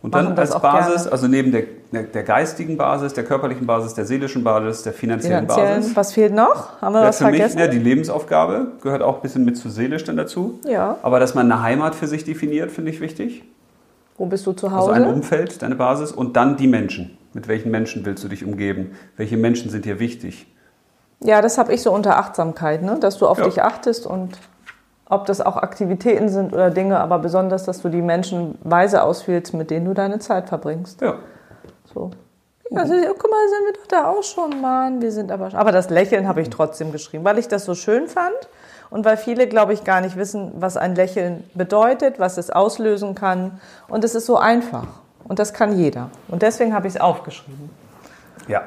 Speaker 2: Und
Speaker 1: Machen
Speaker 2: dann
Speaker 1: das
Speaker 2: als
Speaker 1: auch
Speaker 2: Basis,
Speaker 1: gerne.
Speaker 2: also neben der, der, der geistigen Basis, der körperlichen Basis, der seelischen Basis, der finanziellen
Speaker 1: finanziellen.
Speaker 2: Basis.
Speaker 1: Was fehlt noch? Haben wir
Speaker 2: Ja,
Speaker 1: was
Speaker 2: für mich,
Speaker 1: vergessen?
Speaker 2: ja, die Lebensaufgabe gehört auch ein bisschen mit zu seelisch dann dazu.
Speaker 1: Ja.
Speaker 2: Aber dass man eine Heimat für sich definiert, finde ich wichtig.
Speaker 1: Wo bist du zu
Speaker 2: Also
Speaker 1: Hause?
Speaker 2: ein Umfeld, deine Basis und dann die Menschen. Mit welchen Menschen willst du dich umgeben? Welche Menschen sind dir wichtig?
Speaker 1: ja, das habe ich so unter Achtsamkeit, ne? dass du auf
Speaker 2: Ja.
Speaker 1: dich achtest und ob das auch Aktivitäten sind oder Dinge, aber besonders, dass du die Menschen weise auswählst, mit denen du deine Zeit verbringst.
Speaker 2: Ja.
Speaker 1: So. Ja, sie- oh, guck mal, sind wir doch da auch schon, Mann. Wir sind aber. Aber das Lächeln habe
Speaker 2: Mhm.
Speaker 1: ich trotzdem geschrieben, weil ich das so schön fand und weil viele, glaube ich, gar nicht wissen, was ein Lächeln bedeutet, was es auslösen kann. Und es ist so einfach. Und das kann jeder. Und deswegen habe ich es aufgeschrieben.
Speaker 2: Ja.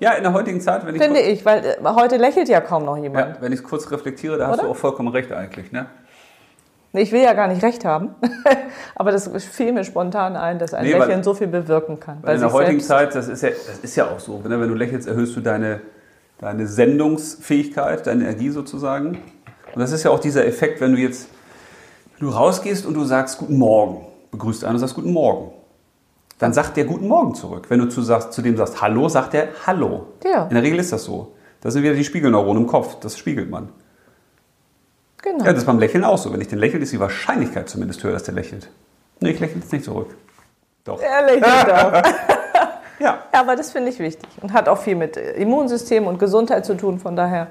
Speaker 2: Ja, in der heutigen Zeit, wenn ich
Speaker 1: Hm? Finde ich, weil äh, heute lächelt ja kaum noch jemand.
Speaker 2: ja, wenn ich es kurz reflektiere, da hast
Speaker 1: Oder?
Speaker 2: du auch vollkommen recht eigentlich. Ne?
Speaker 1: Nee, Ich will ja gar nicht recht haben, aber das fiel mir spontan ein, dass ein
Speaker 2: Nee, weil-
Speaker 1: Lächeln so viel bewirken kann.
Speaker 2: Weil in der
Speaker 1: sich
Speaker 2: heutigen
Speaker 1: selbst-
Speaker 2: Zeit, das ist, ja, das ist ja auch so, ne? wenn du lächelst, erhöhst du deine, deine Sendungsfähigkeit, deine Energie sozusagen. Und das ist ja auch dieser Effekt, wenn du jetzt wenn du rausgehst und du sagst Guten Morgen, begrüßt einen und sagst Guten Morgen. Dann sagt der Guten Morgen zurück. Wenn du zu, sagst, zu dem sagst Hallo, sagt der Hallo.
Speaker 1: Ja.
Speaker 2: In der Regel ist das so. Das sind wieder die Spiegelneuronen im Kopf, das spiegelt man.
Speaker 1: Genau.
Speaker 2: Ja, das ist beim Lächeln auch so. Wenn ich den lächel, ist die Wahrscheinlichkeit zumindest höher, dass der lächelt. Nee, ich lächle jetzt nicht zurück. Doch.
Speaker 1: er lächelt auch.
Speaker 2: Ja.
Speaker 1: genau. Ja, aber das finde ich wichtig und hat auch viel mit äh, Immunsystem und Gesundheit zu tun. Von daher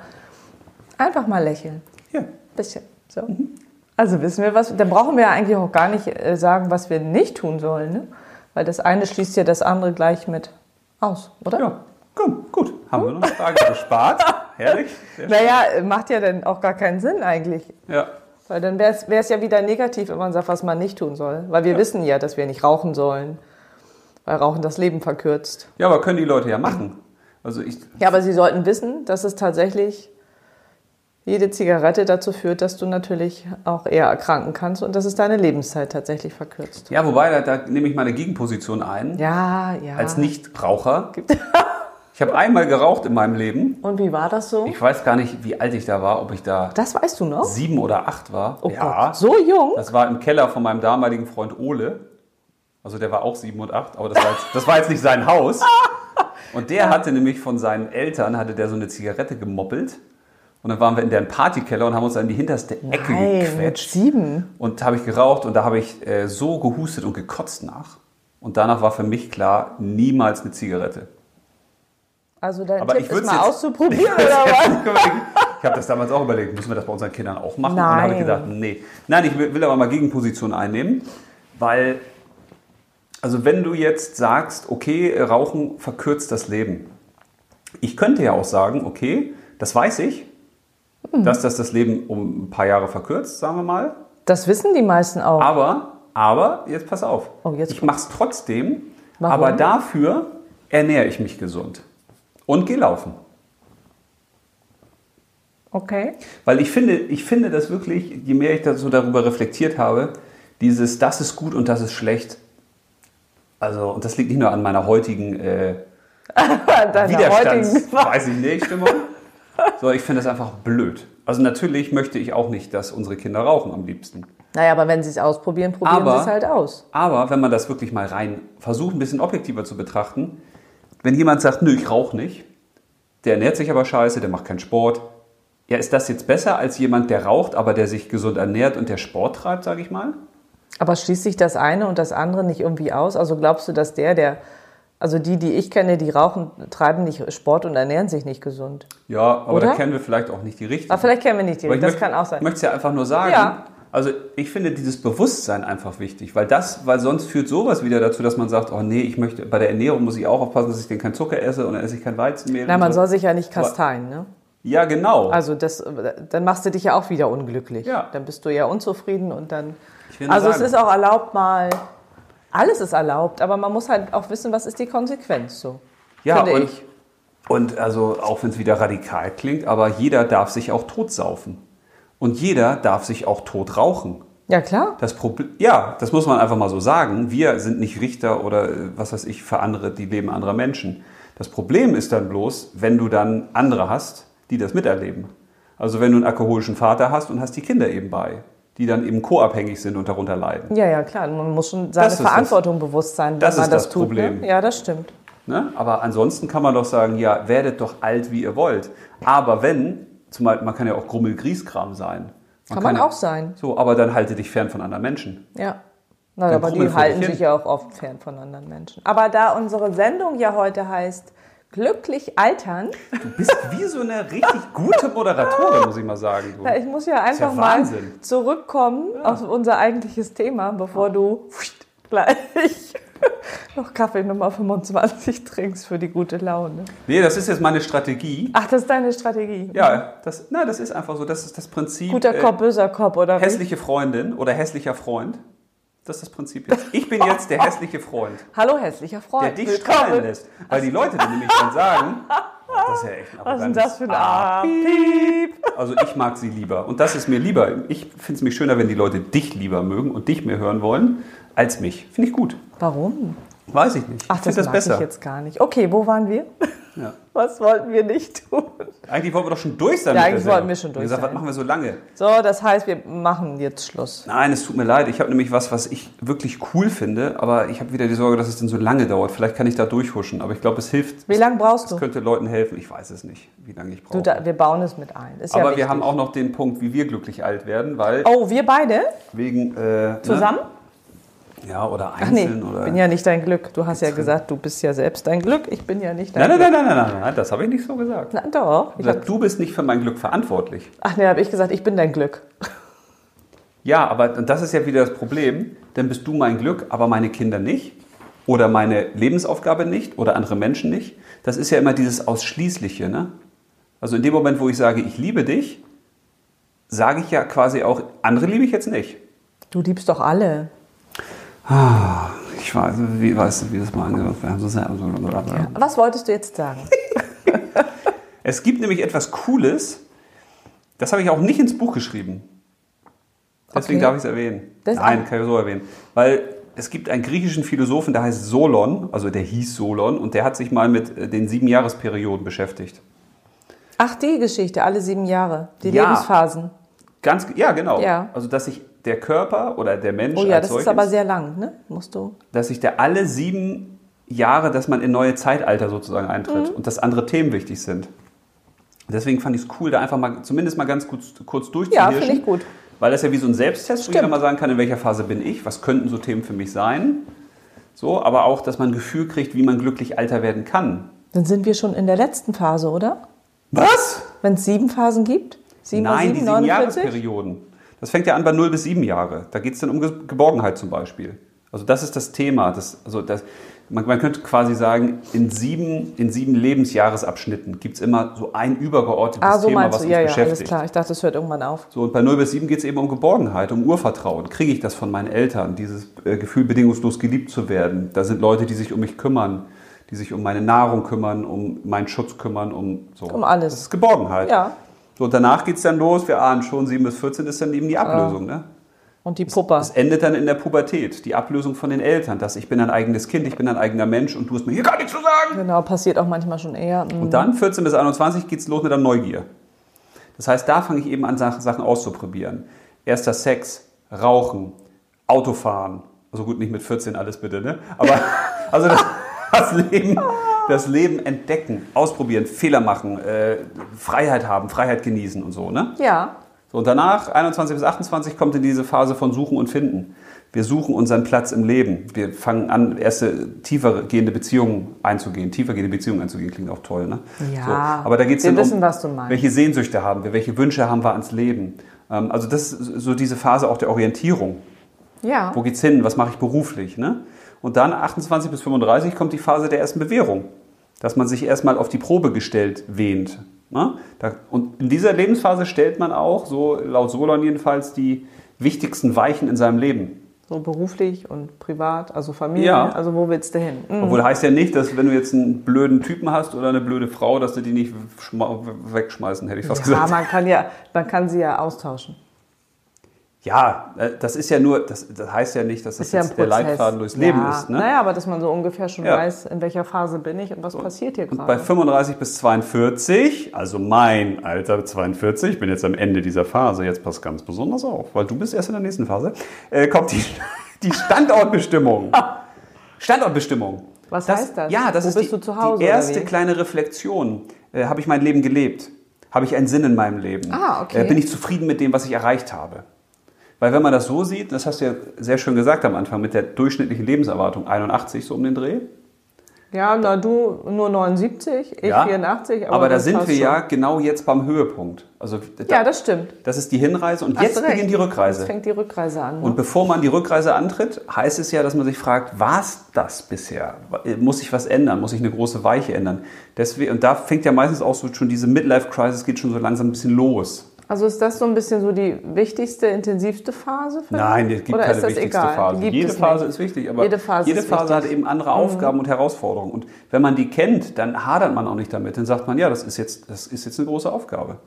Speaker 1: einfach mal lächeln.
Speaker 2: Hier.
Speaker 1: Bisschen. So.
Speaker 2: Mhm.
Speaker 1: Also wissen wir was, dann brauchen wir ja eigentlich auch gar nicht äh, sagen, was wir nicht tun sollen. Ne? Weil das eine schließt ja das andere gleich mit aus, oder?
Speaker 2: Ja, gut, gut. Haben wir noch eine Frage gespart. Herrlich. Sehr schön.
Speaker 1: Naja, äh, macht ja dann auch gar keinen Sinn eigentlich.
Speaker 2: Ja.
Speaker 1: Weil dann wäre es ja wieder negativ, wenn man sagt, was man nicht tun soll. Weil wir wissen ja, dass wir nicht rauchen sollen. Weil Rauchen das Leben verkürzt.
Speaker 2: ja, aber können die Leute ja machen. Also ich,
Speaker 1: Ja, aber Sie sollten wissen, dass es tatsächlich jede Zigarette dazu führt, dass du natürlich auch eher erkranken kannst und dass es deine Lebenszeit tatsächlich verkürzt.
Speaker 2: ja, wobei, da, da nehme ich meine Gegenposition ein,
Speaker 1: Ja, ja.
Speaker 2: als Nichtraucher. Ich habe einmal geraucht in meinem Leben.
Speaker 1: Und wie war das so?
Speaker 2: Ich weiß gar nicht, wie alt ich da war, ob ich da
Speaker 1: Das weißt du noch?
Speaker 2: sieben oder acht war.
Speaker 1: Oh
Speaker 2: ja.
Speaker 1: Gott, so jung?
Speaker 2: Das war im Keller von meinem damaligen Freund Ole. Also der war auch sieben und acht, aber das war jetzt, das war jetzt nicht sein Haus. Und der hatte nämlich von seinen Eltern, hatte der so eine Zigarette gemoppelt. Und dann waren wir in deren Partykeller und haben uns an die hinterste Ecke
Speaker 1: Nein, mit
Speaker 2: gequetscht.
Speaker 1: sieben.
Speaker 2: Und habe ich geraucht und da habe ich äh, so gehustet und gekotzt nach. Und danach war für mich klar, niemals eine Zigarette.
Speaker 1: Also dein
Speaker 2: Aber ich
Speaker 1: Tipp ist
Speaker 2: würd's
Speaker 1: mal
Speaker 2: jetzt-
Speaker 1: auszuprobieren oder was?
Speaker 2: ich habe das damals auch überlegt, müssen wir das bei unseren Kindern auch machen? Und dann habe
Speaker 1: Nein.
Speaker 2: ich gedacht, nee. Nein, ich will will aber mal Gegenposition einnehmen, weil, also wenn du jetzt sagst, okay, Rauchen verkürzt das Leben. Ich könnte ja auch sagen, okay, das weiß ich,
Speaker 1: Hm.
Speaker 2: dass das das Leben um ein paar Jahre verkürzt, sagen wir mal.
Speaker 1: Das wissen die meisten auch.
Speaker 2: Aber, aber, jetzt pass auf.
Speaker 1: Oh, jetzt-
Speaker 2: ich mache es trotzdem,
Speaker 1: Warum?
Speaker 2: aber dafür ernähre ich mich gesund und gehe laufen.
Speaker 1: Okay.
Speaker 2: Weil ich finde, ich finde das wirklich, je mehr ich da so darüber reflektiert habe, dieses, das ist gut und das ist schlecht. Also, und das liegt nicht nur an meiner heutigen äh,
Speaker 1: Deiner
Speaker 2: Widerstands,
Speaker 1: heutigen.
Speaker 2: weiß ich nicht, Stimmung. so, ich finde das einfach blöd. Also natürlich möchte ich auch nicht, dass unsere Kinder rauchen am liebsten.
Speaker 1: Naja, aber wenn sie es ausprobieren, probieren
Speaker 2: Aber-
Speaker 1: sie es halt aus.
Speaker 2: Aber wenn man das wirklich mal rein versucht, ein bisschen objektiver zu betrachten, wenn jemand sagt, nö, ich rauche nicht, der ernährt sich aber scheiße, der macht keinen Sport. Ja, ist das jetzt besser als jemand, der raucht, aber der sich gesund ernährt und der Sport treibt, sage ich mal?
Speaker 1: Aber schließt sich das eine und das andere nicht irgendwie aus? Also glaubst du, dass der, der, also die, die ich kenne, die rauchen, treiben nicht Sport und ernähren sich nicht gesund?
Speaker 2: Ja, aber
Speaker 1: Oder?
Speaker 2: da kennen wir vielleicht auch nicht die richtigen.
Speaker 1: Aber vielleicht kennen wir nicht
Speaker 2: Aber
Speaker 1: den,
Speaker 2: ich
Speaker 1: das
Speaker 2: möcht-
Speaker 1: kann auch sein.
Speaker 2: Ich möchte es ja einfach nur sagen.
Speaker 1: Ja.
Speaker 2: Also ich finde dieses Bewusstsein einfach wichtig, weil das, weil sonst führt sowas wieder dazu, dass man sagt, oh nee, ich möchte, bei der Ernährung muss ich auch aufpassen, dass ich denn keinen Zucker esse und dann esse ich kein Weizenmehl.
Speaker 1: Nein,
Speaker 2: und
Speaker 1: man
Speaker 2: so.
Speaker 1: soll sich ja nicht kasteien, ne?
Speaker 2: Ja, genau.
Speaker 1: Also das, dann machst du dich ja auch wieder unglücklich.
Speaker 2: Ja.
Speaker 1: Dann bist du ja unzufrieden und dann.
Speaker 2: Ich will nur
Speaker 1: Also es
Speaker 2: sagen-
Speaker 1: ist auch erlaubt mal. Alles ist erlaubt, aber man muss halt auch wissen, was ist die Konsequenz so.
Speaker 2: ja,
Speaker 1: finde
Speaker 2: und,
Speaker 1: ich.
Speaker 2: und also auch wenn es wieder radikal klingt, aber jeder darf sich auch tot saufen. Und jeder darf sich auch tot rauchen.
Speaker 1: Ja klar.
Speaker 2: Das Problem, ja, das muss man einfach mal so sagen. Wir sind nicht Richter oder äh, was weiß ich für andere, die Leben anderer Menschen. Das Problem ist dann bloß, wenn du dann andere hast, die das miterleben. Also wenn du einen alkoholischen Vater hast und hast die Kinder eben bei, die dann eben co-abhängig sind und darunter leiden.
Speaker 1: Ja, ja, klar. Man muss schon seine
Speaker 2: Das ist das-
Speaker 1: Verantwortung bewusst sein, wenn
Speaker 2: das ist
Speaker 1: man das,
Speaker 2: das
Speaker 1: tut.
Speaker 2: Problem.
Speaker 1: Ne? Ja, das stimmt.
Speaker 2: Ne? Aber ansonsten kann man doch sagen, ja, werdet doch alt, wie ihr wollt. Aber wenn, zumal man kann ja auch Grummel-Grieskram sein.
Speaker 1: Kann man
Speaker 2: ja-
Speaker 1: auch sein.
Speaker 2: So, aber dann halte dich fern von anderen Menschen.
Speaker 1: Ja. Na,
Speaker 2: Dann
Speaker 1: aber die
Speaker 2: krummeln vor
Speaker 1: halten
Speaker 2: dich hin.
Speaker 1: sich ja auch oft fern von anderen Menschen. Aber da unsere Sendung ja heute heißt Glücklich altern,
Speaker 2: Du bist wie so eine richtig gute Moderatorin, muss ich mal sagen. Du.
Speaker 1: Ja, ich muss ja einfach
Speaker 2: ja
Speaker 1: mal
Speaker 2: Wahnsinn.
Speaker 1: zurückkommen auf unser eigentliches Thema, bevor du pfst, gleich noch Kaffee Nummer 25 trinkst für die gute Laune.
Speaker 2: Nee, das ist jetzt meine Strategie.
Speaker 1: Ach, das ist deine Strategie.
Speaker 2: Ja, das, na, das ist einfach so. Das ist das Prinzip.
Speaker 1: Guter
Speaker 2: äh,
Speaker 1: Kopf, böser Kopf oder wie?
Speaker 2: hässliche Freundin oder hässlicher Freund. Das ist das Prinzip jetzt. Ich bin jetzt der hässliche Freund,
Speaker 1: Hallo, hässlicher
Speaker 2: der
Speaker 1: Freund.
Speaker 2: dich
Speaker 1: Willkommen.
Speaker 2: strahlen lässt. Weil die Leute dann nämlich dann sagen, das ist ja echt ein
Speaker 1: Was ist denn
Speaker 2: arrogantes
Speaker 1: das für ein A? Piep.
Speaker 2: Also ich mag sie lieber. Und das ist mir lieber. Ich finde es mir schöner, wenn die Leute dich lieber mögen und dich mehr hören wollen, als mich. Finde ich gut.
Speaker 1: Warum?
Speaker 2: Weiß ich nicht.
Speaker 1: Ach,
Speaker 2: ich
Speaker 1: das,
Speaker 2: finde das
Speaker 1: mag
Speaker 2: besser.
Speaker 1: ich jetzt gar nicht. Okay, wo waren wir?
Speaker 2: Ja.
Speaker 1: Was wollten wir nicht tun?
Speaker 2: Eigentlich wollten wir doch schon durch sein.
Speaker 1: Ja,
Speaker 2: mit der
Speaker 1: eigentlich wollten
Speaker 2: Sendung.
Speaker 1: wir schon durch
Speaker 2: Ich gesagt,
Speaker 1: sein.
Speaker 2: Was machen wir so lange?
Speaker 1: So, das heißt, wir machen jetzt Schluss.
Speaker 2: Nein, es tut mir leid. Ich habe nämlich was, was ich wirklich cool finde, aber ich habe wieder die Sorge, dass es denn so lange dauert. Vielleicht kann ich da durchhuschen, aber ich glaube, es hilft.
Speaker 1: Wie lange brauchst
Speaker 2: Es
Speaker 1: du?
Speaker 2: könnte Leuten helfen. Ich weiß es nicht, wie lange ich brauche.
Speaker 1: du da, wir bauen es mit ein. Ist
Speaker 2: aber
Speaker 1: ja
Speaker 2: wir haben
Speaker 1: wichtig.
Speaker 2: auch noch den Punkt, wie wir glücklich alt werden, weil
Speaker 1: Oh, wir beide?
Speaker 2: wegen äh,
Speaker 1: Zusammen?
Speaker 2: Ne? Ja, oder
Speaker 1: Ach nee,
Speaker 2: einzeln oder.
Speaker 1: bin ja nicht dein Glück. Du hast ja gesagt, du bist ja selbst dein Glück. Ich bin ja nicht dein
Speaker 2: nein,
Speaker 1: Glück.
Speaker 2: nein, nein, nein, nein, nein, nein, das habe ich nicht so gesagt.
Speaker 1: Nein, doch.
Speaker 2: Ich
Speaker 1: Ich hab,
Speaker 2: habe gesagt, du bist nicht für mein Glück verantwortlich.
Speaker 1: ach nee, habe ich gesagt, ich bin dein Glück.
Speaker 2: Ja, aber und das ist ja wieder das Problem. Dann bist du mein Glück, aber meine Kinder nicht. Oder meine Lebensaufgabe nicht. Oder andere Menschen nicht. Das ist ja immer dieses Ausschließliche. Ne? Also in dem Moment, wo ich sage, ich liebe dich, sage ich ja quasi auch, andere liebe ich jetzt nicht.
Speaker 1: Du liebst doch alle.
Speaker 2: Ich weiß, wie, weißt du, wie das mal angesagt wird.
Speaker 1: Was wolltest du jetzt sagen?
Speaker 2: Es gibt nämlich etwas Cooles, das habe ich auch nicht ins Buch geschrieben. Deswegen
Speaker 1: Okay.
Speaker 2: darf ich es erwähnen.
Speaker 1: Das-
Speaker 2: Nein, kann ich so erwähnen. Weil es gibt einen griechischen Philosophen, der heißt Solon, also der hieß Solon, und der hat sich mal mit äh, den sieben Jahresperioden beschäftigt.
Speaker 1: Ach, die Geschichte, alle sieben Jahre. Die
Speaker 2: Ja.
Speaker 1: Lebensphasen.
Speaker 2: Ganz, ja, genau.
Speaker 1: Ja.
Speaker 2: Also, dass sich der Körper oder der Mensch
Speaker 1: Oh ja, das
Speaker 2: als
Speaker 1: ist
Speaker 2: solches,
Speaker 1: aber sehr lang, ne? Musst du.
Speaker 2: dass sich der alle sieben Jahre, dass man in neue Zeitalter sozusagen
Speaker 1: Mhm.
Speaker 2: eintritt und dass andere Themen wichtig sind. Deswegen fand ich es cool, da einfach mal zumindest mal ganz kurz, kurz
Speaker 1: Ja,
Speaker 2: durchzuhirschen.
Speaker 1: finde ich gut.
Speaker 2: Weil das ja wie so ein Selbsttest, wo
Speaker 1: Stimmt.
Speaker 2: jeder mal sagen kann, in welcher Phase bin ich, was könnten so Themen für mich sein. So, aber auch, dass man ein Gefühl kriegt, wie man glücklich alter werden kann.
Speaker 1: Dann sind wir schon in der letzten Phase, oder?
Speaker 2: Was?
Speaker 1: Wenn es sieben Phasen gibt? Sieben mal
Speaker 2: Nein, die
Speaker 1: sieben,
Speaker 2: sieben
Speaker 1: 49?
Speaker 2: Jahresperioden. Das fängt ja an bei 0 bis 7 Jahre. Da geht es dann um Ge- Geborgenheit zum Beispiel. Also das ist das Thema. Das, also das, man, man könnte quasi sagen, in sieben, in sieben Lebensjahresabschnitten gibt es immer so ein übergeordnetes
Speaker 1: Ah, so
Speaker 2: Thema,
Speaker 1: meinst
Speaker 2: was
Speaker 1: du.
Speaker 2: uns
Speaker 1: Ja, ja, alles
Speaker 2: beschäftigt.
Speaker 1: klar. Ich dachte, es hört irgendwann auf.
Speaker 2: So, und bei 0 bis 7 geht es eben um Geborgenheit, um Urvertrauen. Kriege ich das von meinen Eltern, dieses äh, Gefühl, bedingungslos geliebt zu werden? Da sind Leute, die sich um mich kümmern, die sich um meine Nahrung kümmern, um meinen Schutz kümmern, um so.
Speaker 1: Um alles.
Speaker 2: Das ist Geborgenheit.
Speaker 1: Ja.
Speaker 2: So, und danach geht es dann los, wir ahnen schon, 7 bis 14 ist dann eben die Ablösung. Ne?
Speaker 1: Und die Puppa.
Speaker 2: Das endet dann in der Pubertät, die Ablösung von den Eltern, dass ich bin ein eigenes Kind, ich bin ein eigener Mensch und du hast mir hier gar nichts zu sagen.
Speaker 1: Genau, passiert auch manchmal schon eher. Mhm.
Speaker 2: Und dann 14 bis 21 geht's los mit der Neugier. Das heißt, da fange ich eben an, Sach- Sachen auszuprobieren. Erster Sex, Rauchen, Autofahren. Also gut, nicht mit 14 alles bitte, ne? Aber also das, das Leben. Das Leben entdecken, ausprobieren, Fehler machen, äh, Freiheit haben, Freiheit genießen und so, ne?
Speaker 1: Ja.
Speaker 2: So, und danach, 21 bis 28, kommt in diese Phase von Suchen und Finden. Wir suchen unseren Platz im Leben. Wir fangen an, erste tiefer gehende Beziehungen einzugehen. Tiefer gehende Beziehungen einzugehen klingt auch toll, ne?
Speaker 1: Ja.
Speaker 2: So, aber da geht's
Speaker 1: Wir
Speaker 2: dann
Speaker 1: wissen,
Speaker 2: um,
Speaker 1: was du meinst.
Speaker 2: welche Sehnsüchte haben wir, welche Wünsche haben wir ans Leben. Ähm, also das ist so diese Phase auch der Orientierung.
Speaker 1: Ja.
Speaker 2: Wo geht's hin? Was mache ich beruflich? Ne? Und dann 28 bis 35 kommt die Phase der ersten Bewährung, dass man sich erstmal auf die Probe gestellt wähnt. Ne? Da, und in dieser Lebensphase stellt man auch, so laut Solon jedenfalls, die wichtigsten Weichen in seinem Leben.
Speaker 1: So beruflich und privat, also Familie.
Speaker 2: Ja.
Speaker 1: Also wo willst du hin? Mhm.
Speaker 2: Obwohl heißt ja nicht, dass wenn du jetzt einen blöden Typen hast oder eine blöde Frau, dass du die nicht schma- wegschmeißen, hätte ich fast
Speaker 1: Ja,
Speaker 2: gesagt.
Speaker 1: Ah, man kann ja, man kann sie ja austauschen.
Speaker 2: Ja, äh, das ist ja nur, das, das heißt ja nicht, dass das
Speaker 1: Ist ja ein
Speaker 2: jetzt der
Speaker 1: Prozess.
Speaker 2: Leitfaden durchs Leben
Speaker 1: ja.
Speaker 2: ist. Ne?
Speaker 1: Naja, aber dass man so ungefähr schon
Speaker 2: Ja.
Speaker 1: weiß, in welcher Phase bin ich und was passiert hier
Speaker 2: Und bei
Speaker 1: gerade.
Speaker 2: 35 bis 42, also mein Alter 42, ich bin jetzt am Ende dieser Phase, jetzt passt ganz besonders auf, weil du bist erst in der nächsten Phase, äh, kommt die, die Standortbestimmung. Standortbestimmung.
Speaker 1: Was heißt das?
Speaker 2: Ja, das
Speaker 1: Wo
Speaker 2: ist
Speaker 1: bist
Speaker 2: die,
Speaker 1: du zu Hause,
Speaker 2: die erste
Speaker 1: oder wie?
Speaker 2: kleine Reflexion. Äh, habe ich mein Leben gelebt? Habe ich einen Sinn in meinem Leben?
Speaker 1: Ah, okay.
Speaker 2: Äh, bin ich zufrieden mit dem, was ich erreicht habe? Weil wenn man das so sieht, das hast du ja sehr schön gesagt am Anfang, mit der durchschnittlichen Lebenserwartung 81 so um den Dreh,
Speaker 1: Ja, na du nur 79, ich
Speaker 2: ja,
Speaker 1: 84.
Speaker 2: Aber, da
Speaker 1: das
Speaker 2: sind wir
Speaker 1: passt
Speaker 2: ja
Speaker 1: schon.
Speaker 2: genau jetzt beim Höhepunkt. Also da,
Speaker 1: Ja, das stimmt.
Speaker 2: das ist die Hinreise und
Speaker 1: Hast
Speaker 2: jetzt
Speaker 1: du recht.
Speaker 2: beginnt die Rückreise.
Speaker 1: Jetzt fängt die Rückreise an. ne?
Speaker 2: und bevor man die Rückreise antritt, heißt es ja, dass man sich fragt, war's das bisher? äh, Muss ich was ändern? Muss ich eine große Weiche ändern? Deswegen, und da fängt ja meistens auch so schon diese Midlife-Crisis geht schon so langsam ein bisschen los.
Speaker 1: also ist das so ein bisschen so die wichtigste, intensivste Phase? vielleicht?
Speaker 2: Nein, es gibt
Speaker 1: Oder
Speaker 2: keine
Speaker 1: ist das
Speaker 2: wichtigste
Speaker 1: egal?
Speaker 2: Phase.
Speaker 1: Gibt
Speaker 2: jede
Speaker 1: es
Speaker 2: Phase
Speaker 1: nicht?
Speaker 2: ist wichtig, aber
Speaker 1: Jede Phase ist
Speaker 2: hat
Speaker 1: wichtig. Mhm.
Speaker 2: eben andere Aufgaben und Herausforderungen. Und wenn man die kennt, dann hadert man auch nicht damit. Dann sagt man, ja, das ist jetzt, das ist jetzt eine große Aufgabe.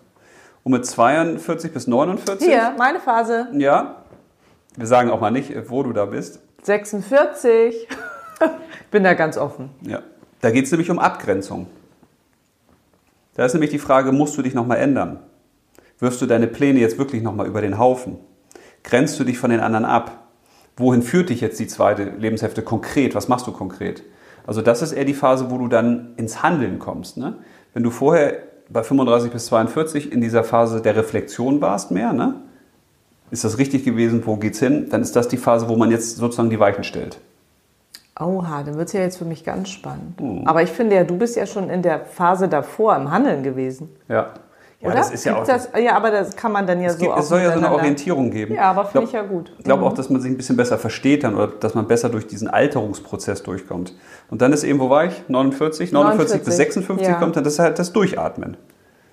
Speaker 2: Und mit 42 bis 49,
Speaker 1: Hier, meine Phase.
Speaker 2: ja, wir sagen auch mal nicht, wo du da bist,
Speaker 1: 46. Bin da ganz offen.
Speaker 2: ja, da geht es nämlich um Abgrenzung. Da ist nämlich die Frage, musst du dich nochmal ändern? Wirfst du deine Pläne jetzt wirklich nochmal über den Haufen? Grenzt du dich von den anderen ab? Wohin führt dich jetzt die zweite Lebenshälfte konkret? Was machst du konkret? Also das ist eher die Phase, wo du dann ins Handeln kommst. Ne? Wenn du vorher bei 35 bis 42 in dieser Phase der Reflexion warst mehr, ne? ist das richtig gewesen, wo geht's hin? Dann ist das die Phase, wo man jetzt sozusagen die Weichen stellt.
Speaker 1: Oha, dann wird es ja jetzt für mich ganz spannend.
Speaker 2: Hm.
Speaker 1: Aber ich finde ja, du bist ja schon in der Phase davor im Handeln gewesen.
Speaker 2: Ja. Ja,
Speaker 1: oder?
Speaker 2: das ist ja auch
Speaker 1: Gibt's das, ja, aber das kann man dann ja
Speaker 2: Es,
Speaker 1: so
Speaker 2: gibt,
Speaker 1: auch
Speaker 2: es soll ja so eine
Speaker 1: miteinander-
Speaker 2: Orientierung geben.
Speaker 1: Ja, aber finde ich ja
Speaker 2: Glaub-
Speaker 1: gut.
Speaker 2: Ich glaube auch, dass man sich ein bisschen besser versteht dann oder dass man besser durch diesen Alterungsprozess durchkommt. Und dann ist eben, wo war ich? 49? 49,
Speaker 1: 49,
Speaker 2: bis 56
Speaker 1: ja.
Speaker 2: kommt dann das ist halt das Durchatmen.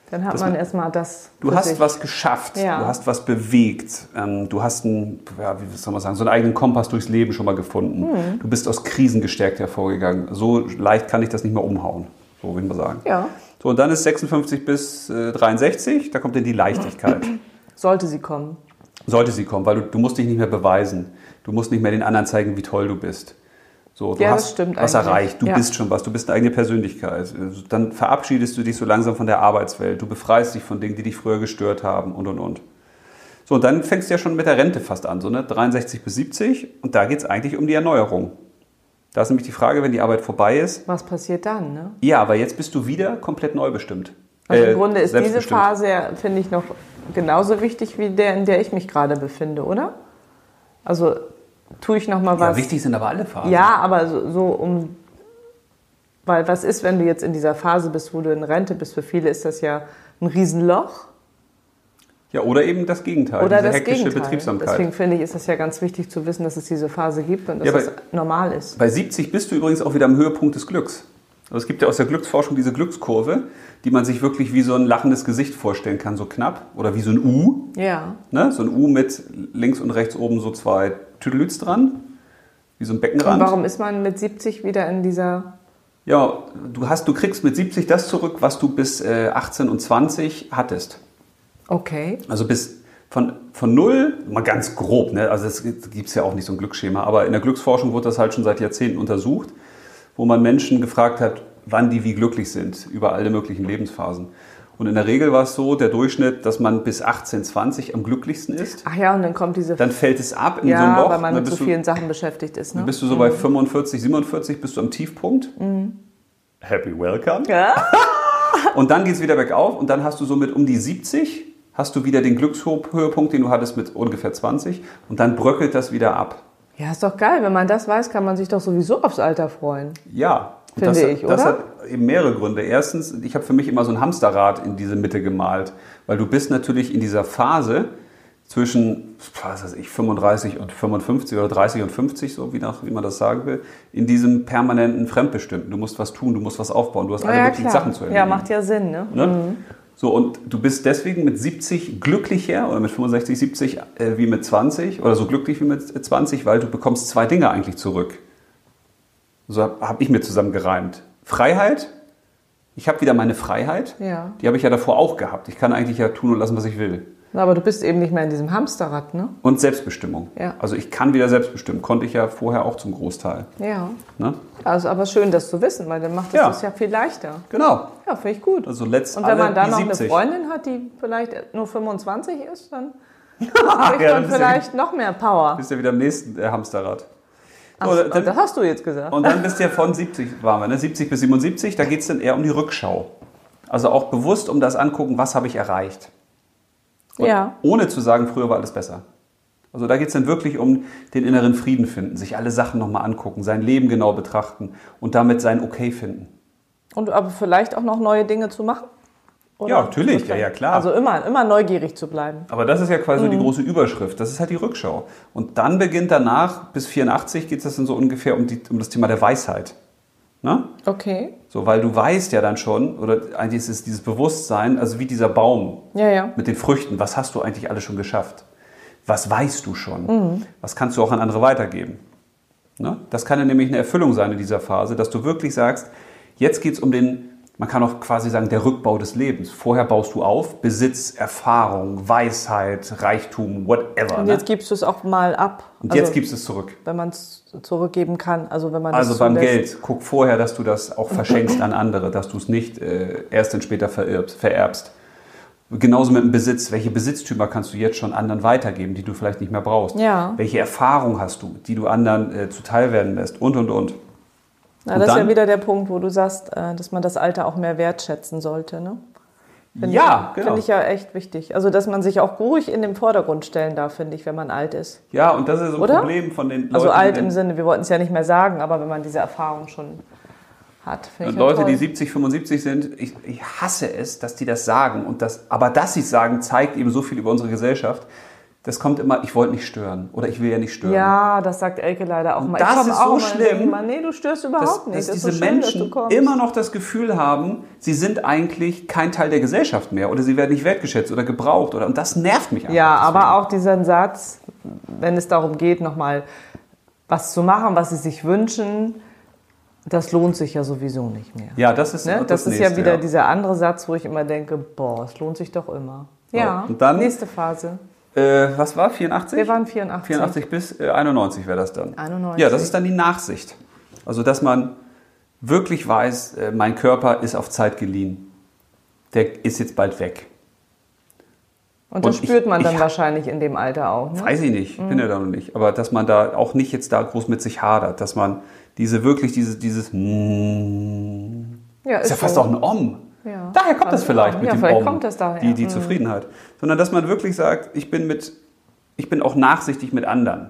Speaker 1: Dann hat
Speaker 2: dass
Speaker 1: man
Speaker 2: man-
Speaker 1: erstmal das.
Speaker 2: Du
Speaker 1: für
Speaker 2: hast
Speaker 1: sich.
Speaker 2: was geschafft,
Speaker 1: Ja.
Speaker 2: du hast was bewegt, ähm, du hast einen, ja, wie soll man sagen, so einen eigenen Kompass durchs Leben schon mal gefunden.
Speaker 1: Hm.
Speaker 2: Du bist aus Krisen gestärkt hervorgegangen. So leicht kann ich das nicht mehr umhauen, so würde ich mal sagen.
Speaker 1: Ja,
Speaker 2: So, und dann ist 56 bis äh, 63, da kommt dann die Leichtigkeit.
Speaker 1: sollte sie kommen.
Speaker 2: Sollte sie kommen, weil du, du musst dich nicht mehr beweisen. Du musst nicht mehr den anderen zeigen, wie toll du bist. So, du
Speaker 1: Ja,
Speaker 2: hast
Speaker 1: das stimmt
Speaker 2: was
Speaker 1: eigentlich.
Speaker 2: erreicht, du
Speaker 1: Ja.
Speaker 2: bist schon was, du bist eine eigene Persönlichkeit. Also, Dann verabschiedest du dich so langsam von der Arbeitswelt, du befreist dich von Dingen, die dich früher gestört haben und und und. So, und dann fängst du ja schon mit der Rente fast an, so ne? 63 bis 70 und da geht es eigentlich um die Erneuerung. Da ist nämlich die Frage, wenn die Arbeit vorbei ist,
Speaker 1: Was passiert dann? Ne?
Speaker 2: ja, aber jetzt bist du wieder komplett neu bestimmt.
Speaker 1: Also
Speaker 2: Äh,
Speaker 1: im Grunde ist diese
Speaker 2: selbstbestimmt.
Speaker 1: Phase, ja, finde ich, noch genauso wichtig wie der, in der ich mich gerade befinde, oder? Also tue ich nochmal
Speaker 2: Ja,
Speaker 1: was.
Speaker 2: wichtig sind aber alle Phasen.
Speaker 1: Ja, aber so, so um. Weil was ist, wenn du jetzt in dieser Phase bist, wo du in Rente bist? Für viele ist das ja ein Riesenloch
Speaker 2: ja, oder eben das Gegenteil,
Speaker 1: oder
Speaker 2: diese
Speaker 1: das
Speaker 2: hektische
Speaker 1: Gegenteil.
Speaker 2: Betriebsamkeit.
Speaker 1: Deswegen finde ich, ist das ja ganz wichtig zu wissen, dass es diese Phase gibt und dass
Speaker 2: Ja, aber-
Speaker 1: es normal ist.
Speaker 2: Bei 70 bist du übrigens auch wieder am Höhepunkt des Glücks. Also es gibt ja aus der Glücksforschung diese Glückskurve, die man sich wirklich wie so ein lachendes Gesicht vorstellen kann, so knapp. Oder wie so ein U.
Speaker 1: Ja.
Speaker 2: Ne? So ein U mit links und rechts oben so zwei Tüdelüts dran. Wie so ein Beckenrand.
Speaker 1: Und warum ist man mit 70 wieder in dieser.
Speaker 2: Ja, du, hast, du kriegst mit 70 das zurück, was du bis äh, 18 und 20 hattest.
Speaker 1: Okay.
Speaker 2: Also bis von, von null, mal ganz grob, ne? also es gibt ja auch nicht so ein Glücksschema, aber in der Glücksforschung wurde das halt schon seit Jahrzehnten untersucht, wo man Menschen gefragt hat, wann die wie glücklich sind, über alle möglichen Lebensphasen. Und in der Regel war es so, der Durchschnitt, dass man bis 18, 20 am glücklichsten ist.
Speaker 1: Ach ja, und dann kommt diese.
Speaker 2: Dann fällt es ab in so ein
Speaker 1: ja,
Speaker 2: Loch.
Speaker 1: weil man
Speaker 2: dann
Speaker 1: mit so
Speaker 2: bist
Speaker 1: vielen Sachen beschäftigt ist.
Speaker 2: du,
Speaker 1: Ne?
Speaker 2: bist du so bei 45, 47, bist du am Tiefpunkt.
Speaker 1: Mhm.
Speaker 2: Happy Welcome.
Speaker 1: ja?
Speaker 2: Und dann geht es wieder bergauf und dann hast du somit um die 70, hast du wieder den Glückshöhepunkt, den du hattest mit ungefähr 20 und dann bröckelt das wieder ab.
Speaker 1: Ja, ist doch geil. Wenn man das weiß, kann man sich doch sowieso aufs Alter freuen.
Speaker 2: Ja. Und
Speaker 1: Finde
Speaker 2: das, hat-
Speaker 1: ich,
Speaker 2: das
Speaker 1: oder?
Speaker 2: hat eben mehrere Gründe. Erstens, ich habe für mich immer so ein Hamsterrad in diese Mitte gemalt, weil du bist natürlich in dieser Phase zwischen, was weiß ich, 35 und 55 oder 30 und 50, so wie, nach, wie man das sagen will, in diesem permanenten Fremdbestimmten. Du musst was tun, du musst was aufbauen, du hast alle
Speaker 1: ja,
Speaker 2: möglichen Also Sachen zu erledigen.
Speaker 1: Ja, macht ja Sinn, ne?
Speaker 2: Ne? So, und du bist deswegen mit 70 glücklicher oder mit 65, 70 äh, wie mit 20 oder so glücklich wie mit 20, weil du bekommst zwei Dinge eigentlich zurück. So habe hab ich mir zusammengereimt. Freiheit, ich habe wieder meine Freiheit.
Speaker 1: Ja.
Speaker 2: Die habe ich ja davor auch gehabt. Ich kann eigentlich ja tun und lassen, was ich will.
Speaker 1: Na, Aber du bist eben nicht mehr in diesem Hamsterrad, ne?
Speaker 2: Und Selbstbestimmung.
Speaker 1: Ja.
Speaker 2: Also ich kann wieder selbstbestimmen. Konnte ich ja vorher auch zum Großteil.
Speaker 1: Ja.
Speaker 2: Ne?
Speaker 1: Also, aber schön, das zu wissen, weil dann macht das
Speaker 2: Ja.
Speaker 1: das ja viel leichter.
Speaker 2: Genau.
Speaker 1: Ja, finde ich gut.
Speaker 2: Also letzt
Speaker 1: Und wenn
Speaker 2: alle
Speaker 1: man dann
Speaker 2: die
Speaker 1: noch
Speaker 2: 70.
Speaker 1: eine Freundin hat, die vielleicht nur 25 ist, dann
Speaker 2: Ach,
Speaker 1: kriegt
Speaker 2: Ah,
Speaker 1: man
Speaker 2: ja, dann bist du ja wieder-
Speaker 1: vielleicht noch mehr Power.
Speaker 2: bist du ja wieder im nächsten äh, Hamsterrad.
Speaker 1: Ach,
Speaker 2: So,
Speaker 1: und
Speaker 2: dann-
Speaker 1: das hast du jetzt gesagt.
Speaker 2: Und dann bist du ja von 70 waren wir, ne? 70 bis 77, da geht es dann eher um die Rückschau. Also auch bewusst um das Angucken, was habe ich erreicht. Und
Speaker 1: ja.
Speaker 2: Ohne zu sagen, früher war alles besser. Also da geht es dann wirklich um den inneren Frieden finden, sich alle Sachen nochmal angucken, sein Leben genau betrachten und damit sein Okay finden.
Speaker 1: Und aber vielleicht auch noch neue Dinge zu machen. Oder?
Speaker 2: Ja, natürlich, ja, ja, klar.
Speaker 1: Also immer, immer neugierig zu bleiben.
Speaker 2: Aber das ist ja quasi so die große Überschrift. Das ist halt die Rückschau. Und dann beginnt danach, bis 84 geht es dann so ungefähr um, die, um das Thema der Weisheit. Ne?
Speaker 1: Okay.
Speaker 2: So, weil du weißt ja dann schon, oder eigentlich ist es dieses Bewusstsein, also wie dieser Baum,
Speaker 1: Ja, ja.
Speaker 2: mit den Früchten. Was hast du eigentlich alles schon geschafft? Was weißt du schon?
Speaker 1: Mhm.
Speaker 2: Was kannst du auch an andere weitergeben? Ne? Das kann ja nämlich eine Erfüllung sein in dieser Phase, dass du wirklich sagst, jetzt geht es um den, man kann auch quasi sagen, der Rückbau des Lebens. Vorher baust du auf Besitz, Erfahrung, Weisheit, Reichtum, whatever.
Speaker 1: Und
Speaker 2: ne?
Speaker 1: jetzt gibst du es auch mal ab.
Speaker 2: Und
Speaker 1: also,
Speaker 2: jetzt gibst du es zurück.
Speaker 1: Wenn man es zurückgeben kann. Also, wenn man es
Speaker 2: Also beim
Speaker 1: zulässt.
Speaker 2: Geld, guck vorher, dass du das auch verschenkst an andere, dass du es nicht äh, erst und später verirrbst, vererbst. Genauso mit dem Besitz. Welche Besitztümer kannst du jetzt schon anderen weitergeben, die du vielleicht nicht mehr brauchst?
Speaker 1: Ja.
Speaker 2: Welche Erfahrung hast du, die du anderen äh, zuteil werden lässt? Und, und, und.
Speaker 1: Na,
Speaker 2: Und
Speaker 1: das ist ja
Speaker 2: dann-
Speaker 1: wieder der Punkt, wo du sagst, äh, dass man das Alter auch mehr wertschätzen sollte. Ne? Find
Speaker 2: ja,
Speaker 1: ich,
Speaker 2: genau.
Speaker 1: Finde ich ja echt wichtig. Also, dass man sich auch ruhig in den Vordergrund stellen darf, finde ich, wenn man alt ist.
Speaker 2: ja, und das ist so ein
Speaker 1: Oder?
Speaker 2: Problem von den Leuten.
Speaker 1: Also alt
Speaker 2: wenn-
Speaker 1: im Sinne, wir wollten es ja nicht mehr sagen, aber wenn man diese Erfahrung schon hat, finde ich
Speaker 2: Und
Speaker 1: ja
Speaker 2: Leute,
Speaker 1: toll.
Speaker 2: die 70, 75 sind, ich, ich hasse es, dass die das sagen. Und das, aber dass sie es sagen, zeigt eben so viel über unsere Gesellschaft. Das kommt immer, ich wollte nicht stören oder ich will ja nicht stören.
Speaker 1: Ja, das sagt Elke leider auch mal.
Speaker 2: das
Speaker 1: komme
Speaker 2: ist
Speaker 1: auch
Speaker 2: so
Speaker 1: immer und denke
Speaker 2: schlimm,
Speaker 1: Immer, nee, du störst
Speaker 2: dass,
Speaker 1: überhaupt nicht.
Speaker 2: dass
Speaker 1: Das ist
Speaker 2: diese
Speaker 1: so schön, dass du
Speaker 2: Menschen
Speaker 1: kommst.
Speaker 2: immer noch das Gefühl haben, sie sind eigentlich kein Teil der Gesellschaft mehr oder sie werden nicht wertgeschätzt oder gebraucht oder und das nervt mich einfach.
Speaker 1: Ja, aber
Speaker 2: deswegen.
Speaker 1: auch diesen Satz, wenn es darum geht, nochmal was zu machen, was sie sich wünschen, das lohnt sich ja sowieso nicht mehr.
Speaker 2: ja, das ist
Speaker 1: Ne? Das, ist
Speaker 2: nächste,
Speaker 1: ja wieder dieser andere Satz, wo ich immer denke, boah, es lohnt sich doch immer.
Speaker 2: So,
Speaker 1: Ja,
Speaker 2: und dann-
Speaker 1: nächste Phase.
Speaker 2: Äh, was war 84?
Speaker 1: Wir waren 84.
Speaker 2: 84 bis äh, 91 wäre das dann.
Speaker 1: 91.
Speaker 2: Ja, das ist dann die Nachsicht. Also, dass man wirklich weiß, äh, mein Körper ist auf Zeit geliehen. Der ist jetzt bald weg.
Speaker 1: Und das
Speaker 2: Und ich-
Speaker 1: spürt man dann
Speaker 2: ich-
Speaker 1: wahrscheinlich in dem Alter auch. Ne?
Speaker 2: Weiß ich nicht, bin ja da noch nicht. Aber dass man da auch nicht jetzt da groß mit sich hadert, dass man diese wirklich diese, dieses mm,
Speaker 1: Ja,
Speaker 2: Ist ja fast
Speaker 1: so.
Speaker 2: auch ein Om.
Speaker 1: Ja.
Speaker 2: Daher kommt das
Speaker 1: Ja,
Speaker 2: vielleicht mit
Speaker 1: ja,
Speaker 2: dem
Speaker 1: vielleicht
Speaker 2: Om,
Speaker 1: kommt das daher.
Speaker 2: Die, die
Speaker 1: Mhm.
Speaker 2: Zufriedenheit. Sondern dass man wirklich sagt, ich bin, mit, ich bin auch nachsichtig mit anderen.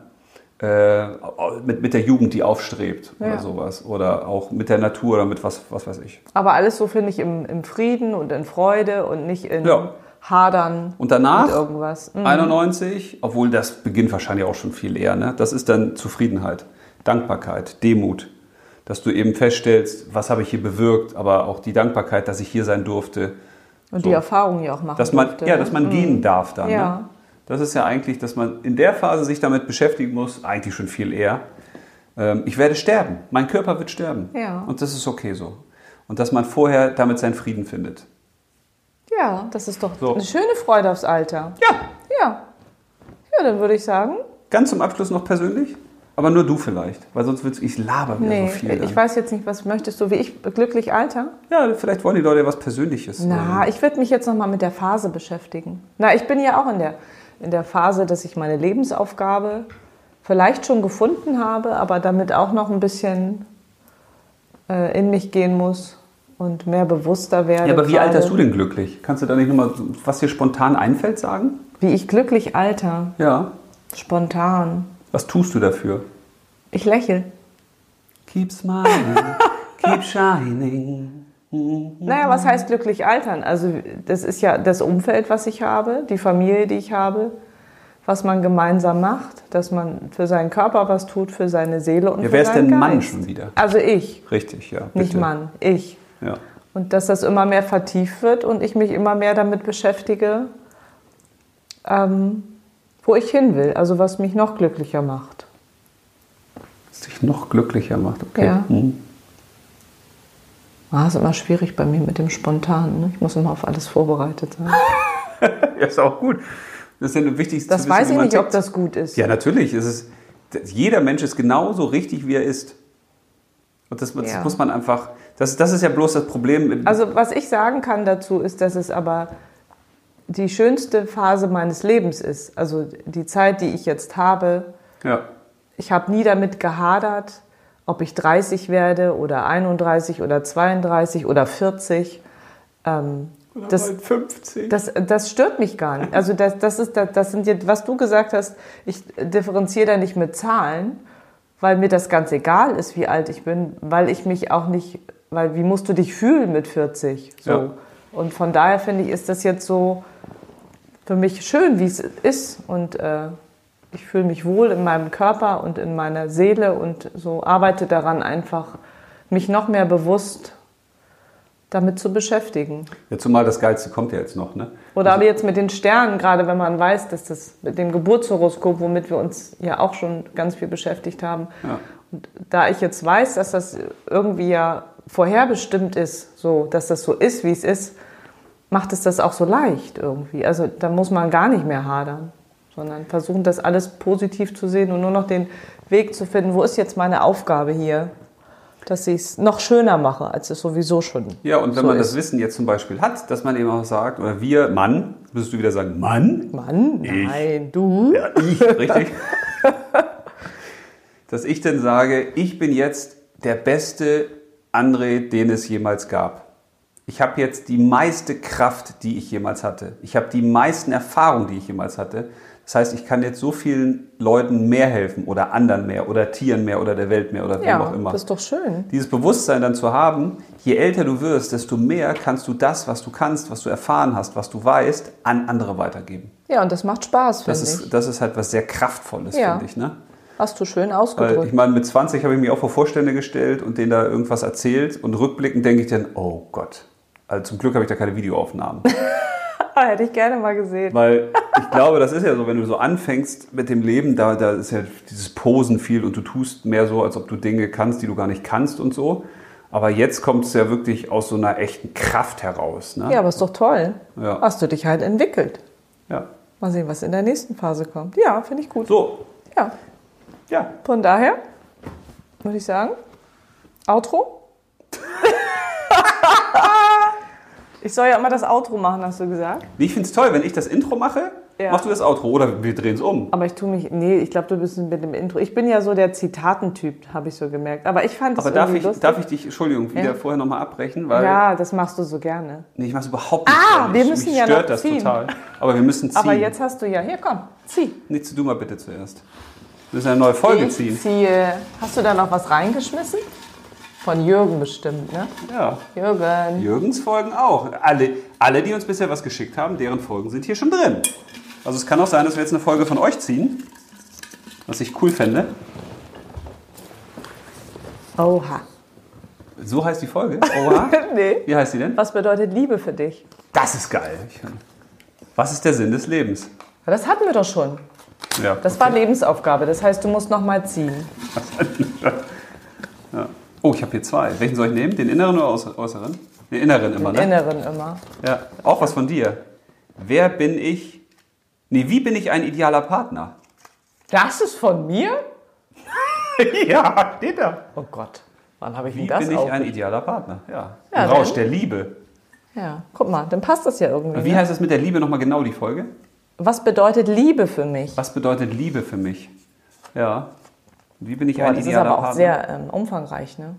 Speaker 2: Äh, mit, mit der Jugend, die aufstrebt
Speaker 1: Ja.
Speaker 2: oder sowas. Oder auch mit der Natur oder mit was, was weiß ich.
Speaker 1: Aber alles so finde ich im, im Frieden und in Freude und nicht in
Speaker 2: Ja.
Speaker 1: Hadern
Speaker 2: Und danach,
Speaker 1: mit irgendwas. Mhm.
Speaker 2: 91, obwohl das beginnt wahrscheinlich auch schon viel eher, ne? das ist dann Zufriedenheit, Dankbarkeit, Demut. Dass du eben feststellst, was habe ich hier bewirkt, aber auch die Dankbarkeit, dass ich hier sein durfte.
Speaker 1: Und
Speaker 2: so.
Speaker 1: die Erfahrung ja auch machen
Speaker 2: Dass man,
Speaker 1: durfte,
Speaker 2: ja,
Speaker 1: ne?
Speaker 2: dass man gehen darf dann.
Speaker 1: Ja.
Speaker 2: Ne? Das ist ja eigentlich, dass man in der Phase sich damit beschäftigen muss, eigentlich schon viel eher. Ähm, ich werde sterben, mein Körper wird sterben.
Speaker 1: Ja.
Speaker 2: Und das ist okay so. Und dass man vorher damit seinen Frieden findet.
Speaker 1: Ja, das ist doch
Speaker 2: So.
Speaker 1: eine schöne Freude aufs Alter.
Speaker 2: Ja,
Speaker 1: Ja. Ja, dann würde ich sagen,
Speaker 2: ganz zum Abschluss noch persönlich, aber nur du vielleicht, weil sonst würdest ich laber wieder
Speaker 1: nee,
Speaker 2: so viel.
Speaker 1: ich
Speaker 2: dann.
Speaker 1: weiß jetzt nicht, was möchtest du, wie ich glücklich alter?
Speaker 2: ja, vielleicht wollen die Leute ja was Persönliches. Ähm,
Speaker 1: Na, ich werde mich jetzt nochmal mit der Phase beschäftigen. Na, ich bin ja auch in der, in der Phase, dass ich meine Lebensaufgabe vielleicht schon gefunden habe, aber damit auch noch ein bisschen äh, in mich gehen muss und mehr bewusster werde.
Speaker 2: Ja, aber wie
Speaker 1: gerade.
Speaker 2: alterst du denn glücklich? Kannst du da nicht nochmal, was dir spontan einfällt, sagen?
Speaker 1: Wie ich glücklich alter.
Speaker 2: Ja.
Speaker 1: Spontan.
Speaker 2: Was tust du dafür?
Speaker 1: Ich lächle.
Speaker 2: Keep smiling, keep shining.
Speaker 1: Naja,
Speaker 2: Mhm.
Speaker 1: was heißt glücklich altern? Also das ist ja das Umfeld, was ich habe, die Familie, die ich habe, was man gemeinsam macht, dass man für seinen Körper was tut, für seine Seele und
Speaker 2: Ja,
Speaker 1: für
Speaker 2: wer ist
Speaker 1: seinen
Speaker 2: denn
Speaker 1: Geist.
Speaker 2: Mann schon wieder?
Speaker 1: Also ich,
Speaker 2: Richtig, ja. Bitte.
Speaker 1: nicht Mann, ich.
Speaker 2: Ja.
Speaker 1: Und dass das immer mehr vertieft wird und ich mich immer mehr damit beschäftige, ähm, wo ich hin will, also was mich noch glücklicher macht.
Speaker 2: Was dich noch glücklicher macht, okay.
Speaker 1: Ja.
Speaker 2: Hm.
Speaker 1: Ah, ist immer schwierig bei mir mit dem Spontan. Ne? Ich muss immer auf alles vorbereitet sein.
Speaker 2: Ja, ist auch gut. Das ist ja das Wichtigste.
Speaker 1: Das
Speaker 2: zu wissen,
Speaker 1: weiß
Speaker 2: wie
Speaker 1: ich
Speaker 2: man
Speaker 1: nicht, ob
Speaker 2: tickt.
Speaker 1: das gut ist.
Speaker 2: Ja, natürlich. Es ist, jeder Mensch ist genauso richtig, wie er ist. Und das, das
Speaker 1: Ja.
Speaker 2: muss man einfach. Das, das ist ja bloß das Problem. mit-
Speaker 1: Also was ich sagen kann dazu ist, dass es aber die schönste Phase meines Lebens ist. Also die Zeit, die ich jetzt habe.
Speaker 2: ja.
Speaker 1: Ich habe nie damit gehadert, ob ich 30 werde oder 31 oder 32 oder 40. Ähm, das,
Speaker 2: 50.
Speaker 1: das, das stört mich gar nicht. Also das, das ist, das, das sind jetzt, was du gesagt hast, ich differenziere da nicht mit Zahlen, weil mir das ganz egal ist, wie alt ich bin, weil ich mich auch nicht, weil wie musst du dich fühlen mit 40? So.
Speaker 2: Ja.
Speaker 1: Und von daher finde ich, ist das jetzt so für mich schön, wie es ist. Und äh, ich fühle mich wohl in meinem Körper und in meiner Seele und so arbeite daran einfach, mich noch mehr bewusst damit zu beschäftigen.
Speaker 2: ja, zumal das Geilste kommt ja jetzt noch, ne?
Speaker 1: Oder aber jetzt mit den Sternen, gerade wenn man weiß, dass das mit dem Geburtshoroskop, womit wir uns ja auch schon ganz viel beschäftigt haben,
Speaker 2: Ja.
Speaker 1: und da ich jetzt weiß, dass das irgendwie ja vorherbestimmt ist, so, dass das so ist, wie es ist, macht es das auch so leicht irgendwie. Also da muss man gar nicht mehr hadern, sondern versuchen, das alles positiv zu sehen und nur noch den Weg zu finden, wo ist jetzt meine Aufgabe hier, dass ich es noch schöner mache, als es sowieso schon
Speaker 2: Ja, und wenn
Speaker 1: so
Speaker 2: man
Speaker 1: ist.
Speaker 2: das Wissen jetzt zum Beispiel hat, dass man eben auch sagt, oder wir, Mann, würdest du wieder sagen, Mann?
Speaker 1: Mann,
Speaker 2: Ich.
Speaker 1: nein, du.
Speaker 2: Ja, ich, richtig. dass ich dann sage, ich bin jetzt der beste André, den es jemals gab. Ich habe jetzt die meiste Kraft, die ich jemals hatte. Ich habe die meisten Erfahrungen, die ich jemals hatte. Das heißt, ich kann jetzt so vielen Leuten mehr helfen oder anderen mehr oder Tieren mehr oder der Welt mehr oder wem auch immer.
Speaker 1: das ist doch schön.
Speaker 2: dieses Bewusstsein dann zu haben, je älter du wirst, desto mehr kannst du das, was du kannst, was du erfahren hast, was du weißt, an andere weitergeben.
Speaker 1: Ja, und das macht Spaß,
Speaker 2: Das
Speaker 1: finde ich.
Speaker 2: ist, das ist halt was sehr Kraftvolles,
Speaker 1: Ja.
Speaker 2: finde ich. Ne?
Speaker 1: Hast du schön
Speaker 2: Weil ich
Speaker 1: ausgedrückt.
Speaker 2: meine, mit 20 habe ich mich auch vor Vorstände gestellt und denen da irgendwas erzählt und rückblickend denke ich dann, oh Gott. Also zum Glück habe ich da keine Videoaufnahmen.
Speaker 1: Ah, hätte ich gerne mal gesehen.
Speaker 2: Weil ich glaube, das ist ja so, wenn du so anfängst mit dem Leben, da, da ist ja dieses Posen viel und du tust mehr so, als ob du Dinge kannst, die du gar nicht kannst und so. Aber jetzt kommt es ja wirklich aus so einer echten Kraft heraus. Ne?
Speaker 1: Ja, aber ist doch toll.
Speaker 2: Ja.
Speaker 1: Hast du dich halt entwickelt.
Speaker 2: ja.
Speaker 1: Mal sehen, was in der nächsten Phase kommt. Ja, finde ich gut.
Speaker 2: So,
Speaker 1: Ja,
Speaker 2: ja.
Speaker 1: von daher würde ich sagen, Outro. ich soll ja immer das Outro machen, hast du gesagt.
Speaker 2: Ich finde es toll, wenn ich das Intro mache,
Speaker 1: Ja.
Speaker 2: machst du das Outro oder wir drehen es um.
Speaker 1: Aber ich tue mich, nee, ich glaube, du bist mit dem Intro. Ich bin ja so der Zitatentyp, habe ich so gemerkt. Aber ich fand es
Speaker 2: Aber darf
Speaker 1: irgendwie
Speaker 2: ich,
Speaker 1: lustig.
Speaker 2: darf ich dich, Entschuldigung, wieder
Speaker 1: Ja.
Speaker 2: vorher nochmal abbrechen? Weil
Speaker 1: ja, das machst du so gerne.
Speaker 2: nee, ich mache es überhaupt nicht.
Speaker 1: Ah,
Speaker 2: gerne.
Speaker 1: wir
Speaker 2: Ich-
Speaker 1: müssen
Speaker 2: mich
Speaker 1: ja
Speaker 2: stört
Speaker 1: noch
Speaker 2: das
Speaker 1: ziehen.
Speaker 2: total. Aber wir müssen ziehen.
Speaker 1: Aber jetzt hast du ja, hier komm, zieh.
Speaker 2: Nee, du mal bitte zuerst. Wir müssen eine neue Folge
Speaker 1: ich
Speaker 2: ziehen.
Speaker 1: ziehe. Hast du da noch was reingeschmissen? Von Jürgen bestimmt, ne?
Speaker 2: Ja.
Speaker 1: Jürgen.
Speaker 2: Jürgens Folgen auch. Alle, alle, die uns bisher was geschickt haben, deren Folgen sind hier schon drin. Also es kann auch sein, dass wir jetzt eine Folge von euch ziehen, was ich cool fände.
Speaker 1: Oha.
Speaker 2: So heißt die Folge. Oha.
Speaker 1: nee.
Speaker 2: Wie heißt die denn?
Speaker 1: Was bedeutet Liebe für dich?
Speaker 2: Das ist geil. Ich- Was ist der Sinn des Lebens?
Speaker 1: Ja, Das hatten wir doch schon.
Speaker 2: Ja.
Speaker 1: Das war Lebensaufgabe. Das heißt, du musst nochmal ziehen.
Speaker 2: oh, ich habe hier zwei. Welchen soll ich nehmen? Den inneren oder äuß- äußeren? Den inneren immer,
Speaker 1: Im
Speaker 2: ne?
Speaker 1: Inneren immer.
Speaker 2: Ja. Auch was von dir. Wer bin ich? Nee, wie bin ich ein idealer Partner?
Speaker 1: Das ist von mir?
Speaker 2: ja, steht da.
Speaker 1: Oh Gott. Wann habe ich
Speaker 2: Wie
Speaker 1: denn das
Speaker 2: bin ich
Speaker 1: auch?
Speaker 2: ein idealer Partner? Ja.
Speaker 1: Ja,
Speaker 2: Im Rausch
Speaker 1: dann.
Speaker 2: der Liebe.
Speaker 1: Ja, guck mal, dann passt das ja irgendwie.
Speaker 2: Wie
Speaker 1: ne?
Speaker 2: heißt das mit der Liebe nochmal genau, die Folge?
Speaker 1: Was bedeutet Liebe für mich?
Speaker 2: Was bedeutet Liebe für mich? Ja. Wie bin ich
Speaker 1: Boah,
Speaker 2: ein
Speaker 1: das ist
Speaker 2: idealer
Speaker 1: aber auch
Speaker 2: Partner?
Speaker 1: sehr ähm, umfangreich, ne?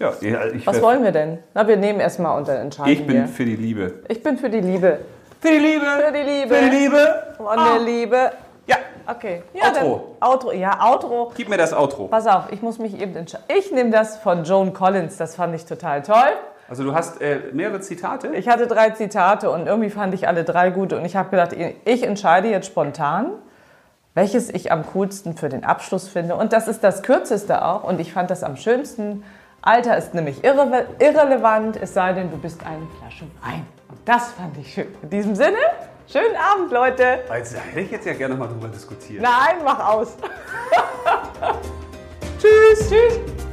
Speaker 2: Ja, ich,
Speaker 1: Was
Speaker 2: wär-
Speaker 1: wollen wir denn? Na, wir nehmen erstmal und dann entscheiden
Speaker 2: ich bin
Speaker 1: wir.
Speaker 2: für die Liebe.
Speaker 1: Ich bin für die Liebe.
Speaker 2: Für die Liebe!
Speaker 1: Für die Liebe.
Speaker 2: Für die Liebe! Ah.
Speaker 1: Und eine Liebe.
Speaker 2: Ja,
Speaker 1: Okay. Ja,
Speaker 2: Outro.
Speaker 1: Dann, Outro. Ja, Outro.
Speaker 2: gib mir das Outro.
Speaker 1: Pass auf, ich muss mich eben entscheiden. Ich nehme das von Joan Collins. Das fand ich total toll.
Speaker 2: Also du hast äh, mehrere Zitate.
Speaker 1: Ich hatte drei Zitate und irgendwie fand ich alle drei gut. Und ich habe gedacht, ich entscheide jetzt spontan, welches ich am coolsten für den Abschluss finde. Und das ist das kürzeste auch. Und ich fand das am schönsten. Alter ist nämlich irre irrelevant, es sei denn, du bist eine Flasche Wein. Und das fand ich schön. In diesem Sinne, schönen Abend, Leute.
Speaker 2: Also, da hätte ich jetzt ja gerne mal drüber diskutiert.
Speaker 1: Nein, mach aus. tschüss. Tschüss.